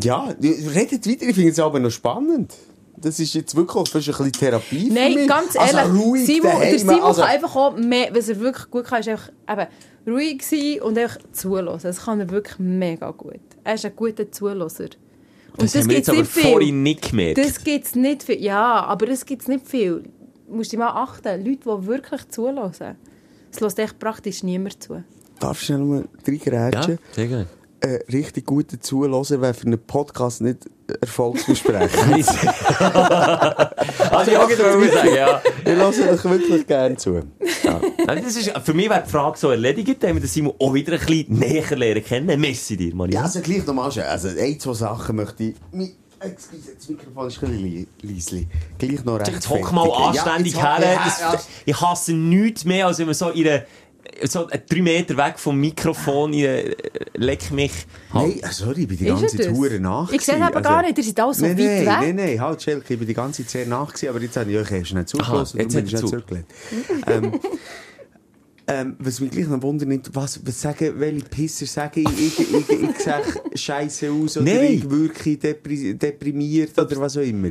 [SPEAKER 5] Ja, redet weiter, ich finde es aber noch spannend. Das ist jetzt wirklich fast ein bisschen Therapie für
[SPEAKER 4] Nein,
[SPEAKER 5] mich.
[SPEAKER 4] ganz
[SPEAKER 5] Also
[SPEAKER 4] ehrlich.
[SPEAKER 5] ruhig
[SPEAKER 4] Simon, der
[SPEAKER 5] daheim,
[SPEAKER 4] Simon
[SPEAKER 5] also-
[SPEAKER 4] kann einfach auch mehr, was er wirklich gut kann, ist einfach eben, ruhig sein und einfach zuhören. Das kann er wirklich mega gut. Er ist ein guter Zuhörer. Und
[SPEAKER 3] Das, haben wir
[SPEAKER 4] gibt's
[SPEAKER 3] jetzt aber
[SPEAKER 4] nicht viel.
[SPEAKER 3] vorhin nicht gemerkt.
[SPEAKER 4] Das gibt es nicht viel. Ja, aber das gibt es nicht viel. Du musst dich mal achten. Leute, die wirklich zuhören. Es lässt echt praktisch niemand zu.
[SPEAKER 5] Darf ich noch mal reingrätschen?
[SPEAKER 3] ja, sehr gerne.
[SPEAKER 5] Ja. Äh, richtig gut zuhören, wäre für einen Podcast nicht Erfolgsversprechen.
[SPEAKER 3] also, ich wollte es sagen, ja.
[SPEAKER 5] ich höre euch wirklich gerne zu.
[SPEAKER 3] Nein, Das ist, für mich wäre die Frage so erledigt, haben wir den Simon auch wieder ein bisschen näher lernen kennen. Messi dir, Maria.
[SPEAKER 5] Ja, also gleich nochmal schön. Also, ein, zwei Sachen möchte ich. Mi- Excuse, das Mikrofon ist ein bisschen leise. Gleich noch recht.
[SPEAKER 3] Jetzt hock mal anständig her. Das, ich hasse nichts mehr, als wenn man so in einer, so drei Meter weg vom Mikrofon, in einer, leck mich.
[SPEAKER 5] Nein, ah, sorry, ich bin die
[SPEAKER 4] Ist
[SPEAKER 5] ganze
[SPEAKER 4] er
[SPEAKER 5] Zeit
[SPEAKER 4] das?
[SPEAKER 5] hure nach.
[SPEAKER 4] Ich sehe aber
[SPEAKER 5] gewesen.
[SPEAKER 4] gar nicht, ihr seid alle so
[SPEAKER 5] nein,
[SPEAKER 4] weit
[SPEAKER 5] nein,
[SPEAKER 4] weg.
[SPEAKER 5] Nein, nein, halt, Schelke, ich bin die ganze Zeit sehr nach, gewesen, aber jetzt habe ich euch erst nicht zugelassen.
[SPEAKER 3] jetzt
[SPEAKER 5] darum
[SPEAKER 3] hat er
[SPEAKER 5] bin ich nicht zurückgelehnt. ähm, ähm, Ehm, was mich gleich noch wundert, nimmt, was, was sagen, welche Pisser sagen, ich, ich, ich, ich sehe scheiße aus oder
[SPEAKER 3] Nein.
[SPEAKER 5] ich wirke depri deprimiert oder was auch immer.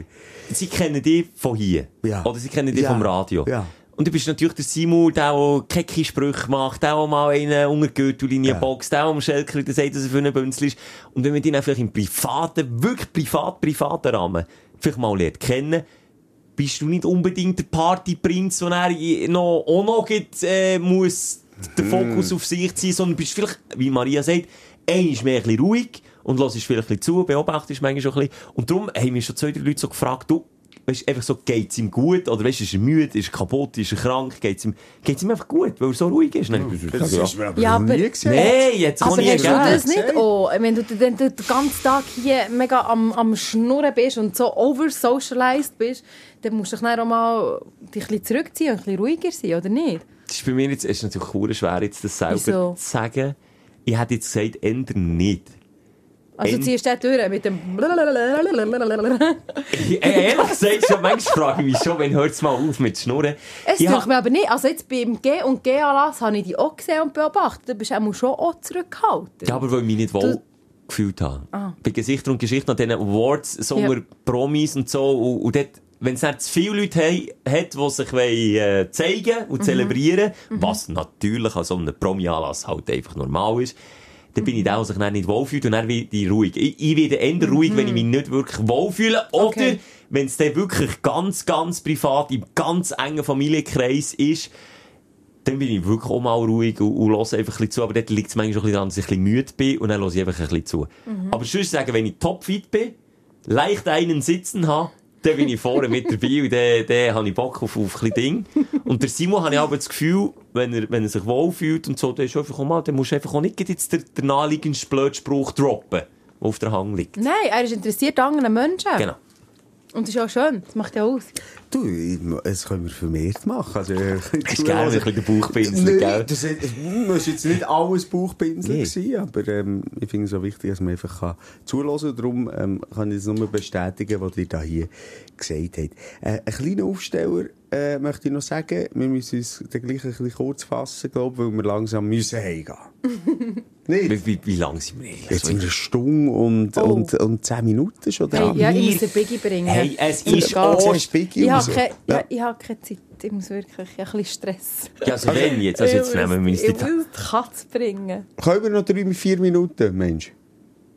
[SPEAKER 3] Sie kennen dich von hier.
[SPEAKER 5] Ja.
[SPEAKER 3] Oder sie kennen dich
[SPEAKER 5] Ja.
[SPEAKER 3] vom Radio.
[SPEAKER 5] Ja.
[SPEAKER 3] Und du bist natürlich der Simon, der auch kecke Sprüche macht, der auch mal einen unter die Gürtellinie
[SPEAKER 5] Ja.
[SPEAKER 3] boxt, der auch am Schelker wieder sagt, dass er für einen Bünzel ist. Und wenn man den auch vielleicht im privaten, wirklich privat, privaten Rahmen vielleicht mal lernt kennen, bist du nicht unbedingt der Partyprinz, der dann noch, auch noch gibt, äh, muss der Fokus auf sich ziehen, sondern bist vielleicht, wie Maria sagt, einmal mehr ein bisschen ruhig und hörst vielleicht ein bisschen zu, beobachtest manchmal schon ein bisschen. Und darum haben mich schon zwei, drei Leute so gefragt, du, weißt, einfach so, geht's ihm gut? Oder weißt, ist er müde, ist er kaputt, ist er krank, geht's ihm, geht's ihm einfach gut, weil er so ruhig ist? Nein,
[SPEAKER 5] Das ist mir aber
[SPEAKER 4] Ja,
[SPEAKER 5] noch
[SPEAKER 4] aber-
[SPEAKER 5] nie gesehen.
[SPEAKER 3] Nein, jetzt kann
[SPEAKER 4] Also
[SPEAKER 3] ich
[SPEAKER 4] hast du
[SPEAKER 5] gerne
[SPEAKER 4] das nicht
[SPEAKER 5] gesagt.
[SPEAKER 4] auch? Wenn du den, den den ganzen Tag hier mega am, am Schnurren bist und so oversocialized bist, dann musst du dich dann auch mal dich ein bisschen zurückziehen und ein bisschen ruhiger sein, oder nicht?
[SPEAKER 3] Das ist bei mir jetzt, es ist natürlich hure schwer, jetzt das selber
[SPEAKER 4] Wieso?
[SPEAKER 3] zu sagen. Ich hätte jetzt gesagt, änder nicht.
[SPEAKER 4] Also
[SPEAKER 3] Ähm.
[SPEAKER 4] du ziehst den durch mit dem...
[SPEAKER 3] Ey, ehrlich gesagt, schon manchmal frage ich mich schon, wenn hört es mal auf mit Schnurren.
[SPEAKER 4] Es
[SPEAKER 3] Ich
[SPEAKER 4] tut
[SPEAKER 3] hab-
[SPEAKER 4] mir aber nicht. Also jetzt beim G- und G-Anlass habe ich die auch gesehen und beobachtet. Du bist auch schon auch zurückgehalten.
[SPEAKER 3] ja, aber weil ich mich nicht wohl gefühlt habe. Bei Gesichter und Geschichten an diesen Awards, so
[SPEAKER 4] Ja.
[SPEAKER 3] unter Promis und so. Und, und dort, wenn es nicht zu viele Leute hei- hat, die sich wollen, äh, zeigen und zelebrieren, was natürlich an so einem Promi-Anlass halt einfach normal ist, dann bin ich da, der sich dann nicht wohlfühlt und dann werde ich ruhig. Ich, ich werde eher ruhig, wenn ich mich nicht wirklich wohlfühle. Oder
[SPEAKER 4] Okay.
[SPEAKER 3] wenn es dann wirklich ganz, ganz privat, im ganz engen Familienkreis ist, dann bin ich wirklich auch mal ruhig und, und höre einfach ein bisschen zu. Aber dort liegt es manchmal schon ein bisschen daran, dass ich ein bisschen müde bin und dann höre ich einfach ein bisschen zu. Aber sonst sagen, wenn ich topfit bin, leicht einen sitzen habe, dann bin ich vorne mit dabei und dann, dann habe ich Bock auf, auf ein bisschen Ding. Und der Simon habe ich aber das Gefühl, wenn er, wenn er sich wohlfühlt und so, dann ist einfach auch mal, dann musst du einfach auch nicht gerade jetzt den, den naheliegendsten Blödspruch droppen, der auf der Hang liegt.
[SPEAKER 4] Nein, er ist interessiert an anderen Menschen.
[SPEAKER 3] Genau.
[SPEAKER 4] Und das ist auch schön. Das macht ja aus.
[SPEAKER 5] Du, ich- es können wir vermehrt machen. Also,
[SPEAKER 3] Ist gerne ein bisschen der Bauchpinsel, gell?
[SPEAKER 5] Das hat- es muss jetzt nicht alles Bauchpinsel
[SPEAKER 3] Nee.
[SPEAKER 5] sein, aber ähm, ich finde es so wichtig, dass man einfach kann zuhören kann. Darum ähm, kann ich es nur bestätigen, was ihr da hier gesagt habt. Äh, ein kleiner Aufsteller äh, möchte ich noch sagen. Wir müssen uns dann gleich ein bisschen kurz fassen, glaube weil wir langsam müssen heimgehen müssen.
[SPEAKER 3] Wie, wie, wie lang sind wir eigentlich?
[SPEAKER 5] Jetzt sind wir eine Stunde und,
[SPEAKER 4] Oh.
[SPEAKER 5] und, und 10 Minuten schon
[SPEAKER 4] Hey,
[SPEAKER 5] dran.
[SPEAKER 4] ja, ich
[SPEAKER 3] mir-
[SPEAKER 4] muss den Biggie bringen.
[SPEAKER 3] Hey, es
[SPEAKER 4] Und
[SPEAKER 3] ist
[SPEAKER 4] gar-
[SPEAKER 5] Jetzt hast du Biggie
[SPEAKER 4] Ich habe
[SPEAKER 5] raus.
[SPEAKER 4] keine,
[SPEAKER 5] Ja.
[SPEAKER 4] ja, ich habe keine Zeit. Ich muss wirklich ich habe ein bisschen Stress.
[SPEAKER 3] Ja, also wenn jetzt, also jetzt
[SPEAKER 4] Ich muss-
[SPEAKER 3] nehmen wir uns die
[SPEAKER 4] Ich muss die Katze bringen.
[SPEAKER 5] Können wir noch 3-4 Minuten, Mensch?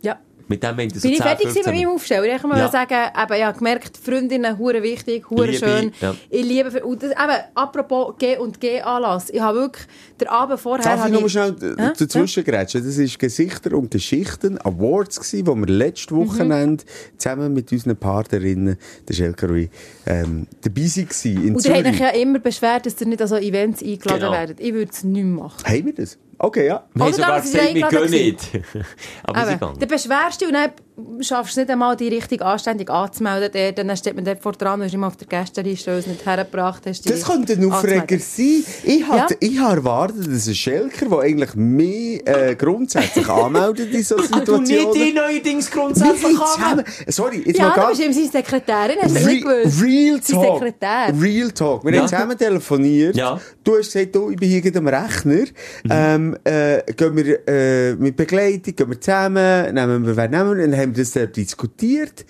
[SPEAKER 4] Ja.
[SPEAKER 3] Mit dem haben wir so
[SPEAKER 4] Bin
[SPEAKER 3] 10,
[SPEAKER 4] ich fertig gewesen
[SPEAKER 3] 15
[SPEAKER 4] mit meinem Aufstellen? Ich kann mal
[SPEAKER 3] Ja.
[SPEAKER 4] sagen, eben, ich habe gemerkt, Freundinnen, hure wichtig, hure
[SPEAKER 3] Liebe,
[SPEAKER 4] schön.
[SPEAKER 3] ja.
[SPEAKER 4] Ich liebe, Fre- und das, eben, apropos G und G Anlass. Ich habe wirklich, den Abend vorher
[SPEAKER 5] Darf
[SPEAKER 4] habe
[SPEAKER 5] ich noch mal schnell d-
[SPEAKER 3] äh,
[SPEAKER 4] Hä?
[SPEAKER 5] dazwischen grätschen? Das war Gesichter und Geschichten Awards, gewesen, wo wir letztes
[SPEAKER 4] Mhm.
[SPEAKER 5] Wochenende zusammen mit unseren Partnerinnen, der Schelker und ich, ähm, dabei waren in
[SPEAKER 4] Und ihr habt
[SPEAKER 5] Zürich.
[SPEAKER 4] euch ja immer beschwert, dass ihr nicht an so Events eingeladen
[SPEAKER 3] Genau.
[SPEAKER 4] werdet. Ich würde es nicht machen.
[SPEAKER 5] Haben wir das? Okay, ja.
[SPEAKER 3] Wir haben
[SPEAKER 4] Oder
[SPEAKER 3] sogar
[SPEAKER 4] damals sind
[SPEAKER 3] gesagt,
[SPEAKER 4] sie
[SPEAKER 3] wir gehen
[SPEAKER 4] eingeladen
[SPEAKER 3] nicht. Aber sie
[SPEAKER 4] Eben,
[SPEAKER 3] gehen.
[SPEAKER 4] dann beschwerst du dich und dann schaffst du es nicht einmal, die eh, richtig anständig anzumelden. Dort. Dann steht man dort vor dran und ist immer auf der Gästeliste, weil du es nicht hergebracht hast. die
[SPEAKER 5] Das könnte ein Aufreger
[SPEAKER 4] anzumelden.
[SPEAKER 5] sein. Ich hatte,
[SPEAKER 4] oh, Ja.
[SPEAKER 5] ich habe erwartet, dass ein Schelker, der eigentlich mehr äh, grundsätzlich anmeldet in
[SPEAKER 4] Ah,
[SPEAKER 5] solchen
[SPEAKER 3] Du nicht die
[SPEAKER 5] Situationen...
[SPEAKER 3] neuerdings
[SPEAKER 5] Wir
[SPEAKER 3] grundsätzlich
[SPEAKER 5] haben zusammen... Sorry, jetzt
[SPEAKER 4] Ja,
[SPEAKER 5] mal
[SPEAKER 4] du
[SPEAKER 5] ganz...
[SPEAKER 4] bist eben seine Sekretärin, hast du das nicht
[SPEAKER 5] Re
[SPEAKER 4] gewusst?
[SPEAKER 5] Real
[SPEAKER 4] Sein
[SPEAKER 5] Talk.
[SPEAKER 4] Sekretär.
[SPEAKER 5] Real Talk. Wir
[SPEAKER 3] Ja.
[SPEAKER 5] haben zusammen telefoniert.
[SPEAKER 3] Ja. Mhm.
[SPEAKER 5] Du hast gesagt, du, ich bin hier gerade am Rechner. Ähm, äh, gehen wir äh, mit Begleitung, gehen wir zusammen, nehmen wir, wer nehmen wir, und dann haben wir das dort diskutiert.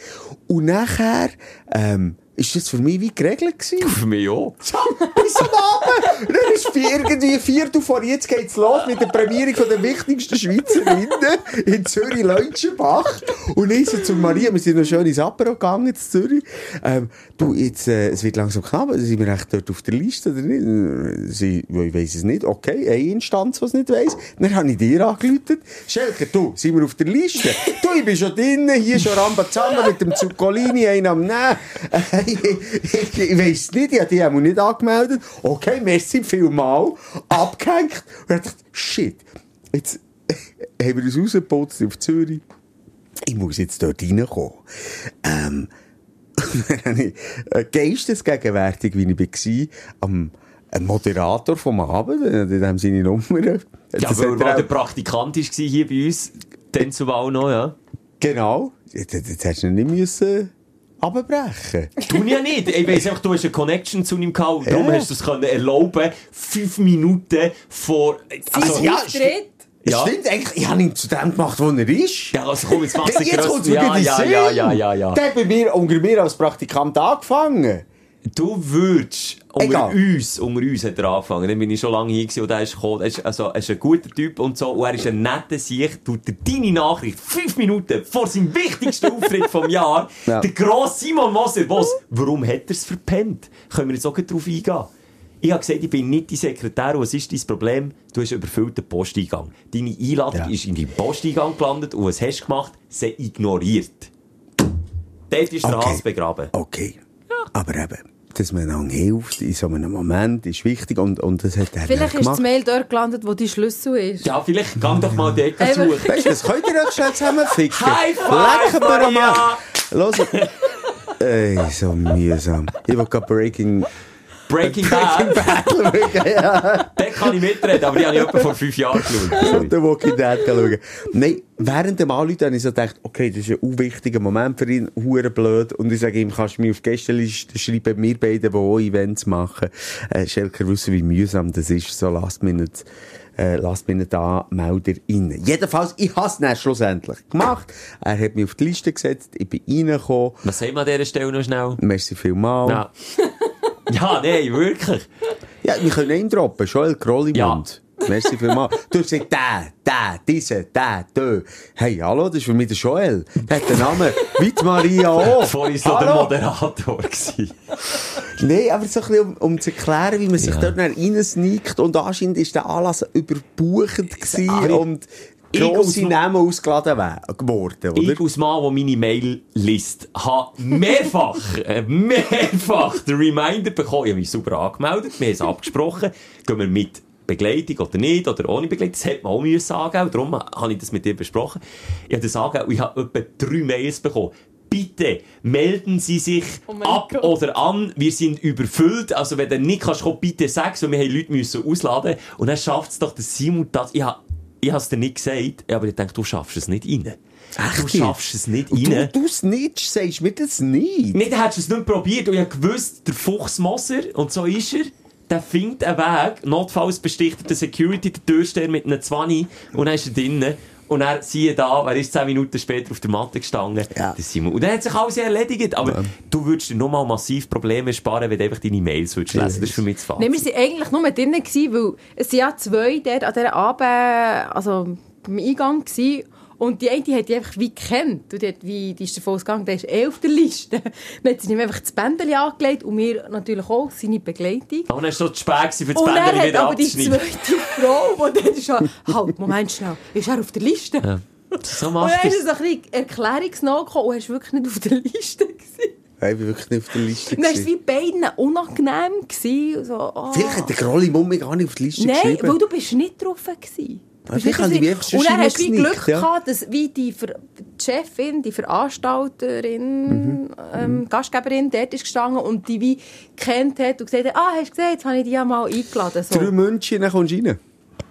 [SPEAKER 5] Und nachher, ähm, ist das für mich wie geregelt gewesen?
[SPEAKER 3] Für mich auch.
[SPEAKER 5] Bis am Abend! Und Dann ist vier, irgendwie vier vor, jetzt geht's los mit der Prämierung von der wichtigsten Schweizerinnen in Zürich-Leutschenbach. Und ich so zu Maria, wir sind noch schön ins Apero gegangen zu Zürich. Ähm, du, jetzt, äh, es wird langsam knapp, sind wir echt dort auf der Liste oder nicht? Äh, Sie, ja, ich weiss es nicht, okay, eine Instanz, die es nicht weiss. Dann habe ich dir angeläutet. Schelker, du, sind wir auf der Liste? du, ich bin schon drinnen, hier schon Rambazamba mit dem Zuccolini, einen am Nehmen. Äh, ich, ich, ich weiss es nicht, ich habe die auch nicht angemeldet. Okay, merci vielmal. Abgehängt. Und dann dachte ich, shit, jetzt haben wir uns rausgeputzt auf Zürich. Ich muss jetzt dort reinkommen. Ähm, dann habe ich äh, geistesgegenwärtig, wie ich war, am am Moderator vom Abend, äh, in dem seine Nummer. äh,
[SPEAKER 3] Ja,
[SPEAKER 5] Das
[SPEAKER 3] weil
[SPEAKER 5] hat
[SPEAKER 3] er
[SPEAKER 5] er
[SPEAKER 3] auch
[SPEAKER 5] auch-
[SPEAKER 3] der Praktikant war hier bei uns. Dann zur Wahl noch, ja.
[SPEAKER 5] Genau. Jetzt, jetzt- jetzt hast du ihn nicht müssen abbrechen.
[SPEAKER 3] Du ja nicht. Ich weiss einfach, du hast eine Connection zu ihm gehabt und darum
[SPEAKER 5] Ja.
[SPEAKER 3] hast du es können erlauben, fünf Minuten vor... Also,
[SPEAKER 4] Sein
[SPEAKER 5] ja,
[SPEAKER 4] Auftritt.
[SPEAKER 3] Ja.
[SPEAKER 5] Stimmt, eigentlich, ich habe ihn zu dem gemacht, wo er ist.
[SPEAKER 3] ja, also komm, jetzt machst
[SPEAKER 5] Hey,
[SPEAKER 3] du
[SPEAKER 5] Jetzt kommt es wirklich
[SPEAKER 3] ja,
[SPEAKER 5] in den
[SPEAKER 3] ja,
[SPEAKER 5] Sinn.
[SPEAKER 3] ja, ja, ja, ja.
[SPEAKER 5] Der hat bei mir, unter mir als Praktikant angefangen.
[SPEAKER 3] Du würdest unter
[SPEAKER 5] Egal.
[SPEAKER 3] uns, unter uns hat er angefangen. Dann bin ich schon lange hier gewesen und er ist gekommen. Er ist, also, er ist ein guter Typ und so. Und er ist ein netter Sieg. Tut er deine Nachricht fünf Minuten vor seinem wichtigsten Auftritt vom Jahr.
[SPEAKER 5] Ja.
[SPEAKER 3] Der grosse Simon Moser, was? Warum hat er es verpennt? Können wir jetzt auch gleich drauf eingehen? Ich habe gesagt, ich bin nicht die Sekretärin. Was ist dein Problem? Du hast überfüllt den Posteingang. Deine Einladung
[SPEAKER 5] Ja.
[SPEAKER 3] ist in den Posteingang gelandet und was hast du gemacht? Sie ignoriert. Dort ist der
[SPEAKER 5] Okay.
[SPEAKER 3] Hase begraben.
[SPEAKER 5] Okay. Aber eben, dass man einander hilft in so einem Moment, ist wichtig. Und, und das hat er
[SPEAKER 4] Vielleicht
[SPEAKER 5] dann
[SPEAKER 4] ist das
[SPEAKER 5] gemacht.
[SPEAKER 4] Mail dort gelandet, wo die Schlüssel ist.
[SPEAKER 3] Ja, vielleicht gang doch mal dort
[SPEAKER 4] Einfach-
[SPEAKER 3] suchen.
[SPEAKER 5] Weißt du, das könnt ihr euch schon zusammenficken.
[SPEAKER 3] High five,
[SPEAKER 5] Lecken wir am
[SPEAKER 3] Maria!
[SPEAKER 5] Arsch. Los. Ey, so mühsam. Ich will gerade Breaking
[SPEAKER 3] Breaking Bad, den kann ich mitreden, aber die habe ich etwa vor fünf Jahren geschaut.
[SPEAKER 5] The Walking Dead schauen. Nein, während dem Anrufen habe ich so gedacht, okay, das ist ein unwichtiger Moment für ihn, hure blöd. Und ich sage ihm, kannst du mich auf die Gästeliste schreiben, wir beide, die auch Events machen. Äh, Schelker wissen, wie mühsam das ist, so last minute, äh, last minute Anmelder innen. Jedenfalls, ich habe es dann schlussendlich gemacht. Er hat mich auf die Liste gesetzt, ich bin reingekommen.
[SPEAKER 3] Was sagt man an dieser Stelle noch schnell?
[SPEAKER 5] Merci vielmal. Ja.
[SPEAKER 3] Ja. nou. Ja, nein, wirklich.
[SPEAKER 5] ja, wir können ihn droppen, Joel Grollimund. Merci vielmal. Du hast gesagt, der, der, diese, der, der. Hey, hallo, das ist für mich der Joel. Der hat den Namen wie die Maria auch.
[SPEAKER 3] Vorhin war noch der
[SPEAKER 5] Hallo.
[SPEAKER 3] Moderator. gewesen.
[SPEAKER 5] Nein, aber so ein bisschen, um, um zu erklären, wie man sich
[SPEAKER 3] Ja.
[SPEAKER 5] dort dort reinsneakt. Und anscheinend war der Anlass überbuchend gewesen
[SPEAKER 3] Ah, ich-
[SPEAKER 5] und
[SPEAKER 3] ich als
[SPEAKER 5] grosse
[SPEAKER 3] Mann-
[SPEAKER 5] Namen ausgeladen we- worden, oder?
[SPEAKER 3] Ich als Mann, der meine Mail liest, habe mehrfach, äh, mehrfach den Reminder bekommen. Ich habe mich super angemeldet, wir haben es abgesprochen. Gehen wir mit Begleitung oder nicht, oder ohne Begleitung. Das hätte man auch müssen angeben. Darum habe ich das mit dir besprochen. Ich habe das angegeben und ich habe etwa drei Mails bekommen. Bitte melden Sie sich
[SPEAKER 4] Oh mein
[SPEAKER 3] ab
[SPEAKER 4] Gott.
[SPEAKER 3] oder an. Wir sind überfüllt. Also wenn du nicht kannst, kommen, bitte sag's. Und wir haben Leute müssen ausladen. Und dann schafft es doch der Simon das. Ich habe ich habe es dir nicht gesagt, aber ich denke, du schaffst es nicht rein. Du
[SPEAKER 5] jetzt?
[SPEAKER 3] schaffst es nicht
[SPEAKER 5] Und
[SPEAKER 3] rein.
[SPEAKER 5] Du, du snitch, sagst mir das nicht.
[SPEAKER 3] Nicht, dann hättest du es nicht probiert und ich habe gewusst, der Fuchs Moser, und so ist er, der findet einen Weg, notfalls besticht er den Security, den Türsteher mit einem 20 und dann ist er drinnen. Und er, siehe da, er ist 10 Minuten später auf der Matte gestanden.
[SPEAKER 5] Ja.
[SPEAKER 3] Der Simon. Und dann hat sich alles erledigt. Aber du würdest dir nochmal massiv Probleme sparen, wenn du einfach deine Mails würdest lesen Das ist für mich das
[SPEAKER 4] Nein, wir
[SPEAKER 3] Fazit.
[SPEAKER 4] waren eigentlich nur drinnen, gewesen, weil es sind ja zwei dort an dieser Abend, also beim Eingang gewesen. Und die eine die hat die einfach wie gekannt. Und die, hat wie, die ist davon ausgegangen, der ist eh auf der Liste. Dann hat sie ihm einfach das Bändchen angelegt und mir natürlich auch seine Begleitung.
[SPEAKER 3] Aber dann ist so zu spät gewesen, für das
[SPEAKER 4] Und er
[SPEAKER 3] Bändchen
[SPEAKER 4] hat
[SPEAKER 3] wieder
[SPEAKER 4] aber die
[SPEAKER 3] abzuschneiden.
[SPEAKER 4] zweite Frau, die dann schon, halt, Moment schnell, ist er auf der Liste?
[SPEAKER 3] So
[SPEAKER 4] Und
[SPEAKER 3] macht
[SPEAKER 4] dann
[SPEAKER 3] er
[SPEAKER 4] ist es ein bisschen erklärungsnah gekommen und er war wirklich nicht auf der Liste. gewesen.
[SPEAKER 5] Ich bin wirklich nicht auf der Liste.
[SPEAKER 4] Dann war es
[SPEAKER 5] gewesen.
[SPEAKER 4] wie beiden unangenehm. Gewesen, so, oh.
[SPEAKER 5] Vielleicht hat der Grolli Mummi gar nicht auf der Liste
[SPEAKER 4] Nein,
[SPEAKER 5] geschrieben.
[SPEAKER 4] weil du bist nicht drauf gewesen.
[SPEAKER 5] Ja, vielleicht habe ich mich einfach
[SPEAKER 4] und
[SPEAKER 5] sonst
[SPEAKER 4] dann hast du wie
[SPEAKER 5] hineingesneakt,
[SPEAKER 4] Glück
[SPEAKER 5] ja.
[SPEAKER 4] gehabt, dass wie die, Ver die Chefin, die Veranstalterin,
[SPEAKER 5] Mhm.
[SPEAKER 4] ähm, Gastgeberin dort ist gestanden und die wie kennt hat und gesagt hat, ah, hast du gesehen, jetzt habe ich die ja mal eingeladen. So.
[SPEAKER 5] Drei München, dann kommst du rein.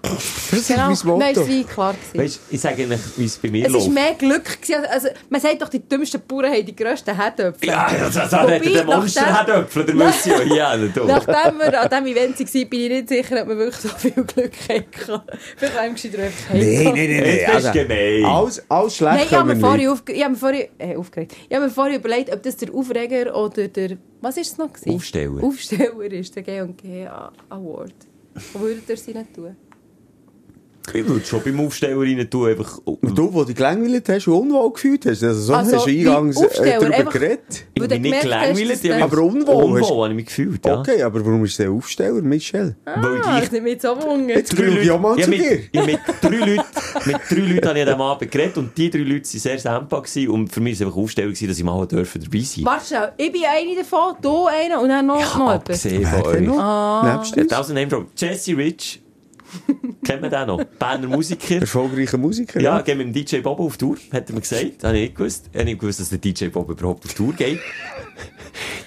[SPEAKER 5] Das ist
[SPEAKER 4] Genau.
[SPEAKER 5] mein
[SPEAKER 4] Nein,
[SPEAKER 5] Motto.
[SPEAKER 4] es war klar. Gewesen.
[SPEAKER 3] Weißt du, ich sage euch, wie es bei mir
[SPEAKER 4] es war
[SPEAKER 3] läuft.
[SPEAKER 4] mehr Glück. Gewesen. Also, man sagt doch, die dümmsten Bauern haben die grössten Herdöpfel.
[SPEAKER 3] Ja, also, ja, das hat
[SPEAKER 4] Wobei,
[SPEAKER 3] er den Monster
[SPEAKER 4] nachdem-
[SPEAKER 3] herdöpfeln, der müsste ja hier hin, du.
[SPEAKER 4] Nachdem wir an diesem Event waren, bin ich nicht sicher, ob wir wirklich so viel Glück hatten. Vielleicht haben wir gescheiter einfach
[SPEAKER 5] Nein,
[SPEAKER 4] heimgekommen.
[SPEAKER 5] nein, nein.
[SPEAKER 3] Jetzt
[SPEAKER 5] nein.
[SPEAKER 3] bist du gemein.
[SPEAKER 5] Alles, alles schlecht
[SPEAKER 4] Nein, ich habe mir
[SPEAKER 5] können wir nicht.
[SPEAKER 4] vorher, aufge ich habe mir vorher äh, aufgeregt. Ich habe mir vorher überlegt, ob das der Aufreger oder der... Was ist es noch? Gewesen?
[SPEAKER 3] Aufsteller.
[SPEAKER 4] Aufsteller ist der G&G A- Award. Wo würde er sie nicht tun?
[SPEAKER 3] Ich würde schon beim Aufsteller rein tun, einfach...
[SPEAKER 5] Und du, wo dich gelangweilt hast und unwohl gefühlt hast, also so
[SPEAKER 4] Also,
[SPEAKER 5] hast du
[SPEAKER 4] wie
[SPEAKER 5] eingangs äh,
[SPEAKER 4] Aufsteller,
[SPEAKER 5] darüber
[SPEAKER 4] einfach-
[SPEAKER 5] geredet.
[SPEAKER 3] Ich
[SPEAKER 4] Weil
[SPEAKER 3] bin
[SPEAKER 4] du
[SPEAKER 3] nicht
[SPEAKER 4] gemerkt hast, dass
[SPEAKER 3] gelangweilt, ich
[SPEAKER 4] der-
[SPEAKER 3] habe mich-
[SPEAKER 5] Aber unwohl hast-
[SPEAKER 3] Unwohl habe ich mich gefühlt, ja.
[SPEAKER 5] Okay, aber warum ist der Aufsteller, Michel?
[SPEAKER 3] Weil
[SPEAKER 4] Ah,
[SPEAKER 3] ich
[SPEAKER 4] das nimmt mich jetzt auch Hunger.
[SPEAKER 5] Jetzt grübe ich auch mal
[SPEAKER 3] ja,
[SPEAKER 5] zu
[SPEAKER 3] mit,
[SPEAKER 5] dir.
[SPEAKER 3] ja, mit drei Leuten, mit drei Leuten habe ich an diesem Abend geredet und die drei Leute waren sehr sempah gewesen und für mich war es einfach Aufstellung, gewesen, dass ich mal halt dürfen dabei sein
[SPEAKER 4] Warte schnell, ich bin eine davon, du einer und dann noch, noch jemand.
[SPEAKER 3] Abgesehen von
[SPEAKER 5] Wer denn
[SPEAKER 3] euch.
[SPEAKER 5] noch? Nebst
[SPEAKER 3] Der
[SPEAKER 5] uns?
[SPEAKER 3] Tausend Name Drop. Jesse Rich. Kennen wir den noch? Berner Musiker.
[SPEAKER 5] Erfolgreicher Musiker.
[SPEAKER 3] Ja, gehen mit dem DJ Bob auf Tour, hat er mir gesagt. Habe ich nicht gewusst. Habe ich nicht gewusst, dass der DJ Bob überhaupt auf Tour geht.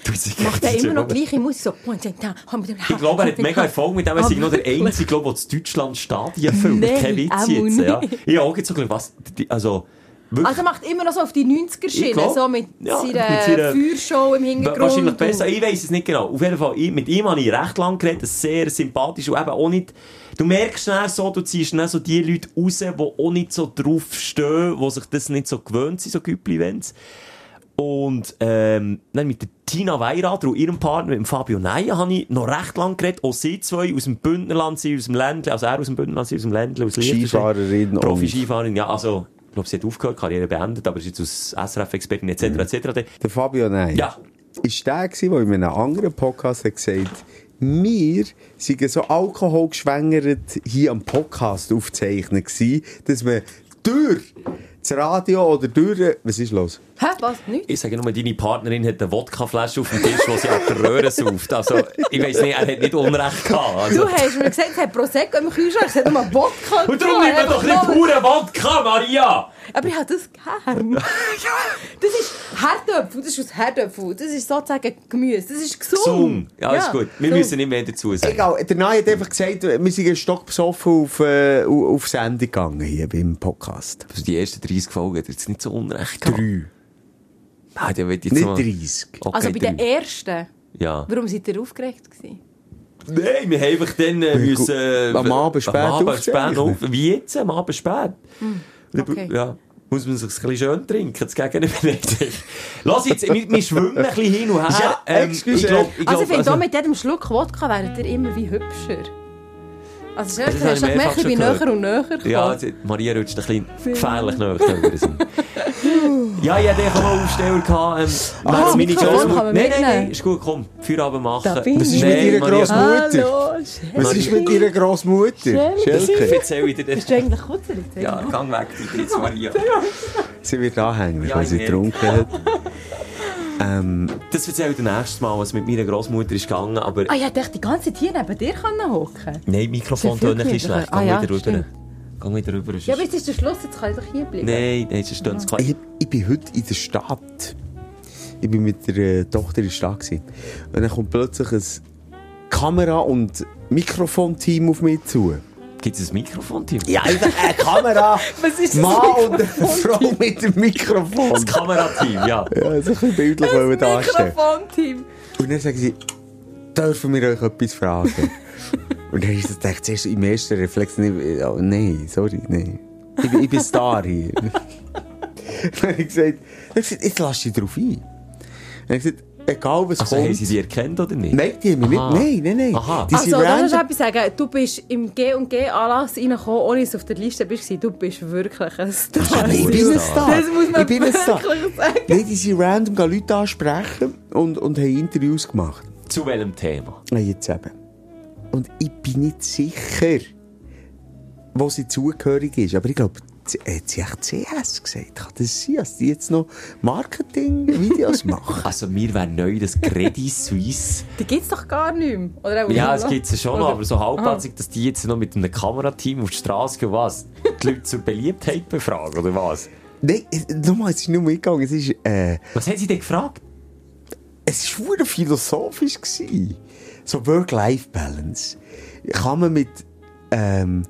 [SPEAKER 3] Du, sie-
[SPEAKER 4] Macht er
[SPEAKER 3] DJ
[SPEAKER 4] immer noch
[SPEAKER 3] Bob.
[SPEAKER 4] gleiche Musik? So, one, two, three, hau mit dem
[SPEAKER 3] Ich glaube, er hat mega Erfolg mit dem. Er
[SPEAKER 4] Ah,
[SPEAKER 3] ist noch der
[SPEAKER 4] wirklich?
[SPEAKER 3] Einzige, glaube ich, der in Deutschland Stadien füllt.
[SPEAKER 4] Nein,
[SPEAKER 3] Kein Witz
[SPEAKER 4] auch
[SPEAKER 3] jetzt. Ja.
[SPEAKER 4] nicht.
[SPEAKER 3] Ich habe auch jetzt so ein bisschen was... die- Also, wirklich...
[SPEAKER 4] Also er Ah, macht immer noch so auf die 90er
[SPEAKER 3] Ich
[SPEAKER 4] Schiene,
[SPEAKER 3] glaub,
[SPEAKER 4] so mit
[SPEAKER 3] ja,
[SPEAKER 4] seiner,
[SPEAKER 3] mit seiner-
[SPEAKER 4] Feuershow im Hintergrund.
[SPEAKER 3] Wahrscheinlich
[SPEAKER 4] und-
[SPEAKER 3] besser. Ich weiß es nicht genau. Auf jeden Fall, ich, mit ihm habe ich recht lang geredet. Ein Sehr sympathisch und eben auch nicht... Du merkst schnell so, du ziehst schnell so die Leute raus, die auch nicht so drauf stehen, die sich das nicht so gewöhnt sind, so Güppli-Events. Und ähm, dann mit der Tina Weirater und ihrem Partner, mit dem Fabio Neia, habe ich noch recht lang geredet. Auch sie zwei aus dem Bündnerland, sie aus dem Ländle, also er aus dem Bündnerland, sie aus dem Ländle, aus Liechtenstein.
[SPEAKER 5] Skifahrerin und-
[SPEAKER 3] Profi-Skifahrerin, ja, also... Ich glaube, sie hat aufgehört, Karriere beendet, aber ist jetzt aus SRF-Expertin etc. etc.
[SPEAKER 5] Der Fabio Nein.
[SPEAKER 3] Ja.
[SPEAKER 5] Ist der gewesen, der in einem anderen Podcast hat gesagt wir waren so alkoholgeschwängert hier am Podcast aufzeichnen, gewesen, dass wir durch das Radio oder durch... Was ist los?
[SPEAKER 4] Hä, was? Nichts?
[SPEAKER 3] Ich sage nur, deine Partnerin hat eine Wodkaflasche auf dem Tisch, die sie ab der Röhre sauft. Also, ich weiss nicht, er hat nicht Unrecht gehabt.
[SPEAKER 4] Du
[SPEAKER 3] Also.
[SPEAKER 4] hast mir gesagt, es hat Prosecco im Kühlschrank, es hat nur Wodka.
[SPEAKER 3] Und darum nehmen wir doch nicht pure Wodka, Maria!
[SPEAKER 4] Aber ich habe das gern. Das ist Herdöpfel, das ist aus Herdöpfel. Das ist sozusagen Gemüse, das ist gesund.
[SPEAKER 3] Gesund. Ja, ist gut. Wir
[SPEAKER 4] gesund.
[SPEAKER 3] müssen nicht mehr dazu sagen.
[SPEAKER 5] Egal, der Nein hat einfach gesagt, wir sind stockbesoffen auf, äh, auf Sendung gegangen hier beim Podcast.
[SPEAKER 3] Also die ersten 30 Folgen hat er jetzt nicht so Unrecht gehabt.
[SPEAKER 5] Drei.
[SPEAKER 3] Nein, dann will ich jetzt
[SPEAKER 5] Nicht
[SPEAKER 3] mal-
[SPEAKER 5] 30.
[SPEAKER 3] Okay,
[SPEAKER 4] Also bei den
[SPEAKER 3] drei.
[SPEAKER 4] ersten,
[SPEAKER 3] Ja.
[SPEAKER 4] warum seid ihr aufgeregt gewesen?
[SPEAKER 3] Nein, wir haben einfach dann äh, müssen... Äh,
[SPEAKER 5] Am Abend spät
[SPEAKER 3] Am Abend spät
[SPEAKER 5] aufzeichnen.
[SPEAKER 3] auf. Wie jetzt? Am Abend spät?
[SPEAKER 4] Hm, okay.
[SPEAKER 3] Ja. Muss man sich ein bisschen schön trinken, das Gegenüber nicht. Lass jetzt, wir, wir schwimmen ein bisschen hin und her. Ähm,
[SPEAKER 5] Ja, excuse.
[SPEAKER 3] ich glaub, ich
[SPEAKER 4] also
[SPEAKER 3] glaub,
[SPEAKER 4] ich finde auch mit jedem Schluck Wodka werdet ihr immer wie hübscher. Also
[SPEAKER 3] Das
[SPEAKER 4] schnell,
[SPEAKER 3] habe
[SPEAKER 4] hast
[SPEAKER 3] ich
[SPEAKER 4] du
[SPEAKER 3] mehrfach
[SPEAKER 4] gemerkt, ich bin
[SPEAKER 3] schon gehört.
[SPEAKER 4] näher und näher gekommen.
[SPEAKER 3] Ja, jetzt- Maria rutscht ein bisschen gefährlich näher drüber sein. ja, ich hatte auch mal einen Aufsteller. Gehabt, ähm,
[SPEAKER 4] Ah,
[SPEAKER 3] meine
[SPEAKER 4] Mikrofon
[SPEAKER 3] Großmutter-
[SPEAKER 4] kann man
[SPEAKER 3] Nein, nein,
[SPEAKER 4] mitnehmen.
[SPEAKER 3] nein, ist gut, komm, Feierabend machen.
[SPEAKER 4] Da bin
[SPEAKER 5] Was
[SPEAKER 4] ich.
[SPEAKER 5] ist mit
[SPEAKER 3] Nein,
[SPEAKER 5] ihrer
[SPEAKER 3] Maria.
[SPEAKER 5] Grossmutter?
[SPEAKER 4] Hallo, Chef.
[SPEAKER 5] Was ist mit ihrer Grossmutter?
[SPEAKER 3] Das
[SPEAKER 4] Ah.
[SPEAKER 5] Schelke.
[SPEAKER 3] erzähle ich dir dann.
[SPEAKER 4] Bist du eigentlich kutzelig?
[SPEAKER 3] Ja, gang weg, die Kids, Maria.
[SPEAKER 5] Sie wird anhänglich,
[SPEAKER 3] Ja,
[SPEAKER 5] weil
[SPEAKER 3] ich
[SPEAKER 5] sie
[SPEAKER 3] merke.
[SPEAKER 5] getrunken hat.
[SPEAKER 3] Das erzähle ich dir nächstes Mal, was mit meiner Großmutter ist gegangen, aber...
[SPEAKER 4] Ah, ich dachte, die ganze Zeit hier neben dir können hocken.
[SPEAKER 3] Nein, Mikrofon tönt ein bisschen
[SPEAKER 4] Ah,
[SPEAKER 3] schlecht. Gang
[SPEAKER 4] ja,
[SPEAKER 3] wieder rüber.
[SPEAKER 4] stimmt.
[SPEAKER 3] Gang wieder rüber. sonst-
[SPEAKER 4] Ja, aber jetzt ist der Schluss, jetzt kann ich doch hier bleiben.
[SPEAKER 3] Nein, nein, sonst tönt es
[SPEAKER 5] Ich, ich bin heute in der Stadt. Ich bin mit der äh, Tochter in der Stadt. Gewesen. Und dann kommt plötzlich ein Kamera- und Mikrofonteam auf mich zu.
[SPEAKER 3] Gibt es ein Mikrofon-Team?
[SPEAKER 5] Ja, einfach eine Kamera,
[SPEAKER 4] Was ist das
[SPEAKER 5] Mann und eine Frau mit dem Mikrofon.
[SPEAKER 3] Das Kamerateam, ja.
[SPEAKER 5] Ja, so ein bisschen bildlich wollen wir
[SPEAKER 4] Das
[SPEAKER 5] darstellen.
[SPEAKER 4] Mikrofonteam.
[SPEAKER 5] Und dann sagen sie, dürfen wir euch etwas fragen? und dann ist das gedacht, zuerst im ersten Reflex, nicht, oh, nein, sorry, nein. Ich, bin- ich bin Star hier. dann habe ich gesagt, dann gesagt, jetzt lass dich drauf ein. Dann habe ich gesagt, egal was
[SPEAKER 3] Also haben
[SPEAKER 5] kommt.
[SPEAKER 3] sie die erkannt oder nicht?
[SPEAKER 5] Nein, die haben mich
[SPEAKER 3] Aha.
[SPEAKER 5] nicht, nein, nein, nein.
[SPEAKER 3] Aha.
[SPEAKER 5] Die sind
[SPEAKER 4] Also, da muss ich
[SPEAKER 5] random.
[SPEAKER 4] etwas sagen. Du bist im G&G-Anlass reingekommen, ohne dass du auf der Liste bist. Du bist wirklich ein Star.
[SPEAKER 5] Ich bin ein Star.
[SPEAKER 4] Das muss man
[SPEAKER 5] ich bin ein Star.
[SPEAKER 4] wirklich sagen.
[SPEAKER 5] Nein, die sind random gehen Leute ansprechen und, und haben Interviews gemacht.
[SPEAKER 3] Zu welchem Thema?
[SPEAKER 5] Ah, Jetzt eben. Und ich bin nicht sicher, wo sie zugehörig ist. Aber ich glaube, hat sie echt CS gesagt? Kann das sein, dass die jetzt noch Marketing-Videos machen?
[SPEAKER 3] Also, mir wäre neu das Credit Suisse.
[SPEAKER 4] Die gibt es doch gar nicht mehr. Oder Ah. auch
[SPEAKER 3] Ja,
[SPEAKER 4] noch?
[SPEAKER 3] es gibt es schon noch, aber so halbherzig, dass die jetzt noch mit einem Kamerateam auf die Straße gehen, was? Die Leute zur Beliebtheit befragen, oder was?
[SPEAKER 5] Nein, äh, nochmal, es ist nur mitgegangen. Es ist, äh,
[SPEAKER 3] Was haben sie denn gefragt?
[SPEAKER 5] es war verdammt philosophisch. Gewesen. So Work-Life-Balance. Kann man mit ähm,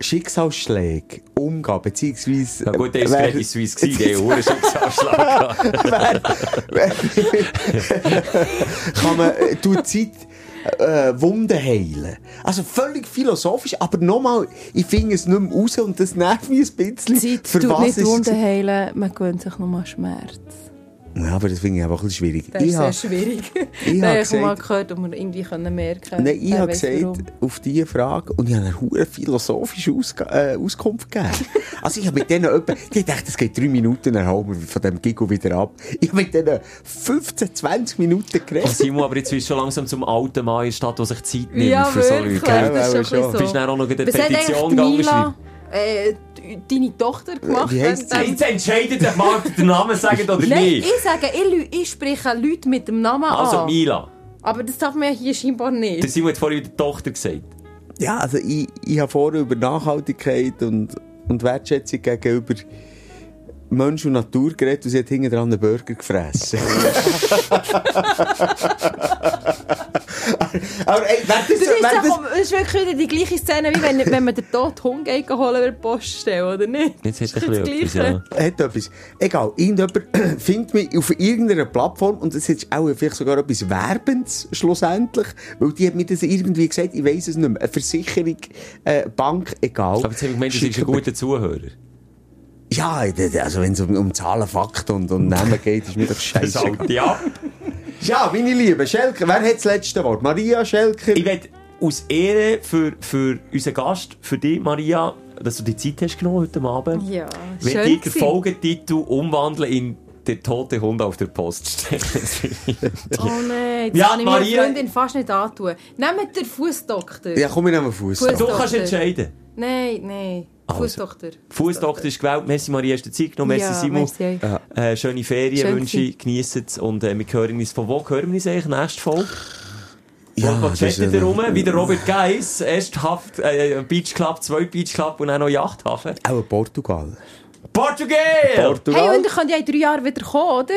[SPEAKER 5] Schicksalsschlägen umgehen, beziehungsweise... äh,
[SPEAKER 3] Na gut, der ist
[SPEAKER 5] Wer-
[SPEAKER 3] Credit Suisse gewesen, der hat einen Schicksalsschlag. gehabt.
[SPEAKER 5] kann man äh, durch die Zeit äh, Wunden heilen. Also völlig philosophisch, aber nochmal, ich finde es nicht mehr raus und das nervt mich ein
[SPEAKER 4] Zeit
[SPEAKER 5] bisschen.
[SPEAKER 4] tut nicht
[SPEAKER 5] ist-
[SPEAKER 4] Wunden heilen, man gewöhnt sich nur mal Schmerz.
[SPEAKER 5] Ja, aber das finde ich einfach ein bisschen schwierig.
[SPEAKER 4] Das ist
[SPEAKER 5] Ich
[SPEAKER 4] sehr
[SPEAKER 5] habe
[SPEAKER 4] schwierig.
[SPEAKER 5] ich
[SPEAKER 4] Ich
[SPEAKER 5] habe
[SPEAKER 4] habe ich mal
[SPEAKER 5] gesagt-
[SPEAKER 4] gehört, ob wir irgendwie können merken können.
[SPEAKER 5] Nein, ich habe gesagt, auf diese Frage, und ich habe eine hure philosophische Ausg äh, Auskunft gegeben. also ich habe mit denen etwa, die dachten, es geht drei Minuten, dann hauen wir von dem Giggle wieder ab. Ich habe mit denen 15, 20 Minuten
[SPEAKER 3] Oh,
[SPEAKER 5] geredet.
[SPEAKER 3] Simon, aber jetzt wirst du schon langsam zum alten Mann in der Stadt, der sich Zeit nimmt
[SPEAKER 4] ja,
[SPEAKER 3] für so Leute.
[SPEAKER 4] wirklich,
[SPEAKER 3] gell?
[SPEAKER 4] das ist schon ein bisschen
[SPEAKER 5] Du
[SPEAKER 4] so.
[SPEAKER 3] bist dann auch noch in der
[SPEAKER 4] Was hat eigentlich
[SPEAKER 3] Petition
[SPEAKER 4] die
[SPEAKER 3] gegangen,
[SPEAKER 4] Mila, äh, d- deine Tochter gemacht?
[SPEAKER 5] Wie heisst
[SPEAKER 4] wenn-
[SPEAKER 3] Jetzt entscheidet der Markt den Namen sagen oder
[SPEAKER 4] Nein,
[SPEAKER 3] nicht.
[SPEAKER 4] ich Ah. sage, ich, lü- ich spreche Leute mit dem Namen
[SPEAKER 3] Also
[SPEAKER 4] an.
[SPEAKER 3] Mila,
[SPEAKER 4] Aber das darf man ja hier scheinbar
[SPEAKER 3] der
[SPEAKER 4] nicht.
[SPEAKER 3] Simon hat vorhin wieder Tochter gesagt.
[SPEAKER 5] Ja, also ich, ich habe vorher über Nachhaltigkeit und, und Wertschätzung gegenüber Mensch und Natur geredet und sie hat hinten dran einen Burger gefressen. Aber ey, wer das,
[SPEAKER 4] Das ist,
[SPEAKER 5] wer
[SPEAKER 4] doch,
[SPEAKER 5] das,
[SPEAKER 4] das ist wirklich wieder dus die gleiche Szene, wie wenn, wenn man den toten Hund geht holen an der Poststelle, oder nicht?
[SPEAKER 3] Jetzt hat
[SPEAKER 4] Das
[SPEAKER 3] er
[SPEAKER 4] ist
[SPEAKER 3] ein
[SPEAKER 4] das
[SPEAKER 3] bisschen etwas,
[SPEAKER 4] Gleiche.
[SPEAKER 3] ja.
[SPEAKER 5] hat etwas. Egal, irgendjemand findet mich auf irgendeiner Plattform und es ist auch vielleicht sogar etwas Werbendes schlussendlich, weil die hat mir das irgendwie gesagt, ich weiß es nicht mehr. Eine Versicherung, äh, Bank, egal.
[SPEAKER 3] Aber jetzt habe ich gemeint, du
[SPEAKER 5] Schickt
[SPEAKER 3] bist ein
[SPEAKER 5] mir-
[SPEAKER 3] guter Zuhörer.
[SPEAKER 5] Ja, also wenn es um, um Zahlen, Fakten und um Namen geht, ist mir doch
[SPEAKER 3] Das
[SPEAKER 5] scheiße.
[SPEAKER 3] alte ab.
[SPEAKER 5] Ja, meine Lieben, Schelker, wer hat das letzte Wort? Maria Schelker?
[SPEAKER 3] Ich will aus Ehre für, für unseren Gast, für dich, Maria, dass du die Zeit hast genommen heute Abend.
[SPEAKER 4] Ja,
[SPEAKER 3] Wenn
[SPEAKER 4] schön
[SPEAKER 3] ich den
[SPEAKER 4] gewesen.
[SPEAKER 3] Folgetitel umwandeln in «Der tote Hund auf der Poststelle».
[SPEAKER 4] Oh nein, das
[SPEAKER 3] dus, Ja,
[SPEAKER 4] kann ich meiner
[SPEAKER 3] Maria-
[SPEAKER 4] Freundin fast nicht antun. Nehmt den Fußdoktor.
[SPEAKER 5] Ja, komm, ich nehme Fuß.
[SPEAKER 3] du
[SPEAKER 4] Gut.
[SPEAKER 3] kannst
[SPEAKER 4] Doktor.
[SPEAKER 3] entscheiden.
[SPEAKER 4] Nein, nein.
[SPEAKER 3] Also.
[SPEAKER 4] Fußdoktor.
[SPEAKER 3] Fußdoktor ist gewählt. Merci Maria, hast du dir Zeit genommen. Merci
[SPEAKER 4] Ja,
[SPEAKER 3] Simon.
[SPEAKER 4] merci euch.
[SPEAKER 3] Ja. Äh, schöne Ferien
[SPEAKER 4] Schön
[SPEAKER 3] wünsche ich. Geniessen es. Und äh, wir hören uns. Von wo hören wir uns eigentlich? Nächste Folge? Ja, was chattet ihr rum? Wie der Robert Geiss. Erst Haft, äh, Beach Club, zweit Beach Club und dann noch Yachthafen.
[SPEAKER 5] Auch Portugal.
[SPEAKER 3] Portugal!
[SPEAKER 5] Portugal?
[SPEAKER 4] Hey, und ihr könnt ja in drei Jahren wieder kommen, oder?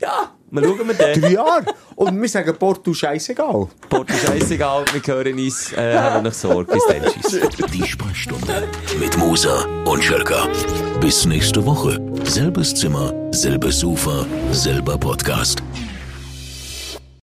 [SPEAKER 3] ja, wir schauen wir den.
[SPEAKER 5] Drei Jahre. Und wir sagen Porto scheißegal.
[SPEAKER 3] Porto scheißegal. Wir hören uns. Äh, haben wir noch Sorge. Bis dann. Tschüss.
[SPEAKER 2] Die Sprechstunde mit Musa und Schelker. Bis nächste Woche. Selbes Zimmer, selbes Sofa, selber Podcast.